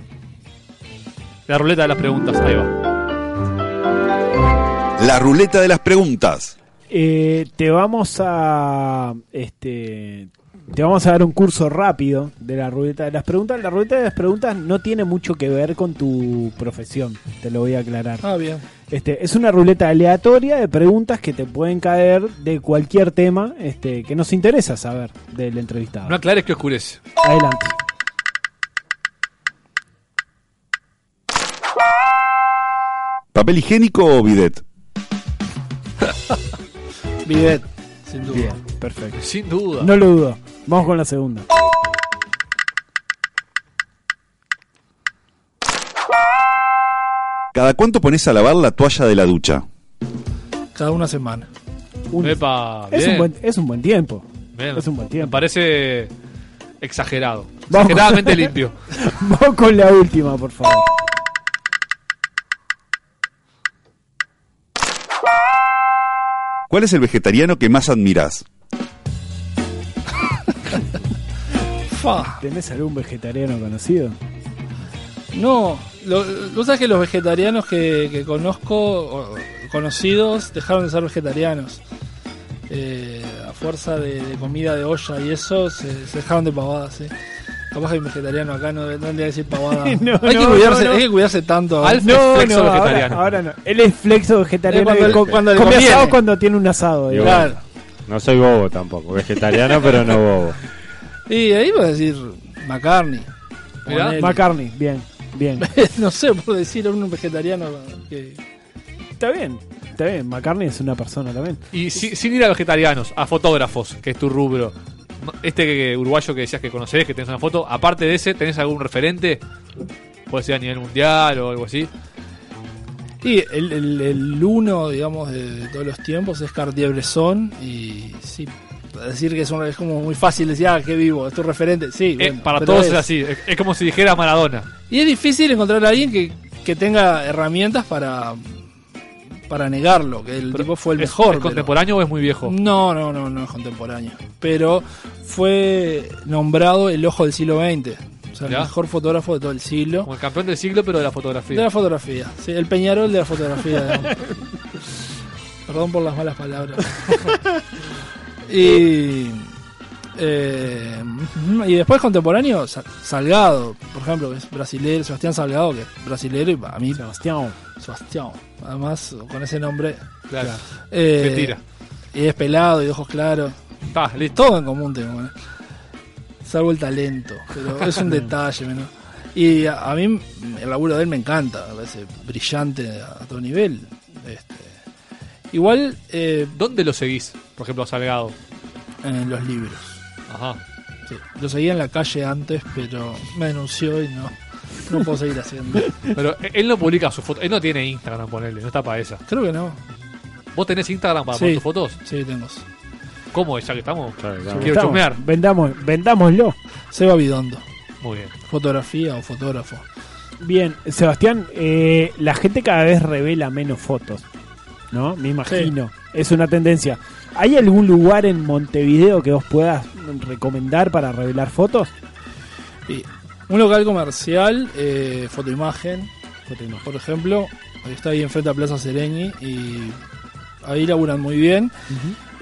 E: La ruleta de las preguntas, ahí va.
C: La ruleta de las preguntas.
D: Eh, te vamos a este te vamos a dar un curso rápido de la ruleta de las preguntas. La ruleta de las preguntas no tiene mucho que ver con tu profesión, te lo voy a aclarar.
L: Ah, bien.
D: Este, es una ruleta aleatoria de preguntas que te pueden caer de cualquier tema este, que nos interesa saber del
E: *laughs*
D: entrevistado.
E: No aclares que oscurece.
D: Adelante.
C: ¿Papel higiénico o bidet?
L: Bidet, sin duda.
D: Bien, perfecto.
E: Sin duda.
D: No lo dudo. Vamos con la segunda.
C: ¿Cada cuánto pones a lavar la toalla de la ducha?
L: Cada una semana.
E: Epa,
D: Es, un
E: Ah, bien.
D: buen, es un buen tiempo. *laughs*
E: Bien.
D: Es un buen
E: Me
D: tiempo.
E: parece exagerado.
D: Vamos. *laughs*
E: Exageradamente limpio.
D: Vamos con la última, por favor.
C: ¿Cuál es el vegetariano que más admirás?
D: ¿Tenés algún vegetariano *laughs* conocido?
L: No, lo, lo sabes que los vegetarianos que, que conozco, o conocidos, dejaron de ser vegetarianos. Eh, a fuerza de, de comida de olla y eso, se, se dejaron de pavadas, sí. Capaz que hay un vegetariano acá, no, no le voy a decir pavada.
D: *laughs* No,
L: hay, que
D: no,
L: cuidarse,
D: no, no.
L: hay que cuidarse tanto. ¿eh?
D: Alf es No, flexo no, ahora- vegetariano. ahora no. Él es flexo vegetariano.
L: Eh, cuando
D: que
L: le-
D: co-
L: cuando le
D: come
L: conviene.
D: asado cuando tiene un asado.
P: Digo,
D: digamos.
P: No soy bobo tampoco, vegetariano, pero no bobo.
L: Y ahí iba a decir McCartney.
D: Mirá.
L: Ponele.
D: McCartney,
L: *laughs*
D: bien, bien.
L: no sé, por decir a un vegetariano que...
D: Está bien. Está está bien, McCartney es una persona también.
E: Y si- sin ir a vegetarianos, a fotógrafos, que es tu rubro. Este que- uruguayo que decías que conoces, que tenés una foto, aparte de ese, ¿tenés algún referente? Puede ser a nivel mundial o algo así.
L: Y el, el- el uno, digamos, de, de todos los tiempos es Cartier-Bresson y sí, decir que es, un- es como muy fácil decir, ah, qué vivo, es tu referente. Sí,
E: Eh,
L: bueno,
E: para
L: pero
E: todos es, así, es, es como si dijera Maradona.
L: Y es difícil encontrar a alguien que, que tenga herramientas para, para negarlo, que el tipo fue el
E: ¿Es-
L: mejor.
E: ¿Es
L: pero-
E: contemporáneo o es muy viejo?
L: No, no, no, no es contemporáneo. Pero fue nombrado el ojo del siglo XX. O sea, el
E: Ya.
L: mejor fotógrafo de todo el siglo.
E: Como el campeón del siglo, pero de la fotografía.
L: De la fotografía, sí, el Peñarol de la fotografía. digamos. Perdón por las malas palabras. y, eh, y después contemporáneo, Sa- Salgado, por ejemplo, que es brasilero, Sebastián Salgado, que es brasilero y a mí...
D: Sebastián.
L: Sebastián, además con ese nombre...
E: Claro.
L: Eh,
E: Mentira.
L: Y es pelado y de ojos claros. Todo en común tengo, ¿eh? Salvo el talento, pero es un detalle menor. Y a, a mí el laburo de él me encanta, me parece brillante a, a todo nivel. Este, igual... eh,
E: ¿Dónde lo seguís, por ejemplo, a Salgado?
L: En los libros.
E: Ajá.
L: Sí, lo seguía en la calle antes, pero me denunció y no, no puedo seguir haciendo.
E: Pero e- él no publica sus fotos. Él no tiene Instagram, ponele. No está para esa.
L: Creo que no.
E: ¿Vos tenés Instagram para
L: Sí.
E: poner tus fotos?
L: Sí, tengo.
E: ¿Cómo? ¿Ya que estamos?
L: claro.
E: Quiero
L: Estamos.
E: chumear.
D: Vendamos, vendámoslo.
L: Seba Bidondo.
E: Muy bien.
L: Fotografía o fotógrafo.
D: Bien, Sebastián, eh, la gente cada vez revela menos fotos, ¿no? Me imagino. Es una tendencia. ¿Hay algún lugar en Montevideo que vos puedas recomendar para revelar fotos?
L: Y un local comercial, eh, fotoimagen, por ejemplo, está ahí enfrente a Plaza Sereñi y ahí laburan muy bien.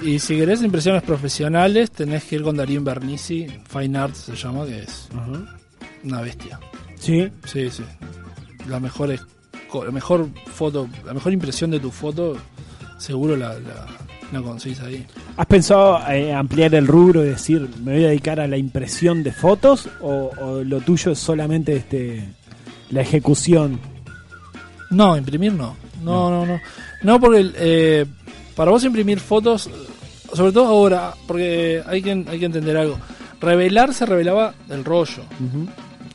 L: Y si querés impresiones profesionales, tenés que ir con Darín Bernici, Fine Arts se llama, que es una bestia.
D: Sí.
L: Sí, sí. La mejor, es- co- la mejor foto, la mejor impresión de tu foto, seguro la, la, la conseguís ahí.
D: ¿Has pensado eh, ampliar el rubro y decir, me voy a dedicar a la impresión de fotos o, o lo tuyo es solamente este la ejecución?
L: No, imprimir no. No, no, no. No, porque el, eh, para vos imprimir fotos, sobre todo ahora, porque hay que, hay que entender algo. Revelar se revelaba el rollo.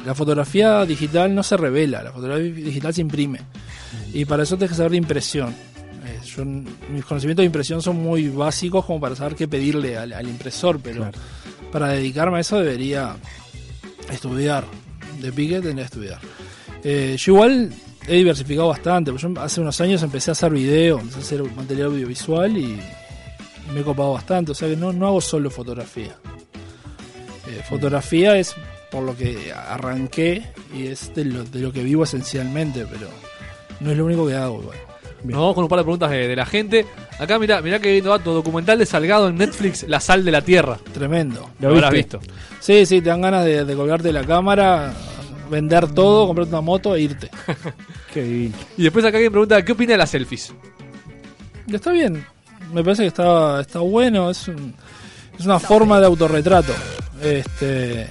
L: La fotografía digital no se revela, la fotografía digital se imprime. Y para eso tenés que saber de impresión. Eh, yo n- mis conocimientos de impresión son muy básicos como para saber qué pedirle al, al impresor, pero para dedicarme a eso debería estudiar. De pique tendría que estudiar. Eh, yo igual he diversificado bastante. porque Yo hace unos años empecé a hacer video, empecé a hacer material audiovisual y me he copado bastante. O sea que no, no hago solo fotografía. Eh, fotografía es por lo que arranqué y es de lo, de lo que vivo esencialmente, pero no es lo único que hago. igual.
E: Nos vamos con un par de preguntas de, de la gente. Acá mirá, mirá que lindo dato. Documental de Salgado en Netflix, La sal de la tierra.
L: Tremendo.
E: Lo, habrás visto.
L: Sí, sí, te dan ganas de, de colgarte la cámara, vender todo, comprarte una moto
E: *laughs*
L: e irte.
D: Qué
E: Y después acá alguien pregunta, ¿qué opina de las selfies?
L: Está bien. Me parece que está, está bueno. Es, un- es una forma de autorretrato. Este.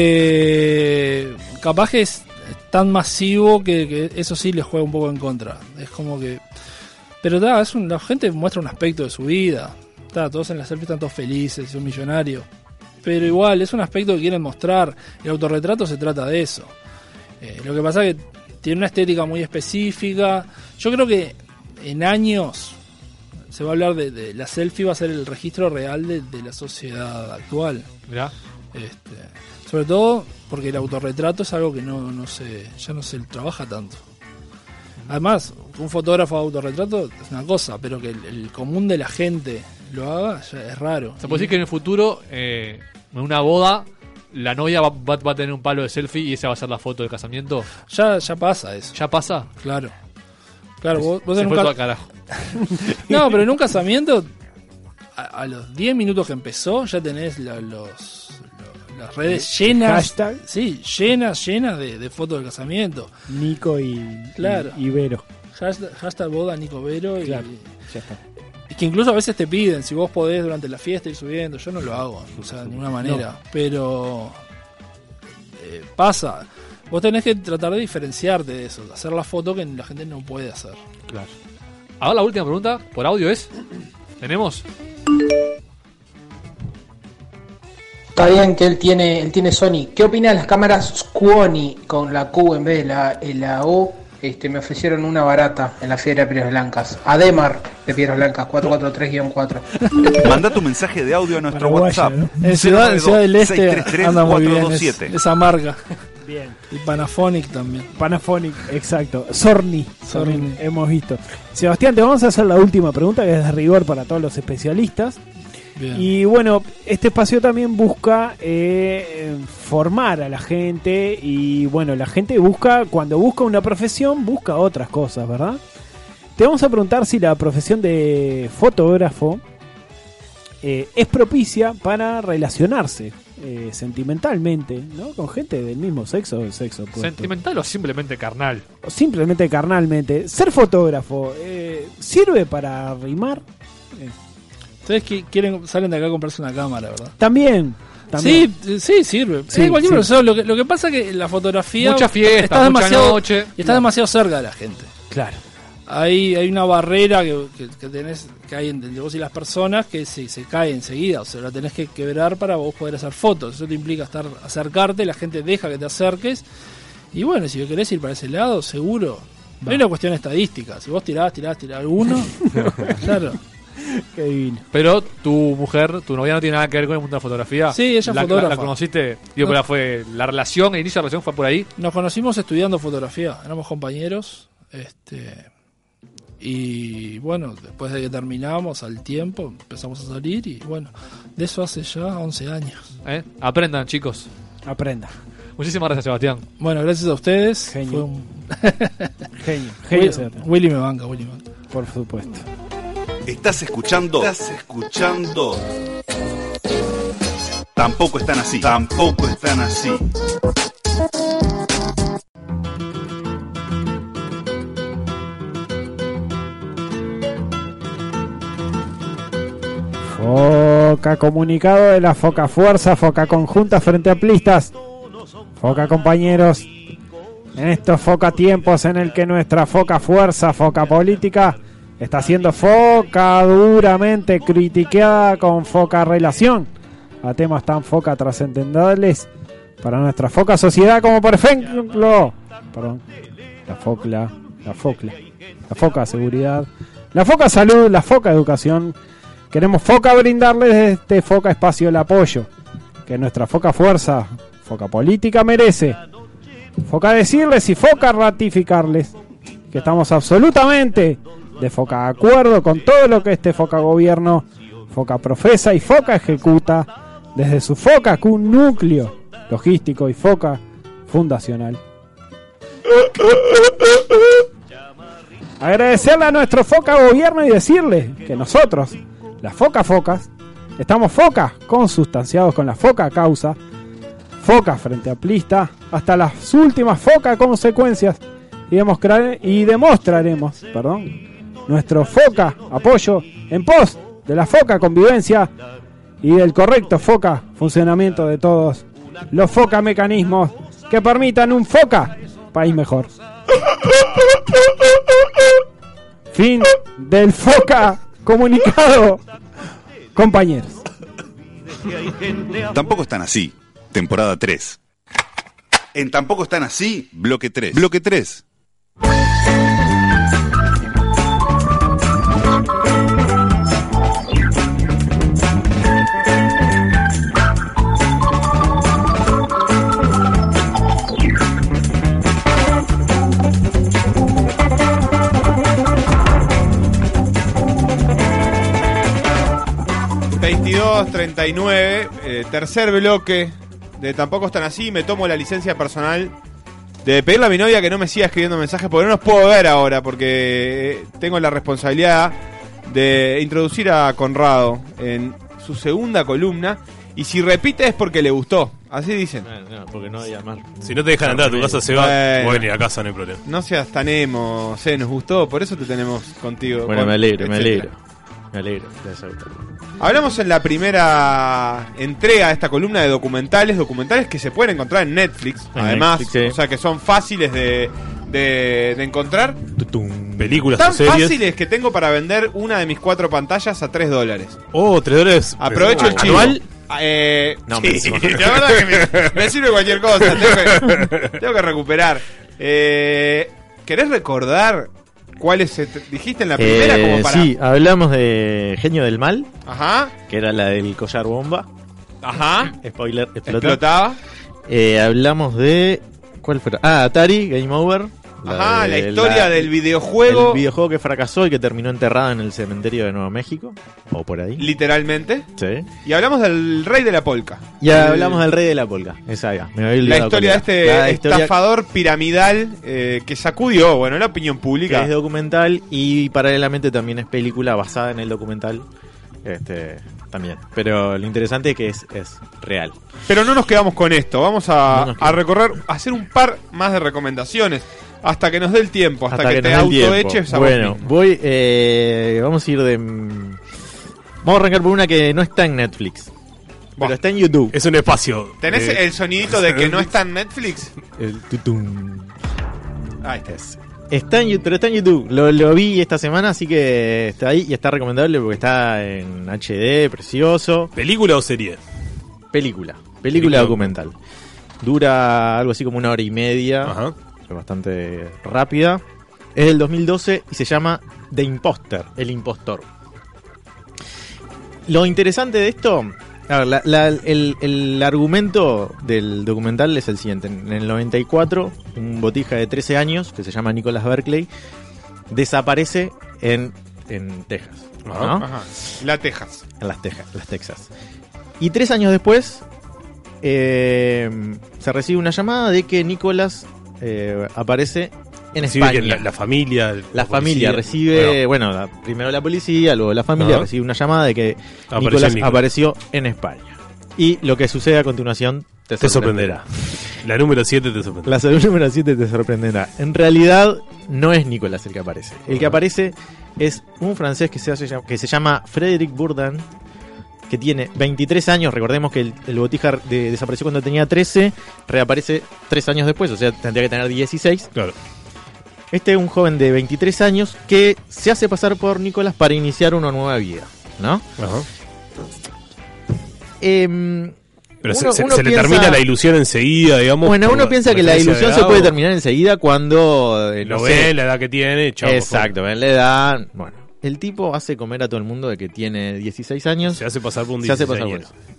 L: Que. Capaz que es tan masivo que, que eso sí les juega un poco en contra. Es como que. Pero da, es un- la gente muestra un aspecto de su vida. Ta, todos en la selfie están todos felices, son millonarios. Pero igual, es un aspecto que quieren mostrar. El autorretrato se trata de eso. Eh, lo que pasa es que tiene una estética muy específica. Yo creo que en años se va a hablar de, de la selfie, va a ser el registro real de, de la sociedad actual.
E: Mirá.
L: Este, sobre todo porque el autorretrato es algo que no, no se, ya no se trabaja tanto. Además, un fotógrafo de autorretrato es una cosa, pero que el, el común de la gente lo haga ya es raro.
E: Se puede decir que en el futuro, eh, en una boda, la novia va, va- va a tener un palo de selfie y esa va a ser la foto del casamiento.
L: Ya, ya pasa eso.
E: ¿Ya pasa?
L: Claro. Claro, vos, vos
E: Se
L: en un
E: fue
L: ca-
E: todo al carajo.
L: *laughs* No, pero en un casamiento, a, a los 10 minutos que empezó, ya tenés la- los, lo- las redes llenas.
D: Hashtag.
L: Sí, llenas, llenas de, de fotos del casamiento.
D: Nico y,
L: Claro.
D: y, y Vero.
L: Hashtag, hashtag boda Nico Vero. y- Y,
D: Ya está.
L: que incluso a veces te piden, si vos podés durante la fiesta ir subiendo. Yo no lo hago, o sea, de ninguna manera. Pero eh, pasa. Vos tenés que tratar de diferenciarte de eso, de hacer la foto que la gente no puede hacer.
E: Claro. Ahora la última pregunta por audio es: ¿Tenemos?
Q: Está bien que él tiene, él tiene Sony. ¿Qué opinas de las cámaras Sony con la Q en vez de la, eh, la O? Este, me ofrecieron una barata en la Fiera de Piedras Blancas. Ademar de Piedras Blancas, 443-4.
C: *laughs* Manda tu mensaje de audio a nuestro
L: Paraguaya,
C: WhatsApp.
L: ¿no? En Ciudad, en Ciudad del Este
C: 633
L: anda muy bien es-
C: 427.
L: esa marca.
D: Bien.
L: Y Panaphonic también.
D: Panaphonic, exacto. Sorni,
L: Sorni.
D: también hemos visto. Sebastián, te vamos a hacer la última pregunta que es de rigor para todos los especialistas.
L: Bien.
D: Y bueno, este espacio también busca eh, formar a la gente y bueno, la gente busca, cuando busca una profesión, busca otras cosas, ¿verdad? Te vamos a preguntar si la profesión de fotógrafo eh, es propicia para relacionarse eh, sentimentalmente, ¿no? Con gente del mismo sexo o del sexo opuesto.
E: ¿Sentimental o simplemente carnal?
D: O simplemente carnalmente. Ser fotógrafo eh, sirve para rimar
L: Ustedes qui- quieren, salen de acá a comprarse una cámara, ¿verdad?
D: también. también.
L: Sí, eh, sí, sirve.
D: Sí,
L: Sí, cualquier
D: sí.
L: profesor. Lo que, lo que pasa es que la fotografía.
E: Mucha fiesta,
L: estás
E: mucha
L: demasiado,
E: noche.
L: y Estás demasiado cerca de la gente.
D: Claro.
L: Hay, hay una barrera que, que- que tenés, que hay entre vos y las personas que se, se cae enseguida. O sea, la tenés que quebrar para vos poder hacer fotos. Eso te implica estar acercarte, la gente deja que te acerques. Y bueno, si querés ir para ese lado, seguro. No es una cuestión estadística. Si vos tirás, tirás, tirás alguno. claro.
D: Qué divino.
E: Pero tu mujer, tu novia no tiene nada que ver con el mundo de la fotografía.
L: Sí, ella es
E: La- la-
L: fotógrafa.
E: La, conociste, digo,
L: No.
E: pero fue la relación, el inicio de la relación fue por ahí.
L: Nos conocimos estudiando fotografía, éramos compañeros, este y bueno, después de que terminamos al tiempo, empezamos a salir y bueno, de eso hace ya 11 años.
E: ¿eh? Aprendan, chicos.
D: Aprenda.
E: Muchísimas gracias, Sebastián.
L: Bueno, gracias a ustedes.
D: Genio.
L: Fue un- *laughs*
D: Genio, genio
L: Will-
D: Sebastián.
L: Willy, me banca, Willy me banca.
D: Por supuesto.
C: Estás escuchando. Estás escuchando. Tampoco están así. Tampoco están así.
D: Foca comunicado de la Foca Fuerza, Foca Conjunta frente a Plistas. Foca compañeros. En estos Foca tiempos en el que nuestra Foca Fuerza, Foca Política, está siendo Foca duramente critiqueada con Foca Relación a temas tan Foca trascendentales para nuestra Foca Sociedad como por ejemplo... Perdón. La Focla, la Focla, la Foca Seguridad, la Foca Salud, la Foca Educación. Queremos Foca brindarles desde este Foca Espacio el apoyo que nuestra Foca Fuerza, Foca Política merece. Foca decirles y Foca ratificarles que estamos absolutamente de Foca de acuerdo con todo lo que este Foca Gobierno, Foca Profesa y Foca Ejecuta desde su Foca, que un núcleo logístico y Foca fundacional. Agradecerle a nuestro Foca Gobierno y decirle que nosotros, las Foca Focas, estamos Focas consustanciados con la Foca Causa, Foca frente a Plista, hasta las últimas Foca Consecuencias y, demostrar- y demostraremos perdón, nuestro Foca apoyo en pos de la Foca Convivencia y del correcto Foca funcionamiento de todos los Foca Mecanismos que permitan un Foca país mejor. Fin del foca comunicado, compañeros.
C: Tampoco están así. Temporada 3. En Tampoco están así, bloque 3. Bloque 3.
F: nueve eh, tercer bloque de Tampoco están así. Me tomo la licencia personal de pedirle a mi novia que no me siga escribiendo mensajes porque no los puedo ver ahora porque eh, tengo la responsabilidad de introducir a Conrado en su segunda columna. Y si repite es porque le gustó. Así dicen.
G: porque no había más.
H: Si no te dejan entrar a tu casa, se va.
F: Bueno.
H: Voy a venir a casa, no hay problema.
F: No seas tan emo, se nos gustó, por eso te tenemos contigo.
R: Bueno,
F: Con-
R: me alegro, me
F: etcétera.
R: alegro.
P: Me alegro. gracias.
F: Hablamos en la primera entrega de esta columna de documentales, documentales que se pueden encontrar en Netflix,
P: En
F: además,
P: Netflix, sí.
F: o sea que son fáciles de, de- de encontrar.
H: Películas o
F: Tan
H: series.
F: fáciles que tengo para vender una de mis cuatro pantallas a 3 dólares.
H: Oh, 3 dólares.
F: Aprovecho el chivo.
H: Anual.
F: Eh,
H: No,
F: sí,
H: me encima.
F: *laughs* la verdad que me, me sirve cualquier cosa. Tengo que, tengo que recuperar. Eh, ¿Querés recordar cuáles se te- dijiste en la primera?
R: Eh,
F: como para...
R: Sí, hablamos de Genio del Mal,
F: Ajá,
R: que era la del collar bomba.
F: ajá.
R: Spoiler, explota.
F: Explotaba.
R: Eh, hablamos de. ¿Cuál fue? Ah, Atari, Game Over.
F: Ajá, la
R: de-
F: historia del videojuego.
R: El videojuego que fracasó y que terminó enterrado en el cementerio de Nuevo México. O por ahí.
F: Literalmente.
R: Sí.
F: Y hablamos del rey de la polca.
R: Ya
F: El-
R: hablamos del rey de la polca. Esa ya. Me había
F: La
R: olvidado
F: historia de
R: cuál era.
F: este
R: La historia
F: estafador piramidal eh, que sacudió, bueno, la opinión
R: que
F: pública.
R: es documental y paralelamente también es película basada en el documental. Este, también. Pero lo interesante es que es, es real.
F: Pero no nos quedamos con esto. Vamos a,
R: No nos
F: a recorrer, a hacer un par más de recomendaciones. Hasta que nos dé el tiempo, hasta, que, te
R: nos dé el tiempo.
F: autoeches a vos
R: Bueno,
F: mismo.
R: voy. eh, vamos a ir de. mm, Vamos a arrancar por una que no está en Netflix. Pero está en YouTube.
H: Es un espacio.
F: ¿Tenés
R: Eh.
F: el sonidito de
R: *laughs*
F: que no está en Netflix?
R: El
F: Ahí está.
R: Está en YouTube, pero está en YouTube. Lo, lo vi esta semana, así que está ahí y está recomendable porque está en HD, precioso.
H: ¿Película o serie?
R: Película. Película, documental. Dura algo así como una hora y media. Es bastante rápida. Es del 2012 y se llama The Imposter, el impostor. Lo interesante de esto, a ver, la- la- el, el argumento del documental es el siguiente. En el 94, un botija de 13 años, que se llama Nicholas Berkeley, desaparece en, en Texas. ¿no?
F: Ah, Ajá. La Texas.
R: En las, Teja- las Texas. Y tres años después, eh, se recibe una llamada de que Nicolás eh, aparece en
H: Recibe
R: España.
H: que la, la familia. el-
R: La familia
H: policía.
R: recibe, bueno, la- primero la policía, luego la familia
H: Ajá.
R: recibe una llamada de que
H: Apareció
R: Nicolás
H: Nicolás.
R: apareció en España. Y lo que sucede a continuación te,
H: Te sorprenderá. La número 7 te sorprenderá.
R: La salud número 7 te sorprenderá. En realidad no es Nicolás el que aparece. El que aparece es un francés que se, hace llam- que se llama Frédéric Bourdin, que tiene 23 años. Recordemos que el, el botija de- desapareció cuando tenía 13, reaparece 3 años después, o sea, tendría que tener 16.
H: Claro.
R: Este es un joven de 23 años que se hace pasar por Nicolás para iniciar una nueva vida, ¿no? Em,
H: Pero se-
R: uno-
H: se,
R: uno
H: se le
R: piensa-
H: termina la ilusión enseguida, digamos.
R: Bueno,
H: por
R: uno piensa que la
H: diferencia de
R: ilusión se
H: edad
R: puede
H: o-
R: terminar enseguida cuando... eh, no
H: Lo
R: sé,
H: ve, la edad que tiene, pues, chao.
R: Exacto, en la edad. Bueno, el tipo hace comer a todo el mundo de que tiene 16 años. Se
H: hace pasar por un
R: Se hace pasar por
H: 16
R: eso.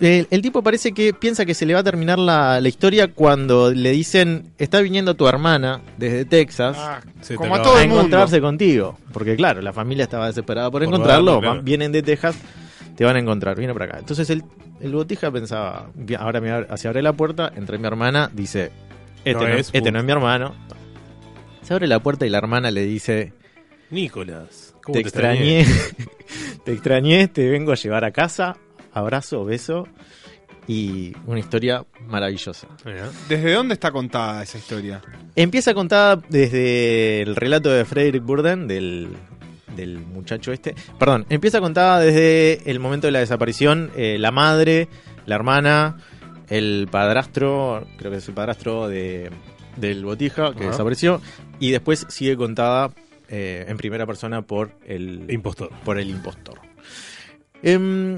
R: El, el tipo parece que piensa que se le va a terminar la, la historia cuando le dicen está viniendo tu hermana desde Texas
H: Ah, Sí, te
F: como a
R: a,
F: acabo. todo el mundo.
R: encontrarse contigo. Porque claro, la familia estaba desesperada por,
F: Por
R: encontrarlo.
F: verlo, claro.
R: van- Vienen de Texas, te van a encontrar, viene para acá. Entonces el, el botija pensaba, "Bien, ahora me abre, se abre la puerta, entré mi hermana, dice, este no,
H: No es,
R: este
H: punto.
R: no es mi hermano. Se abre la puerta y la hermana le dice,
H: Nicolás, ¿cómo
R: te extrañé, *laughs* te extrañé, te vengo a llevar a casa, abrazo, beso y una historia maravillosa.
F: ¿Desde dónde está contada esa historia?
R: Empieza contada desde el relato de Frederick Burden, del, del muchacho este. Perdón, empieza contada desde el momento de la desaparición, eh, la madre, la hermana, el padrastro, creo que es el padrastro de, del botija que
H: Ajá.
R: desapareció, y después sigue contada eh, en primera persona por el
H: impostor.
R: Por el impostor. Em,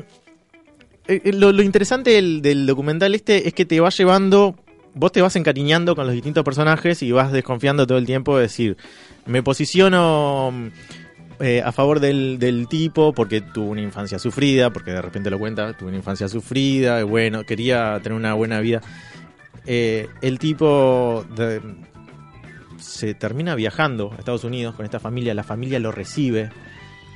R: eh, eh, lo, lo interesante del, del documental este es que te va llevando, vos te vas encariñando con los distintos personajes y vas desconfiando todo el tiempo de decir, me posiciono mm, eh, a favor del, del tipo porque tuvo una infancia sufrida, porque de repente lo cuenta, tuvo una infancia sufrida, y bueno, quería tener una buena vida. Eh, el tipo de- se termina viajando a Estados Unidos con esta familia, la familia lo recibe.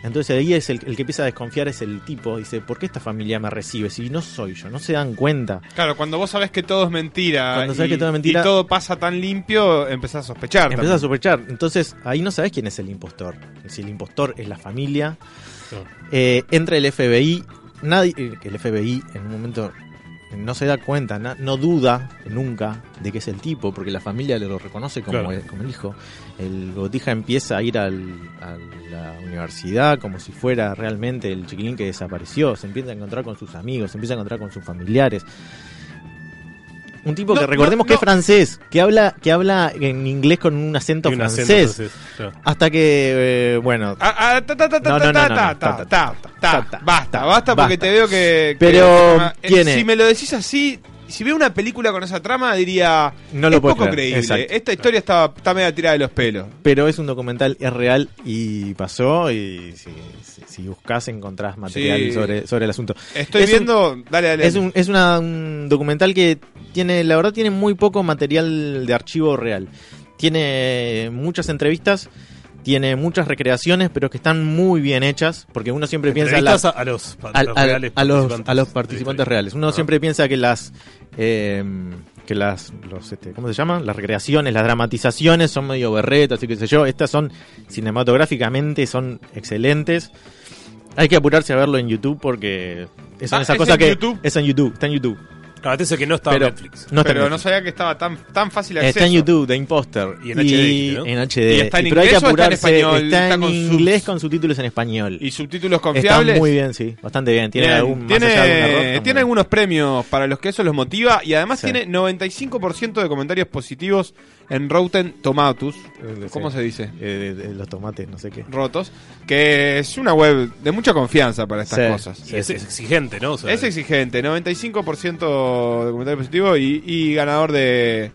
R: Entonces ahí es el, el que empieza a desconfiar es el tipo, dice, ¿por qué esta familia me recibe si no soy yo? No se dan cuenta.
F: Claro, cuando vos sabés que todo es mentira,
R: Cuando sabés
F: y,
R: que todo es mentira-
F: y todo pasa tan limpio, empezás a sospechar.
R: Empezás a
F: también.
R: sospechar. Entonces ahí no sabes quién es el impostor. Si el impostor es la familia. Eh, entra el FBI. Nadie, eh, que el FBI en un momento no se da cuenta, na- no duda nunca de que es el tipo, porque la familia lo reconoce como,
G: Claro.
R: el, como el hijo. El Gotija empieza a ir al- a la universidad como si fuera realmente el chiquilín que desapareció, se empieza a encontrar con sus amigos, se empieza a encontrar con sus familiares. Un tipo que recordemos que es francés, que habla, que habla en inglés con un acento
H: Y un acento
R: francés.
H: francés, claro.
R: Hasta que, eh, bueno,
F: Ah, ah, ta, ta, ta, ta,
R: No, no, no,
F: ta, ta,
R: no,
F: ta,
R: no,
F: ta,
R: ta,
F: ta, ta. Basta, basta porque
R: basta.
F: te veo que. que-
R: Pero,
F: que-
R: tiene-
F: Si me lo decís así, si veo una película con esa trama, diría.
R: No lo
F: es
R: puedo
F: poco
R: creer,
F: creíble.
R: exacto.
F: Esta historia está, está media tirada de los pelos.
R: pero es un documental, es real y pasó y si, si- si buscas encontrás material
F: Sí.
R: sobre, sobre el asunto.
F: Estoy
R: Es un-
F: viendo. dale, dale.
R: Es, un, es una- un documental que tiene, la verdad, tiene muy poco material de archivo real. Tiene muchas entrevistas, tiene muchas recreaciones, pero que están muy bien hechas, porque uno siempre piensa...
H: Entrevistas a los pa-
R: al- al- a,
H: reales
R: los-
H: participantes
R: a los
H: de la
R: participantes
H: historia.
R: reales. Uno
H: Ah.
R: siempre piensa que las... eh, que las, los, este, ¿cómo se llaman? Las recreaciones, las dramatizaciones son medio berretas y qué sé yo. Estas son cinematográficamente, son excelentes. Hay que apurarse a verlo en YouTube porque es
F: Ah,
R: esa
F: ¿es
R: cosa
F: en
R: que
F: YouTube?
R: es en YouTube, está en YouTube.
H: Claro, dice que no está en
R: Pero-
H: Netflix.
R: No está en
F: pero no
R: Netflix.
F: sabía que estaba tan, tan fácil acceso.
R: Está en YouTube, The Imposter.
F: Y en HD, ¿no?
R: en HD.
F: ¿Y está en
R: Pero hay que
F: inglés o está en
R: apurarse.
F: español?
R: Está
F: Está
R: en
F: con
R: inglés con subtítulos en español.
F: ¿Y subtítulos
R: Está
F: confiables?
R: muy bien, sí. Bastante bien. Tiene
F: Bien,
R: algún, más
F: tiene-
R: allá de algún error, está muy
F: tiene algunos premios para los que eso los motiva y además
R: Sí.
F: tiene 95% de comentarios positivos en Rotten Tomatoes.
R: bien.
F: ¿Cómo
R: Sí.
F: se dice?
R: Eh, eh, los tomates, no sé qué.
F: Rotos, que es una web de mucha confianza para estas
R: Sí,
F: cosas.
R: sí,
H: Es exigente, ¿no? O sea,
F: es exigente, 95% de comentario positivo y, y ganador de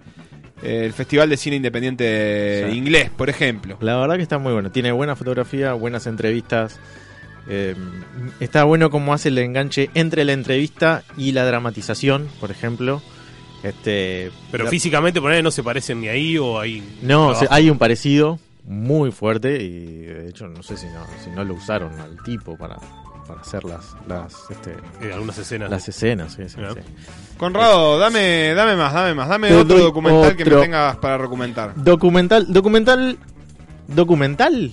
F: eh, el Festival de Cine Independiente
R: Sí.
F: Inglés, por ejemplo.
R: La verdad que está muy bueno. Tiene buena fotografía, buenas entrevistas. Eh, está bueno cómo hace el enganche entre la entrevista y la dramatización, por ejemplo. Este,
H: Pero
R: la-
H: físicamente, poner no se parecen ni ahí o ahí.
R: No,
H: abajo.
R: se- hay un parecido muy fuerte y de hecho no sé si no, si no lo usaron al tipo para, para hacer las, las este,
H: Eh, algunas escenas.
R: Las escenas, sí, sí,
H: Ah.
R: sí.
F: Conrado, dame, dame más, dame más, dame
R: Te
F: otro
R: doy
F: documental que me
R: otro.
F: tengas para recomendar.
R: Documental, documental, documental,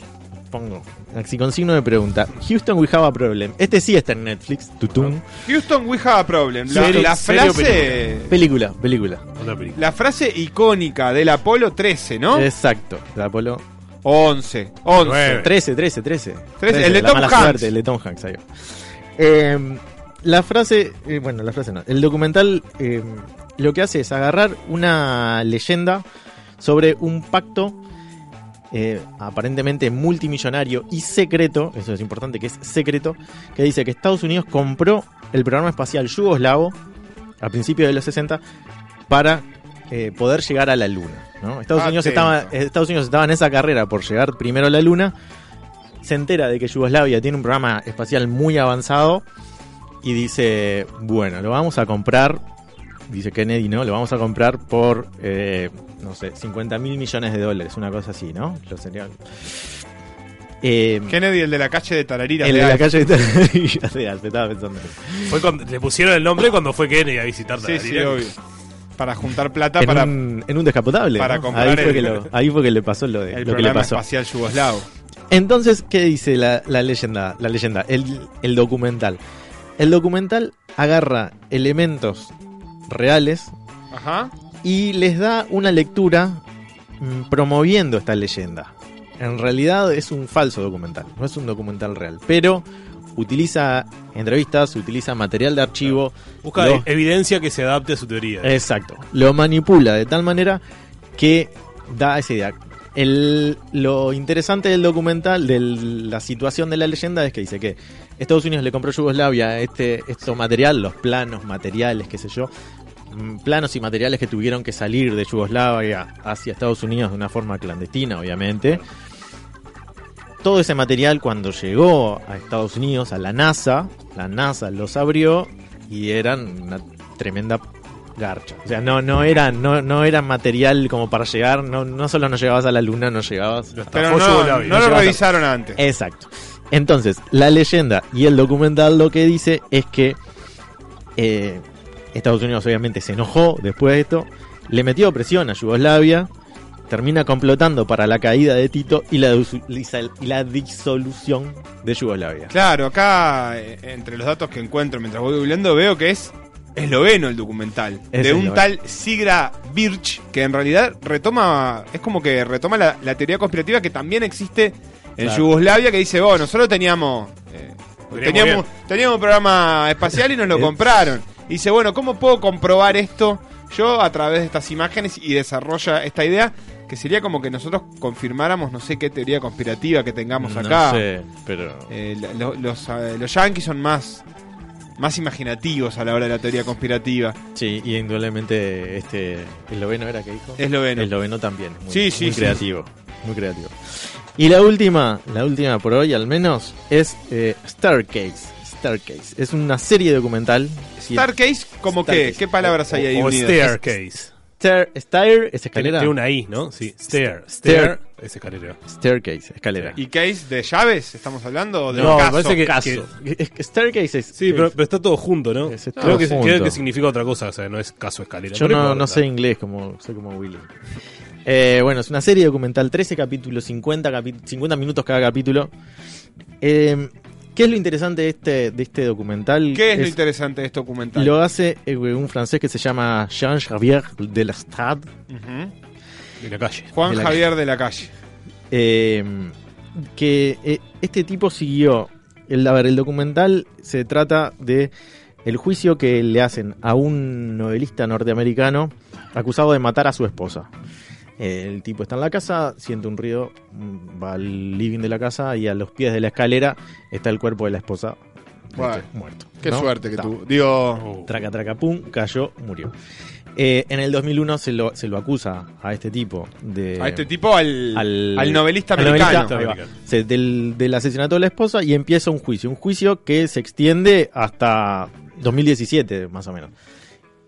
R: pongo. Así con signo de pregunta. Houston We Have a Problem. Este sí está en Netflix. Tutum.
F: Houston We Have a Problem. La,
R: Serio-
F: la
R: serio
F: frase
R: Película, película.
F: la frase icónica del Apolo 13, ¿no?
R: Exacto. De Apolo.
F: 11. 11.
R: 13, 13, 13.
F: 13, el de
R: la
F: Tom
R: mala
F: Hanks.
R: suerte, el de Tom Hanks, ahí va. Eh, la frase, eh, bueno, la frase no. El documental eh, lo que hace es agarrar una leyenda sobre un pacto eh, aparentemente multimillonario y secreto, eso es importante que es secreto, que dice que Estados Unidos compró el programa espacial yugoslavo a principios de los 60 para eh, poder llegar a la luna. ¿no? Estados, Unidos
F: Atento.
R: estaba, Estados Unidos estaba en esa carrera por llegar primero a la luna, se entera de que Yugoslavia tiene un programa espacial muy avanzado y dice, bueno, lo vamos a comprar, dice Kennedy, ¿no? Lo vamos a comprar por, eh, no sé, 50 mil millones de dólares, una cosa así, ¿no? Lo sería... Eh,
F: Kennedy, el de la calle de Tarariras.
R: el de
F: de
R: la
F: Alf.
R: calle de Real, te estaba pensando.
H: Fue cuando- le pusieron el nombre cuando fue Kennedy a visitar
F: Sí, sí, obvio. Para juntar plata
R: En
F: para
R: un, en un descapotable.
F: para
R: ¿no?
F: comprar
R: ahí, fue
F: el-
R: que lo, ahí fue que le pasó lo, de, lo que
F: el
R: le
F: programa
R: pasó.
F: espacial yugoslavo.
R: Entonces, ¿qué dice la, la leyenda? La leyenda, el, el documental. El documental agarra elementos reales
F: Ajá.
R: y les da una lectura mm, promoviendo esta leyenda. En realidad es un falso documental, no es un documental real, pero utiliza entrevistas, utiliza material de archivo.
H: Busca
R: los-
H: evidencia que se adapte a su teoría.
R: Exacto. Lo manipula de tal manera que da esa idea. El- lo interesante del documental, de la situación de la leyenda, es que dice que Estados Unidos le compró a Yugoslavia este, esto material, los planos, materiales, qué sé yo, mm, planos y materiales que tuvieron que salir de Yugoslavia hacia Estados Unidos de una forma clandestina, obviamente. Todo ese material cuando llegó a Estados Unidos, a la NASA, la NASA los abrió y eran una tremenda garcha. O sea, no, no eran, no, no eran material como para llegar, no, no solo no llegabas a la luna, no llegabas.
F: Pero no, no lo
R: llegabas a-
F: revisaron antes.
R: Exacto. Entonces, la leyenda y el documental lo que dice es que eh, Estados Unidos obviamente se enojó después de esto, le metió presión a Yugoslavia, termina complotando para la caída de Tito y la, disu- y la disolución de Yugoslavia.
F: Claro, acá eh, entre los datos que encuentro mientras voy googleando veo que es esloveno el documental.
P: Es
F: de un
P: esloveno.
F: tal Sigra Birch, que en realidad retoma, es como que retoma la, la teoría conspirativa que también existe en
P: Claro.
F: Yugoslavia, que dice, bueno, nosotros teníamos, eh, teníamos, teníamos un programa espacial y
P: *laughs*
F: nos lo compraron. Y dice, bueno, ¿cómo puedo comprobar esto yo a través de estas imágenes y desarrolla esta idea? Que sería como que nosotros confirmáramos no sé qué teoría conspirativa que tengamos
G: No
F: acá.
G: sé, pero.
F: Eh, la- lo- los, eh, los yankees son más, más imaginativos a la hora de la teoría conspirativa.
P: Sí, y indudablemente este esloveno era que dijo.
F: Esloveno.
P: Esloveno también. Muy,
F: Sí, sí,
P: muy
F: sí.
P: creativo. Muy creativo.
R: Y la última, la última por hoy al menos, es eh, Staircase. Staircase. Es una serie documental.
F: Staircase, ¿cómo qué? ¿Qué palabras hay ahí
R: O- o
F: unidas?
R: staircase. Stair, stair es escalera.
H: Tiene una I, ¿no? Sí, stair.
R: Stair.
H: Stair es escalera.
R: Staircase, escalera.
F: ¿Y case de llaves? ¿Estamos hablando? ¿O de
H: No,
F: un caso?
H: parece que-
F: Caso.
H: que-
R: es que staircase es.
H: Sí, pero, pero está todo junto, ¿no?
R: está
H: creo,
R: todo
H: que,
R: junto.
H: creo que significa otra cosa, o sea, no es caso escalera.
R: Yo
H: Pero
R: no,
H: importa.
R: no sé inglés como, soy como Willy. Eh, bueno, es una serie documental, 13 capítulos, 50, capi- 50 minutos cada capítulo. Eh, ¿Qué es lo interesante de este, de este documental?
F: ¿Qué es, lo interesante de este documental?
R: Lo hace eh, un francés que se llama Jean-Javier de la Strade.
F: Ujú.
H: De la calle.
F: Juan
R: De la
F: Javier de la calle.
R: Eh, que eh, este tipo siguió. El, a ver, el documental se trata de el juicio que le hacen a un novelista norteamericano acusado de matar a su esposa. Eh, El tipo está en la casa, siente un ruido, mm, va al living de la casa y a los pies de la escalera está el cuerpo de la esposa este,
C: Bueno,
R: muerto.
C: qué suerte que
R: Ta.
C: tuvo. Digo-
R: Traca, traca, pum, cayó, murió. Eh, en el 2001 se lo, se lo acusa a este tipo de...
F: A este tipo, al, al, novelista
R: al
F: americano.
R: novelista, ahí va. Se- del, del asesinato de la esposa y empieza un juicio. Un juicio que se extiende hasta 2017, más o menos.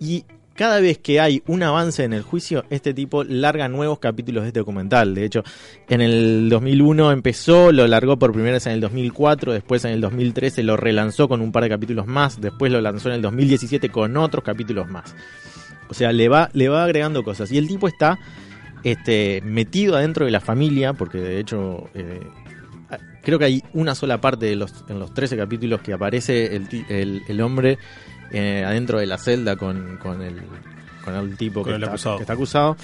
R: Y cada vez que hay un avance en el juicio, este tipo larga nuevos capítulos de este documental. De hecho, en el 2001 empezó, lo largó por primera vez en el 2004, después en el 2013 lo relanzó con un par de capítulos más, después lo lanzó en el 2017 con otros capítulos más. O sea, le va, le va agregando cosas. Y el tipo está este, metido adentro de la familia, porque de hecho eh, a- creo que hay una sola parte de los, en los 13 capítulos que aparece el, ti- el, el hombre eh, adentro de la celda con, con el, con el tipo
H: Con
R: que,
H: el
R: está,
H: acusado.
R: que está acusado.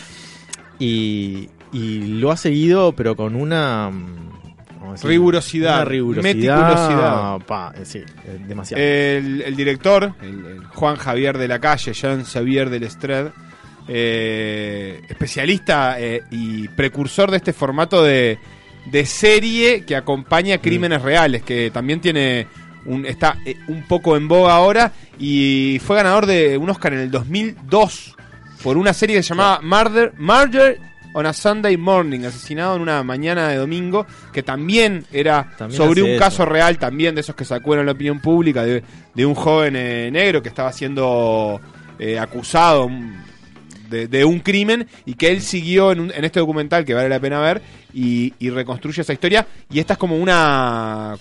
R: Y, y lo ha seguido, pero con una... mm, ¿cómo decirlo?
F: Rigurosidad,
R: Una rigurosidad.
F: meticulosidad.
R: pa, eh, sí, eh, demasiado.
F: El, el director, el- el Juan Javier de la Calle, Jean Xavier del Estred, eh, especialista eh, y precursor de este formato de, de serie que acompaña crímenes
R: Mm.
F: reales, que también tiene un, está eh, un poco en boga ahora y fue ganador de un Oscar en el 2002 por una serie que se llamaba Murder, Murder on a Sunday Morning, asesinado en una mañana de domingo, que también era
R: También
F: sobre
R: hace
F: un
R: eso.
F: caso real también de esos que sacudieron la opinión pública de, de un joven eh, negro que estaba siendo eh, acusado de, de un crimen y que él siguió en, un- en este documental que vale la pena ver y, y reconstruye esa historia y esta es como una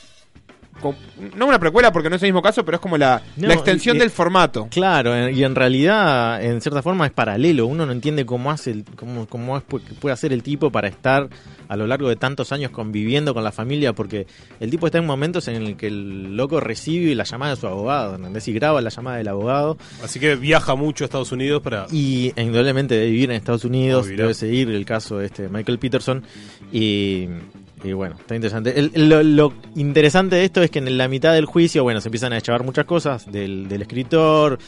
F: com- no una precuela porque no es el mismo caso pero es como la,
R: No,
F: la extensión
R: y-
F: del formato
R: Claro, en- y en realidad, en cierta forma, es paralelo. Uno no entiende cómo hace, el- cómo, cómo es pu- que puede hacer el tipo para estar a lo largo de tantos años conviviendo con la familia, porque el tipo está en momentos en el que el loco recibe la llamada de su abogado, ¿entendés? Y graba la llamada del abogado.
H: Así que viaja mucho a Estados Unidos para.
R: Y e, indudablemente debe vivir en Estados Unidos,
H: Obvio.
R: debe seguir el caso de este Michael Peterson. Y, y bueno, está interesante. El- el- lo, lo interesante de esto es que en la mitad del juicio, bueno, se empiezan a echar muchas cosas del, del escritor,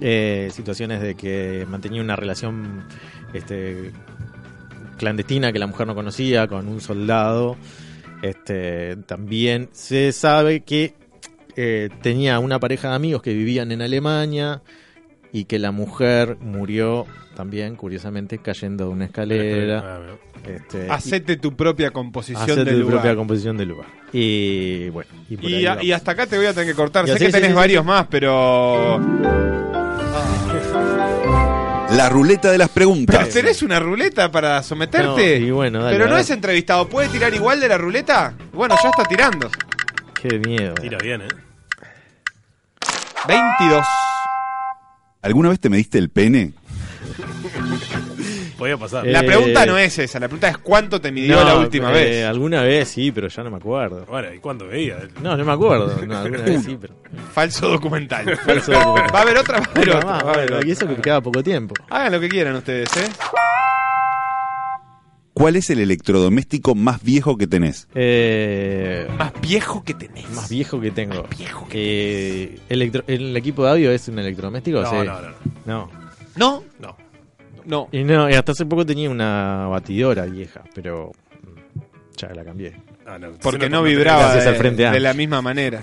R: eh, situaciones de que mantenía una relación este, clandestina que la mujer no conocía con un soldado. Este, también se sabe que eh, tenía una pareja de amigos que vivían en Alemania y que la mujer murió también, curiosamente, cayendo de una
H: Ah,
R: escalera. Este, y-
F: hacete tu propia composición
R: hacete
F: del
R: tu
F: lugar
R: propia composición del lugar. Y bueno, y por ahí
F: y, a-
R: vamos.
F: y hasta acá te voy a tener que cortar
R: Y
F: sé
R: así-
F: que
R: sí,
F: tenés
R: sí, sí. *laughs*
F: varios más pero
C: La ruleta de las
F: pero
C: preguntas.
F: tenés una ruleta para someterte
R: No, y bueno, dale,
F: pero no
R: dale.
F: es entrevistado puede tirar igual de la ruleta bueno ya está tirando
R: Qué miedo.
H: Tira bien, ¿eh?
F: 22
C: ¿Alguna vez te mediste el pene?
H: Podía pasar.
F: La pregunta
R: Eh,
F: no es esa, la pregunta es cuánto te midió
R: No,
F: la última
R: eh,
F: vez.
R: Alguna vez sí, pero ya no me acuerdo.
H: Bueno, ¿y cuándo veía?
R: No, no me acuerdo. No, alguna vez sí, pero.
F: Falso documental.
R: Falso documental.
F: Va a haber otra, va a haber
R: Bueno,
F: otra,
R: va,
F: va a haber
R: bueno,
F: otra.
R: y eso que quedaba poco tiempo.
F: Hagan lo que quieran ustedes, ¿eh?
C: ¿Cuál es el electrodoméstico más viejo que tenés?
R: más
F: viejo que tenés.
R: eh, Más viejo que tengo. viejo que electro, ¿El equipo de audio es un electrodoméstico?
F: No,
R: Sí.
F: no, no,
R: No.
F: No.
H: No.
F: No.
R: Y no, y hasta hace poco tenía una batidora vieja, pero mm, ya la cambié.
H: Ah, no,
F: Porque no vibraba
R: Gracias
F: de,
R: al Frente
F: de
R: Amplio.
F: la misma manera.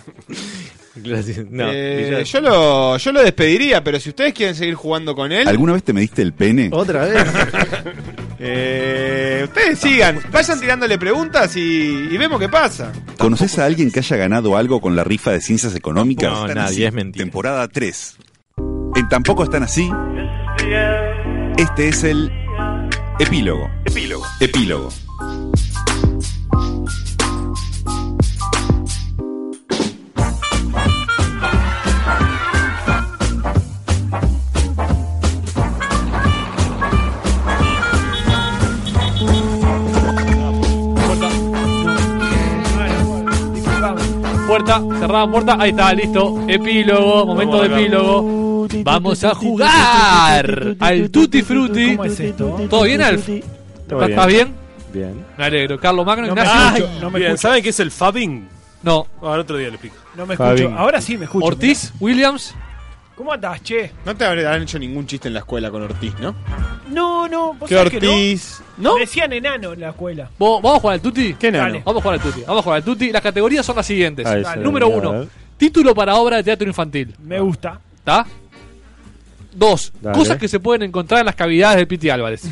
R: Gracias. No,
F: Eh,
R: Villa-
F: yo, lo, yo lo despediría, pero si ustedes quieren seguir jugando con él,
C: ¿Alguna vez te mediste el pene?
R: Otra vez.
F: *laughs* eh, ustedes sigan. Vayan tirándole preguntas y, y vemos qué pasa.
C: ¿Conoces a alguien que haya ganado algo con la rifa de ciencias económicas?
R: No,
C: Están
R: nadie,
C: así.
R: es mentira.
C: Temporada 3. En Tampoco están así. Este es el epílogo. Epílogo. Epílogo.
E: Puerta, cerrada puerta, ahí está, listo. Epílogo, momento de epílogo. Vamos a jugar al Tutti Frutti.
D: ¿Cómo es esto?
E: ¿Todo bien, Alf? ¿Estás estás bien?
P: Bien.
E: Me alegro. Carlos Magno,
D: No me
E: Ignacio.
D: escucho,
E: Ay,
D: no me
E: bien.
D: escucho.
H: ¿Saben qué es el fabbing?
E: No.
H: Ahora otro día le explico.
D: No me
E: Fabi.
D: escucho. Ahora sí me escucho.
E: Ortiz, Williams.
D: ¿Cómo andás, che?
F: No te habrán hecho ningún chiste en la escuela con Ortiz, ¿no?
D: No, no, vos
F: ¿Qué
D: sabés que
F: Ortiz?
D: no. Me decían enano en la escuela.
E: Vos- Vamos a jugar al Tutti. ¿Qué
D: enano?
E: Vamos a jugar al Tutti. Vamos a jugar al Tutti. Las categorías son las siguientes.
P: Ahí está.
E: Número
P: Dale. A
E: uno,
P: ver.
E: título para obra de teatro infantil.
D: Me gusta.
E: ¿Está? Dos,
P: Dale.
E: cosas que se pueden encontrar en las cavidades del Piti Álvarez.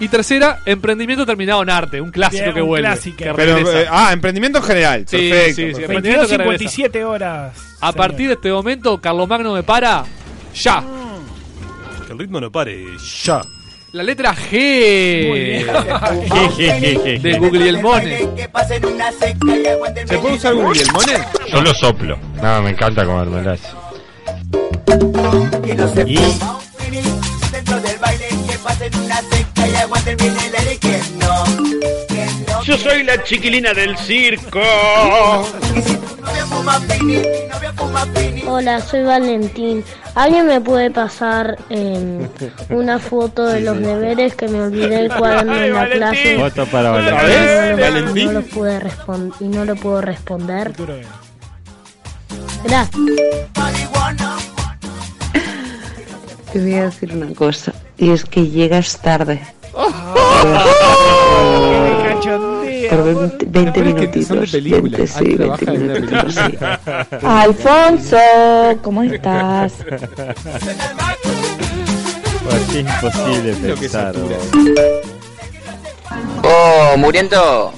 E: Y tercera, emprendimiento terminado en arte. Un clásico
D: Bien,
E: que
D: un
E: vuelve.
D: clásico.
E: que
F: Pero,
E: regresa.
F: eh, ah, emprendimiento en general.
E: Sí,
F: perfecto.
E: sí, sí,
F: perfecto.
D: 22,
E: que regresa.
D: 57 horas.
E: A partir de este momento, Carlomagno me para. Ya.
H: Que el ritmo no pare. Ya.
E: La letra *laughs* G.
H: Jejejeje.
E: de Guglielmone.
F: ¿Se puede usar Guglielmone?
G: Yo lo soplo. No, me encanta comérmelas. Y
S: Yo soy la chiquilina del circo.
T: Hola, soy Valentín. ¿Alguien me puede pasar
F: *laughs*
T: em, una foto de los deberes que me olvidé el cuaderno en la clase?
P: Voto para
T: Y no
P: Valentín.
T: lo-
P: Valentín.
T: No lo pude respon- y no lo puedo responder. Gracias.
U: Te voy a decir una cosa, y es que llegas tarde. Por 20, 20 minutitos. 20, sí,
I: Ah,
U: 20 minutitos, sí. Alfonso, ¿cómo estás?
P: Porque Pues es imposible pensar.
V: Oh, Muriendo.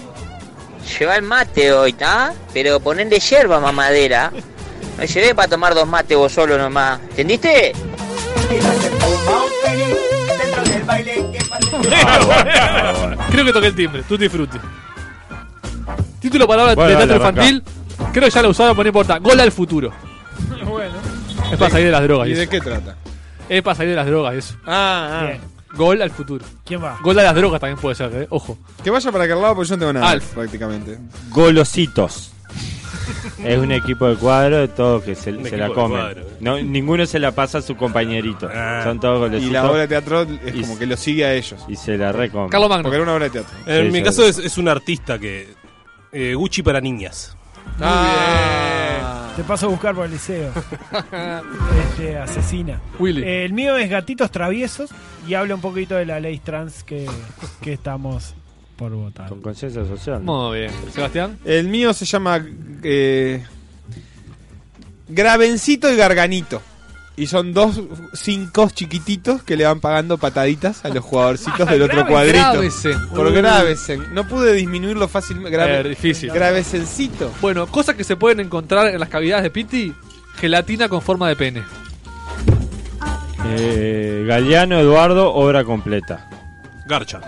V: Lleva el mate hoy, ¿tá? Pero ponen de hierba, mamadera. No llevé para tomar dos mates vos solo nomás. ¿Entendiste?
E: Creo que toqué el timbre. Tutti frutti. Título palabra
P: Bueno,
E: de teatro
P: dale, arranca.
E: infantil. Creo que ya lo usaba, pero no importa. Gol
D: *laughs*
E: al futuro. Es para salir de las drogas.
F: ¿Y
E: eso.
F: de qué trata?
E: Es para salir de las drogas, eso.
F: Ah, ah.
E: Gol al futuro.
D: ¿Quién va?
E: Gol a las drogas también puede ser, eh. Ojo.
F: Que vaya para aquel lado porque yo no tengo nada
E: Alf.
F: prácticamente.
P: Golositos. Es un equipo de cuadro de todos que se, se
F: equipo
P: la
F: de
P: comen.
F: cuadro.
P: No, ninguno se la pasa a su compañerito. Son todos golositos.
F: Y la obra de teatro es
P: Y-
F: como que lo sigue a ellos.
P: Y se la recomen.
H: Porque
F: era una obra de teatro.
H: Eh, En
P: Sí,
H: mi
P: sí.
H: caso es, es un artista que. eh, Gucci para niñas.
D: Ah. Te paso a buscar por el *laughs* liceo. este, asesina.
E: Willy.
D: Eh, el mío es Gatitos Traviesos y habla un poquito de la ley trans que, que estamos por votar.
P: Con conciencia social.
E: Muy bien. Sebastián.
F: El mío se llama eh, Gravencito y Garganito. Y son dos cinco chiquititos que le van pagando pataditas a los jugadorcitos del
D: Ah,
F: otro
E: Grave-
F: cuadrito.
E: Gravesen.
F: Por
E: Uh.
F: Gravesen. No pude disminuirlo fácilmente. Grave,
E: Eh, difícil.
F: Gravesencito.
E: Bueno, cosas que se pueden encontrar en las cavidades de Pitti. Gelatina con forma de pene.
P: Eh, Galeano Eduardo, obra completa.
H: Garcha.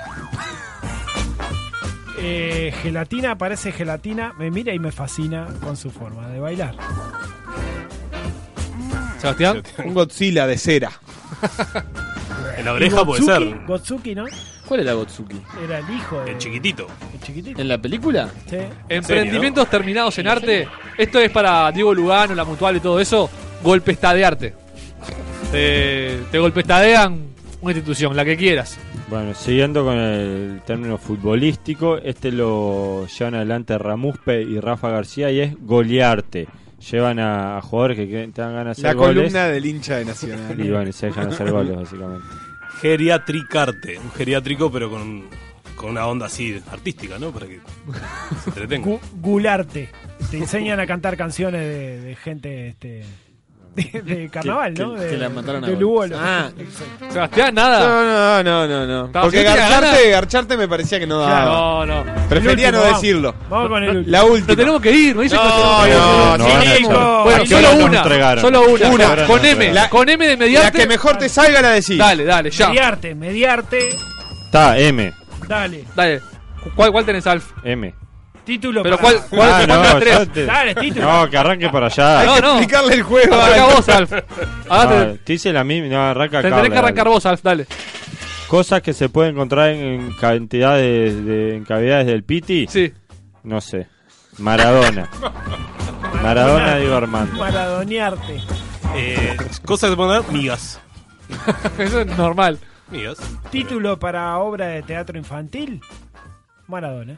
D: Eh, gelatina, parece gelatina, me mira y me fascina con su forma de bailar.
E: Sebastián.
F: Un Godzilla de cera.
H: En la oreja puede
D: Gotsuki-
H: ser.
D: Gotsuki, ¿no?
W: ¿Cuál era Gotsuki?
D: Era el hijo de.
H: El chiquitito.
D: el chiquitito.
W: ¿En la película?
D: Sí.
E: Emprendimientos terminados en arte. Esto es para Diego Lugano, la mutual y todo eso. Golpestadearte. Te, te golpestadean una institución, la que quieras.
G: Bueno, siguiendo con el término futbolístico, este lo llevan adelante Ramuspe y Rafa García y es golearte. Llevan a, a jugadores que que te dan ganas de
F: La
G: hacer goles.
F: columna del hincha de Nacional.
G: Y bueno, y se dejan
F: *laughs*
G: hacer goles, básicamente.
H: Geriatricarte. Un geriátrico, pero con, con una onda así artística, ¿no? Para que se entretenga.
D: Gu- Gularte. Te enseñan a cantar canciones de, de gente este, de, de carnaval,
W: Que-
D: ¿no?
W: que-
D: De,
W: que la mataron a
D: de
W: golpes.
D: Lugolo.
W: Ah.
E: Sebastián, nada.
F: No, no, no, no, no.
E: Ta,
F: Porque
E: si no tenía
F: garcharte,
E: ganas-
F: garcharte me parecía que no daba.
E: Claro, no, no.
F: Prefería
E: El último,
F: no
E: vamos.
F: decirlo.
D: Vamos con el
F: La última.
E: Nos tenemos que ir, no dice
F: No,
E: que nos tenemos
F: no,
E: que ir.
F: no,
E: Cinco.
F: no.
E: Bueno,
F: Aquí
E: solo
F: no nos
E: una.
F: entregaron.
E: Solo una.
F: Una.
E: Con M.
F: La-
E: con M de mediarte.
F: la que mejor te salga la decís.
E: Dale, dale, ya.
D: Mediarte, mediarte.
G: Está, M.
D: Dale.
E: Dale. ¿Cuál, cuál tenés, Alf?
G: M.
D: Título.
E: Pero
D: para-
E: cuál, cuál
G: Ah,
E: te
G: no,
E: faltan
G: yo
E: tres.
G: te-
D: Dale, título.
G: No, que arranque para allá.
E: No, no. Arranca
G: *laughs*
E: vos, Alf. Ahora te-
G: Ah, te hice la misma. No, arranca
E: te
G: Carla,
E: tenés que arrancar
G: dale.
E: vos, Alf, dale. *laughs*
G: Cosas que se pueden encontrar en, en cantidades de, en cavidades del piti.
E: Sí.
G: No sé. Maradona. Maradona, digo Armando.
D: Maradonearte.
H: Eh, cosas que se pueden dar, migas.
E: Eso es normal.
H: Migas.
D: Título para obra de teatro infantil. Maradona.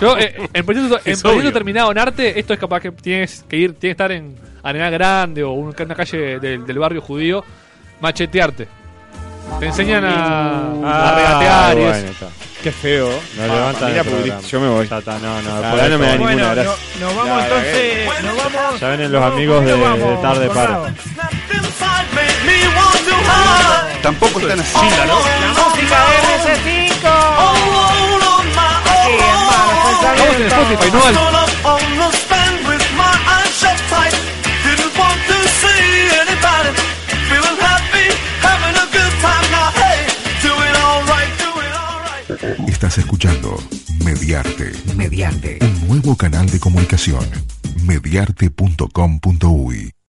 E: Yo, eh, en proyecto,
D: *laughs*
E: en
D: Es
E: proyecto
D: obvio.
E: terminado en arte, esto es capaz que tienes que ir, tienes que estar en Arenal Grande o un- una calle del, del barrio judío, machetearte. Te enseñan a, a
D: Ah,
E: regatear y
G: bueno,
E: eso.
G: está.
F: Qué feo.
G: No
F: Ah,
G: levanta
F: mira,
G: el programa.
F: public- yo me voy.
G: Está, está, no, no,
F: Ah,
G: por ahí no me da
F: bueno,
G: ninguna
F: no-
G: gracia.
D: Nos vamos
F: Dale,
D: entonces. Nos vamos.
G: Ya vienen los amigos de, de tarde para.
C: Tampoco están así.
D: La música RC5. Aquí en Manos
E: Estamos en Spotify,
I: *laughs*
E: no Alf.
B: Estás escuchando Mediarte. Mediarte. Un nuevo canal de comunicación. Mediarte.com.uy